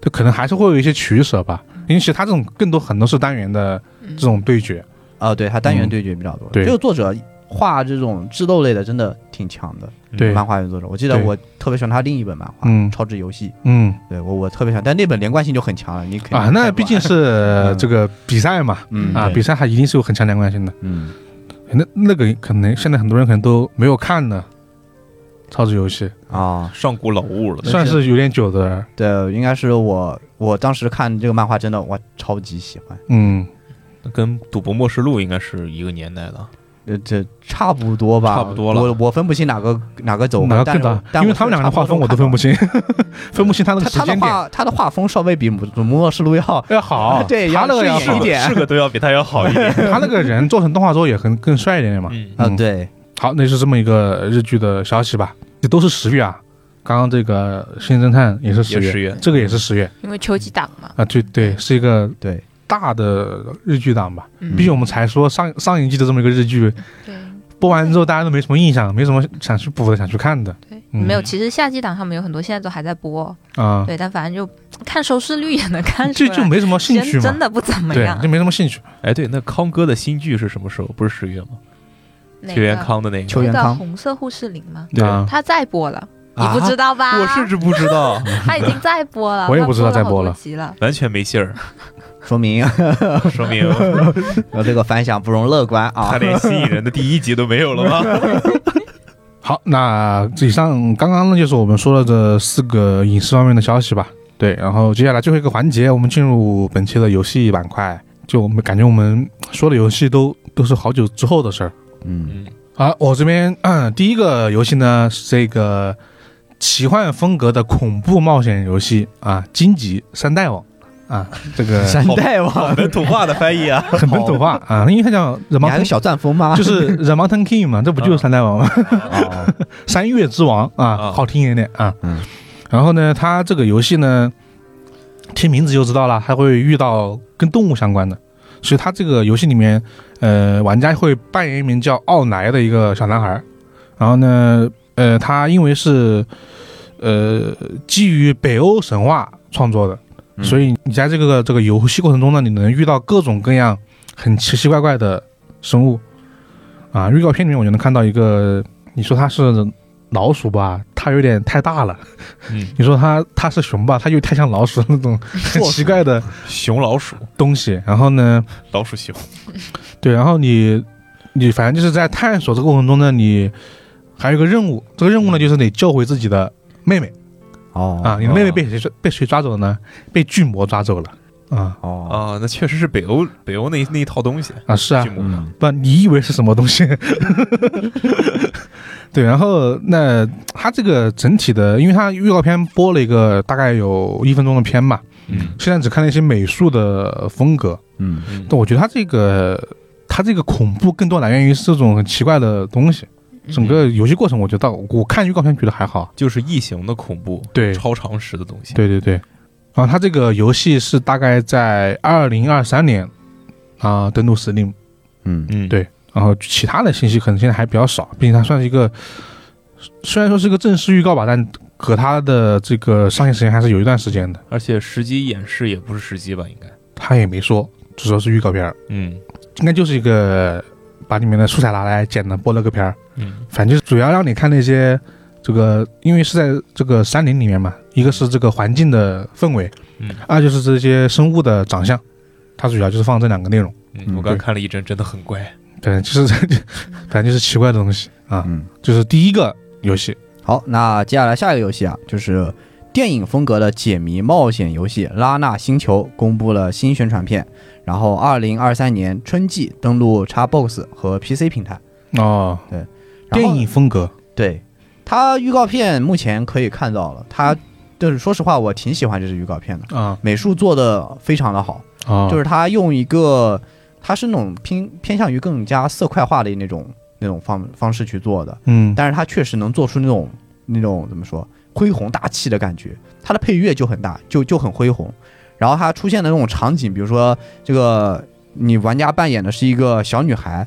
Speaker 1: 这可能还是会有一些取舍吧，因为其实它这种更多很多是单元的这种对决，
Speaker 3: 啊，对他单元
Speaker 1: 嗯
Speaker 3: 对决比较多，
Speaker 1: 对
Speaker 3: 这个作者画这种智斗类的真的挺强的，
Speaker 1: 对
Speaker 3: 漫画原作者，我记得
Speaker 1: 对
Speaker 3: 我特别喜欢他另一本漫画，
Speaker 1: 嗯
Speaker 3: 超智游戏，
Speaker 1: 嗯
Speaker 3: 对我我特别喜欢，但那本连贯性就很强了，你肯定
Speaker 1: 啊，
Speaker 3: 看
Speaker 1: 那
Speaker 3: 不
Speaker 1: 毕
Speaker 3: 完
Speaker 1: 竟 是这个比赛嘛，
Speaker 3: 嗯
Speaker 1: 啊，
Speaker 3: 对
Speaker 1: 比赛还一定是有很强连贯性的，
Speaker 3: 嗯
Speaker 1: 那那个可能现在很多人可能都没有看呢，超级游戏
Speaker 3: 啊，
Speaker 2: 上古老物了，
Speaker 1: 算是有点久的，
Speaker 3: 对，应该是我我当时看这个漫画真的我超级喜欢，
Speaker 1: 嗯，
Speaker 2: 跟《赌博默示录》应该是一个年代的。
Speaker 3: 呃，这差不多吧，
Speaker 2: 差不多了
Speaker 3: 我我分不清哪个哪个走，
Speaker 1: 哪个
Speaker 3: 但
Speaker 1: 更
Speaker 3: 是
Speaker 1: 大？
Speaker 3: 但
Speaker 1: 因为他们两个的画风我都分不
Speaker 3: 清。
Speaker 1: 清， 分不清他那个
Speaker 3: 他
Speaker 1: 时
Speaker 3: 他的
Speaker 1: 间点。
Speaker 3: 画他的画风稍微比《摩摩士路》要 啊
Speaker 1: 要好，
Speaker 3: 对
Speaker 1: 他那个
Speaker 3: 要
Speaker 1: 要
Speaker 3: 是
Speaker 1: 好
Speaker 3: 一，点
Speaker 2: 是个都要比他要好一点。
Speaker 1: 他那个人做成动画之后也很更帅一点点嘛。
Speaker 2: 嗯，
Speaker 3: 啊
Speaker 1: 嗯
Speaker 3: 对
Speaker 1: 好，那就是这么一个日剧的消息吧，这都是十月啊。刚刚这个《新侦探》也是十
Speaker 2: 也
Speaker 1: 月，
Speaker 2: 十月，
Speaker 1: 这个也是十月
Speaker 4: 因为秋季档嘛，
Speaker 1: 啊，对对，是一个
Speaker 3: 对，
Speaker 1: 大的日剧档吧。
Speaker 4: 嗯
Speaker 1: 毕竟我们才说上上一季的这么一个日剧，
Speaker 5: 对，
Speaker 1: 播完之后大家都没什么印象，没什么想去补的、想去看的。
Speaker 5: 对
Speaker 1: 嗯，
Speaker 4: 没有，其实夏季档他们有很多现在都还在播，
Speaker 1: 啊，
Speaker 4: 对，但反正就看收视率也能看出
Speaker 1: 就
Speaker 4: 来，
Speaker 1: 就没什么兴趣嘛
Speaker 4: 真真。的啊不怎么
Speaker 1: 对
Speaker 4: 样，
Speaker 1: 就。没什么兴趣。
Speaker 2: 哎，对，那康哥的新剧是什么时候？不是十月吗？
Speaker 4: 那
Speaker 2: 邱元
Speaker 4: 个
Speaker 2: 康的那个。
Speaker 3: 邱元
Speaker 4: 那个
Speaker 3: 康
Speaker 4: 红色护士铃吗？
Speaker 1: 对啊，
Speaker 4: 他再播了，你
Speaker 2: 啊
Speaker 4: 不知道吧？
Speaker 2: 我甚至不知道，
Speaker 4: 他已经在播 了，
Speaker 1: 我也不知道
Speaker 4: 他
Speaker 1: 在播了
Speaker 4: 好多集了。
Speaker 2: 完全没信儿，
Speaker 3: 说明
Speaker 2: 说明
Speaker 3: 呃这个反响不容乐观
Speaker 2: 他
Speaker 3: 啊。
Speaker 2: 连吸引人的第一集都没有了吗？
Speaker 1: 好，那以上刚刚呢就是我们说的这四个影视方面的消息吧。对，然后接下来最后一个环节，我们进入本期的游戏板块。就我们感觉我们说的游戏都都是好久之后的事儿。
Speaker 3: 嗯
Speaker 2: 嗯，
Speaker 1: 啊，我这边、嗯、第一个游戏呢是这个奇幻风格的恐怖冒险游戏啊，《荆棘三代网》啊，这 个
Speaker 3: 山大
Speaker 2: 好
Speaker 3: 王，
Speaker 2: 本土化的翻译 啊，
Speaker 1: 很本土化啊，因为它叫 The
Speaker 3: 你还有
Speaker 1: Mountain，
Speaker 3: 小啊战风吗？
Speaker 1: 就是 The Mountain King 嘛，这不就是三代王吗？
Speaker 3: 哦
Speaker 1: 三月之王啊，
Speaker 2: 啊
Speaker 1: 好听一点点啊。
Speaker 3: 嗯
Speaker 1: 然后呢，它这个游戏呢，听名字就知道了，它会遇到跟动物相关的，所以它这个游戏里面，呃，玩家会扮演一名叫奥莱的一个小男孩儿。然后呢，呃，他因为是呃基于北欧神话创作的，
Speaker 3: 嗯
Speaker 1: 所以你在这个这个游戏过程中呢，你能遇到各种各样很奇奇怪怪的生物啊。预告片里面我就能看到一个，你说它是老鼠吧，它有点太大了；
Speaker 2: 嗯，
Speaker 1: 你说它它是熊吧，它又太像老鼠那种很奇怪的
Speaker 2: 熊老鼠，
Speaker 1: 东西。然后呢，
Speaker 2: 老鼠熊，
Speaker 1: 对，然后你你反正就是在探索这个过程中呢，你还有一个任务，这个任务呢就是得救回自己的妹妹
Speaker 3: 哦
Speaker 1: 啊。你的妹妹被谁抓被谁抓走呢？被巨魔抓走了啊
Speaker 3: 哦
Speaker 2: 啊，那确实是北欧北欧那那一套东西，
Speaker 1: 啊是啊
Speaker 2: 巨，魔
Speaker 3: 嗯
Speaker 1: 不，你以为是什么东西？ 对，然后那它这个整体的，因为它预告片播了一个大概有一分钟的片嘛，
Speaker 2: 嗯
Speaker 1: 现在只看了一些美术的风格，
Speaker 3: 嗯
Speaker 2: 嗯
Speaker 1: 但我觉得它这个它这个恐怖更多来源于是这种很奇怪的东西。
Speaker 4: 嗯
Speaker 1: 整个游戏过程，我觉得我看预告片觉得还好。
Speaker 2: 就是异形的恐怖，
Speaker 1: 对
Speaker 2: 超常识的东西，
Speaker 1: 对对对，然后它这个游戏是大概在二零二三年啊、登陆 Steam，
Speaker 3: 嗯
Speaker 2: 嗯，
Speaker 1: 对然后其他的信息可能现在还比较少，毕竟它算是一个，虽然说是个正式预告吧，但和它的这个上线时间还是有一段时间的。
Speaker 2: 而且实际演示也不是实际吧，应该，
Speaker 1: 他也没说，只说是预告片儿，
Speaker 2: 嗯
Speaker 1: 应该就是一个把里面的素材拿来剪的播了个片儿，
Speaker 2: 嗯
Speaker 1: 反正就是主要让你看那些这个，因为是在这个山林里面嘛，一个是这个环境的氛围，
Speaker 2: 嗯
Speaker 1: 二就是这些生物的长相，它主要就是放这两个内容。
Speaker 2: 嗯，我刚看了一帧，真的很怪，
Speaker 1: 对，就是 反正就是奇怪的东西啊，
Speaker 3: 嗯。
Speaker 1: 就是第一个游戏，
Speaker 3: 好，那接下来下一个游戏啊，就是电影风格的解谜冒险游戏《拉纳星球》公布了新宣传片，然后二零二三年春季登陆 Xbox 和 PC 平台。
Speaker 1: 哦，
Speaker 3: 然后
Speaker 1: 电影风格，
Speaker 3: 对它预告片目前可以看到了，它就是说实话，我挺喜欢这支预告片的，
Speaker 1: 啊
Speaker 3: 美术做的非常的好，
Speaker 1: 啊，
Speaker 3: 就是它用一个，它是那种偏偏向于更加色块化的那种那种方方式去做的，
Speaker 1: 嗯，
Speaker 3: 但是它确实能做出那种那种怎么说恢宏大气的感觉，它的配乐就很大，就就很恢宏。然后它出现的那种场景，比如说这个你玩家扮演的是一个小女孩，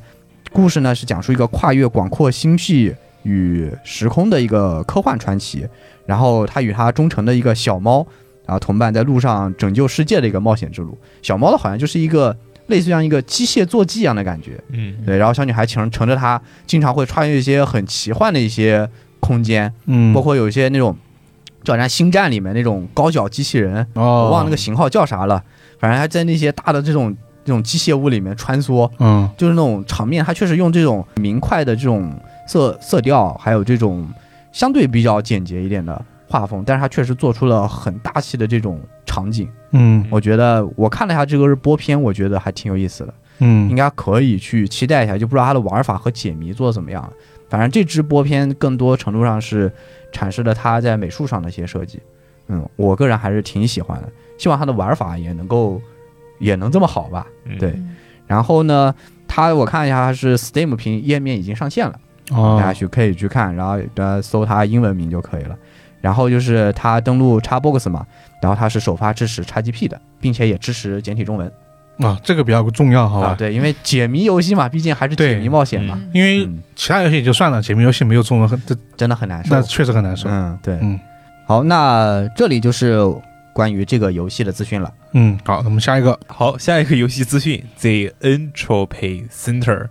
Speaker 3: 故事呢是讲述一个跨越广阔星系与时空的一个科幻传奇，然后她与她忠诚的一个小猫，然后同伴在路上拯救世界的一个冒险之路。小猫的好像就是一个类似像一个机械坐骑一样的感觉，
Speaker 2: 嗯
Speaker 3: 对，然后小女孩乘乘着它，经常会穿越一些很奇幻的一些空间，
Speaker 1: 嗯，
Speaker 3: 包括有一些那种，就好像《星战》里面那种高脚机器人，
Speaker 1: 哦，
Speaker 3: 我忘了那个型号叫啥了，反正还在那些大的这种这种机械屋里面穿梭，
Speaker 1: 嗯
Speaker 3: 就是那种场面，它确实用这种明快的这种色色调，还有这种相对比较简洁一点的画风，但是它确实做出了很大气的这种场景，
Speaker 1: 嗯
Speaker 3: 我觉得我看了一下这个是播片，我觉得还挺有意思的。应
Speaker 1: 嗯
Speaker 3: 该可以去期待一下，就不知道它的玩法和解谜做得怎么样。反正这支播片更多程度上是阐释了它在美术上的一些设计，嗯，我个人还是挺喜欢的，希望它的玩法也能够也能这么好吧。
Speaker 2: 嗯
Speaker 3: 对
Speaker 5: 嗯
Speaker 3: 然后呢，它我看一下它是 Steam 屏页面已经上线了，大家
Speaker 1: 哦，
Speaker 3: 去可以去看，然后呃搜它英文名就可以了。然后就是它登录 Xbox 嘛，然后它是首发支持 XGP 的，并且也支持简体中文
Speaker 1: 啊，这个比较重要，好
Speaker 3: 嗯啊。
Speaker 1: 吧？
Speaker 3: 对，因为解谜游戏嘛，毕竟还
Speaker 1: 哦
Speaker 3: 是
Speaker 1: 对
Speaker 3: 解谜冒险嘛。
Speaker 5: 嗯
Speaker 1: 因为
Speaker 3: 嗯
Speaker 1: 其他游戏也就算了，解谜游戏没有中文很，这
Speaker 3: 真的很难受。
Speaker 1: 那确实很难受。
Speaker 3: 嗯，对，
Speaker 1: 嗯，
Speaker 3: 好，那这里就是关于这个游戏的资讯了。
Speaker 1: 嗯，好，那么下一个，
Speaker 2: 好，下一个游戏资讯，The Entropy Center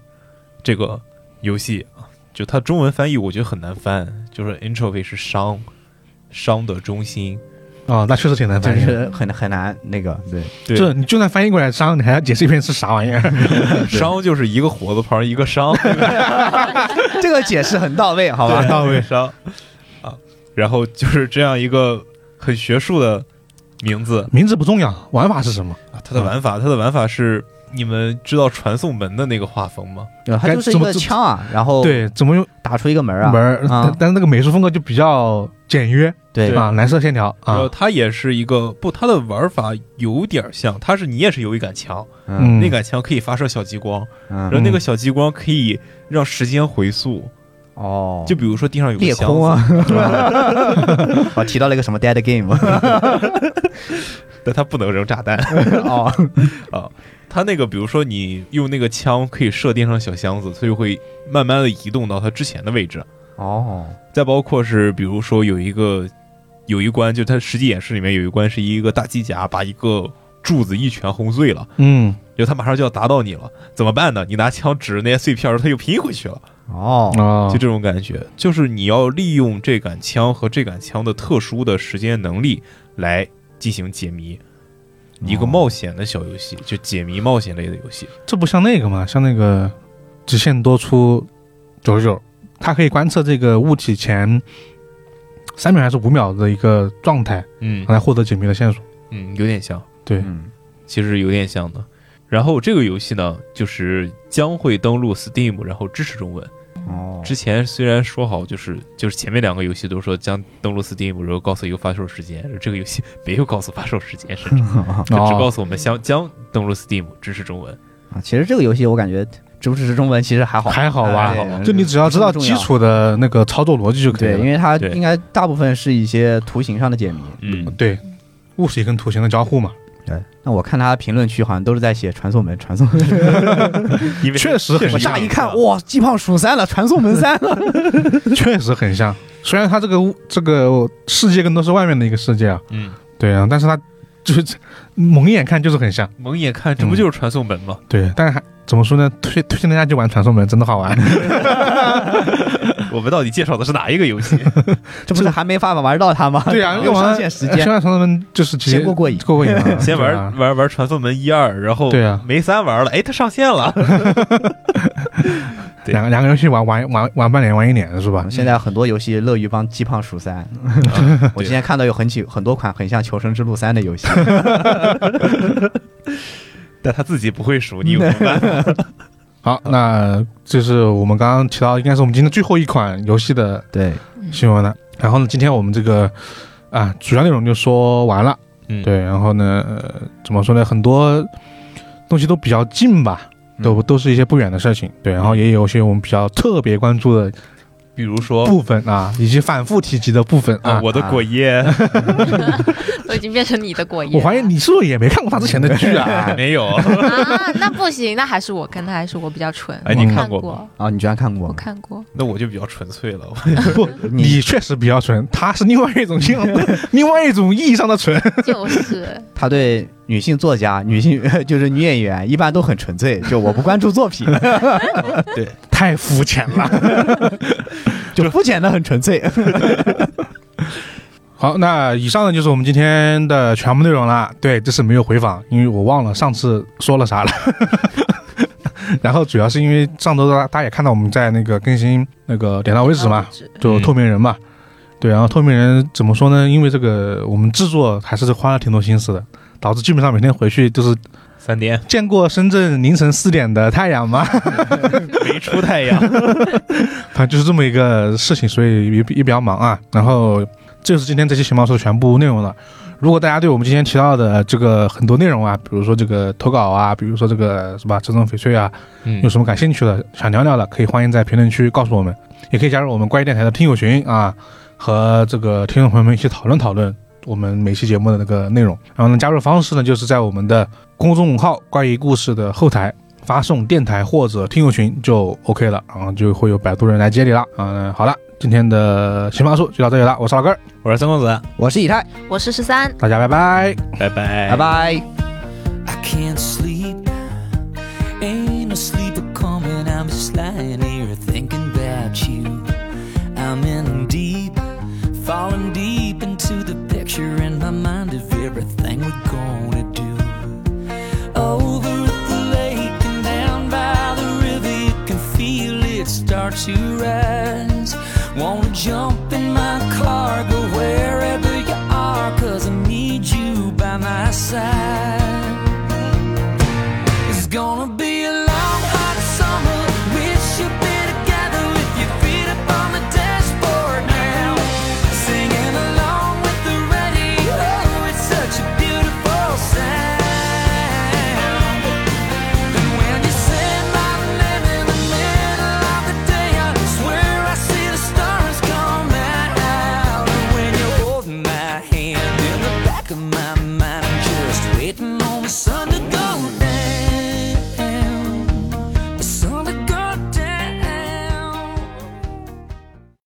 Speaker 2: 这个游戏，就它中文翻译我觉得很难翻，就是 Entropy 是熵，熵的中心，
Speaker 1: 啊，那确实挺难
Speaker 3: 就
Speaker 1: 翻译的。
Speaker 3: 是很很难那个，对，
Speaker 2: 对
Speaker 1: 这你就算翻译过来商，你还要解释一遍是啥玩意儿。
Speaker 2: 熵就是一个火字旁一个 熵，
Speaker 3: 这个解释很到位，好吧？
Speaker 1: 到 位
Speaker 2: 熵啊，然后就是这样一个很学术的名字，
Speaker 1: 名字不重要，玩法是什么？
Speaker 2: 啊，它的
Speaker 3: 嗯
Speaker 2: 玩法，它的玩法是你们知道传送门的那个画风吗？
Speaker 3: 对它
Speaker 1: 该
Speaker 3: 就是一
Speaker 1: 怎么
Speaker 3: 个
Speaker 1: 做
Speaker 3: 枪啊，然后
Speaker 1: 对，怎么用
Speaker 3: 打出一个门啊，
Speaker 1: 门儿？
Speaker 3: 啊
Speaker 1: 但但是那个美术风格就比较简约
Speaker 3: 对
Speaker 1: 啊，蓝色线条
Speaker 2: 然后
Speaker 1: 啊，
Speaker 2: 它也是一个不，它的玩法有点像，它是你也是有一杆枪，
Speaker 1: 嗯，
Speaker 2: 那杆枪可以发射小激光，然后
Speaker 3: 嗯，
Speaker 2: 那个小激光可以让时间回溯。
Speaker 3: 哦，
Speaker 2: 就比如说地上有个
Speaker 3: 裂
Speaker 2: 箱
Speaker 3: 空
Speaker 2: 子，
Speaker 3: 啊，我哦提到了一个什么 Dead Game，
Speaker 2: 但它不能扔炸弹。
Speaker 3: 哦，
Speaker 2: 它那个，比如说你用那个枪可以射地上的小箱子，它就会慢慢的移动到它之前的位置。
Speaker 3: 哦，
Speaker 2: 再包括是，比如说有一个有一关，就它实际演示里面有一关是一个大机甲把一个柱子一拳轰碎了，
Speaker 1: 嗯，
Speaker 2: 就它马上就要砸到你了，怎么办呢？你拿枪指着那些碎片儿，它又拼回去了，
Speaker 3: 哦，
Speaker 1: 哦，
Speaker 2: 就这种感觉。就是你要利用这杆枪和这杆枪的特殊的时间能力来进行解谜，
Speaker 3: 哦
Speaker 2: 一个冒险的小游戏，就解谜冒险类的游戏。
Speaker 1: 这不像那个嘛，像那个直线多出九十九，它可以观测这个物体前三秒还是五秒的一个状态，
Speaker 2: 嗯
Speaker 1: 来获得解谜的线索。
Speaker 2: 嗯，有点像。
Speaker 1: 对，
Speaker 3: 嗯，
Speaker 2: 其实有点像的。然后这个游戏呢，就是将会登陆 Steam，然后支持中文。
Speaker 3: 哦，
Speaker 2: 之前虽然说好，就是就是前面两个游戏都说将登陆 Steam，然后告诉一个发售时间，这个游戏没有告诉发售时间，甚至只告
Speaker 1: 哦，
Speaker 2: 诉我们将将登陆 Steam，支持中文。
Speaker 3: 啊其实这个游戏我感觉支不支持中文其实还好，
Speaker 1: 还好吧
Speaker 2: 还好
Speaker 3: 对
Speaker 1: 就你只要知道
Speaker 3: 不重
Speaker 1: 基础的那个操作逻辑就可以
Speaker 3: 对，因
Speaker 1: 了。
Speaker 3: 为它
Speaker 2: 对
Speaker 3: 应该大部分是一些图形上的解谜，
Speaker 2: 嗯，
Speaker 1: 对，物体跟图形的交互嘛。
Speaker 3: 对，那我看他评论区好像都是在写传送门，传送 门。
Speaker 2: 因为
Speaker 1: 确实很
Speaker 3: 我
Speaker 1: 像
Speaker 3: 乍一看，哇，季胖数三了，传送门三了。
Speaker 1: 确实很像，虽然它这个物这个世界跟都是外面的一个世界啊，
Speaker 2: 嗯，
Speaker 1: 对啊，但是它就是蒙眼看就是很像，
Speaker 2: 蒙眼看，这不就是传送门吗？
Speaker 1: 对，但是还怎么说呢？推推荐大家去玩传送门，真的好玩。
Speaker 2: 我们到底介绍的是哪一个游 戏？
Speaker 3: 这不是还没办法玩到他吗？
Speaker 1: 对啊
Speaker 3: 又
Speaker 1: 又玩
Speaker 3: 上线时
Speaker 1: 先
Speaker 3: 间，
Speaker 1: 玩传送门就是直接
Speaker 3: 先过过瘾。
Speaker 1: 过过瘾啊，
Speaker 2: 先
Speaker 1: 对啊
Speaker 2: 玩玩玩传送门一二，然后
Speaker 1: 对啊
Speaker 2: 没三玩了，哎，它上线 了，对
Speaker 1: 两个两个游戏玩玩玩玩半年玩一年是吧？
Speaker 3: 啊现在很多游戏乐于帮季胖数 三，我之前看到有很几很多款很像《求生之路三》的游 戏，
Speaker 2: 但他自己不会数，你有什么办法？
Speaker 1: 好，那这是我们刚刚提到，应该是我们今天最后一款游戏的
Speaker 3: 对，
Speaker 4: 嗯
Speaker 1: 新闻了。然后呢，今天我们这个啊主要内容就说完了。
Speaker 2: 嗯，
Speaker 1: 对，然后呢，呃，怎么说呢？很多东西都比较近吧，都都是一些不远的事情。对，然后也有一些我们比较特别关注的
Speaker 2: 比如说
Speaker 1: 部分啊，以及反复提及的部分啊
Speaker 2: 啊，。我的果耶
Speaker 5: 我已经变成你的果爷。
Speaker 1: 我怀疑你是不是也没看过他之前的剧啊？
Speaker 2: 没有，
Speaker 5: 啊，那不行，那还是我跟他还是我比较蠢。
Speaker 2: 哎，你
Speaker 1: 嗯
Speaker 2: 看
Speaker 5: 看
Speaker 2: 过吗？
Speaker 5: 过，
Speaker 3: 啊，你居然看过
Speaker 5: 我？看过。
Speaker 2: 那我就比较纯粹了，
Speaker 1: 不， 你确实比较纯，他是另外一种性， 另外一种意义上的纯。
Speaker 5: 就是，
Speaker 3: 他对女性作家、女性 就是女演员一般都很纯粹，就我不关注作品，
Speaker 1: 太肤浅了。
Speaker 3: 就肤浅的很纯粹。
Speaker 1: 好，那以上呢就是我们今天的全部内容了。对，这是没有回访，因为我忘了上次说了啥了。 然后主要是因为上周大家大家也看到我们在那个更新那个点到为止嘛，就透明人嘛。对，然后透明人怎么说呢？因为这个我们制作还是花了挺多心思的，导致基本上每天回去就是
Speaker 2: 三点
Speaker 1: 见过深圳凌晨四点的太阳嘛，
Speaker 2: 没出太阳，
Speaker 1: 反正就是这么一个事情，所以也比也比较忙啊。然后这就是今天这期熊猫说的全部内容了。如果大家对我们今天提到的这个很多内容啊，比如说这个投稿啊，比如说这个什么这种翡翠啊，
Speaker 2: 嗯
Speaker 1: 有什么感兴趣的、想聊聊的，可以欢迎在评论区告诉我们，也可以加入我们怪异电台的听友群啊，和这个听众朋友们一起讨论讨论我们每期节目的那个内容。然后呢，加入方式呢，就是在我们的公众号“怪异故事”的后台发送电台或者听友群就 OK 了，然后就会有摆渡人来接你了。嗯，好了，今天的新话术就到这里了，我是老根儿，
Speaker 2: 我是三公子，
Speaker 3: 我是以太，
Speaker 5: 呃我是十三，
Speaker 1: 大家拜拜。
Speaker 2: 拜拜
Speaker 3: 拜拜。
Speaker 6: I can't sleep. Ain't no sleep a coming. I'm just lying here thinking about you. I'm in deep, falling deep into the picture in my mind of everything we're gonna do. Over at the lake and down by the river, you can feel it start to rise. Wanna jump in my car, go wherever you are, cause I need you by my side.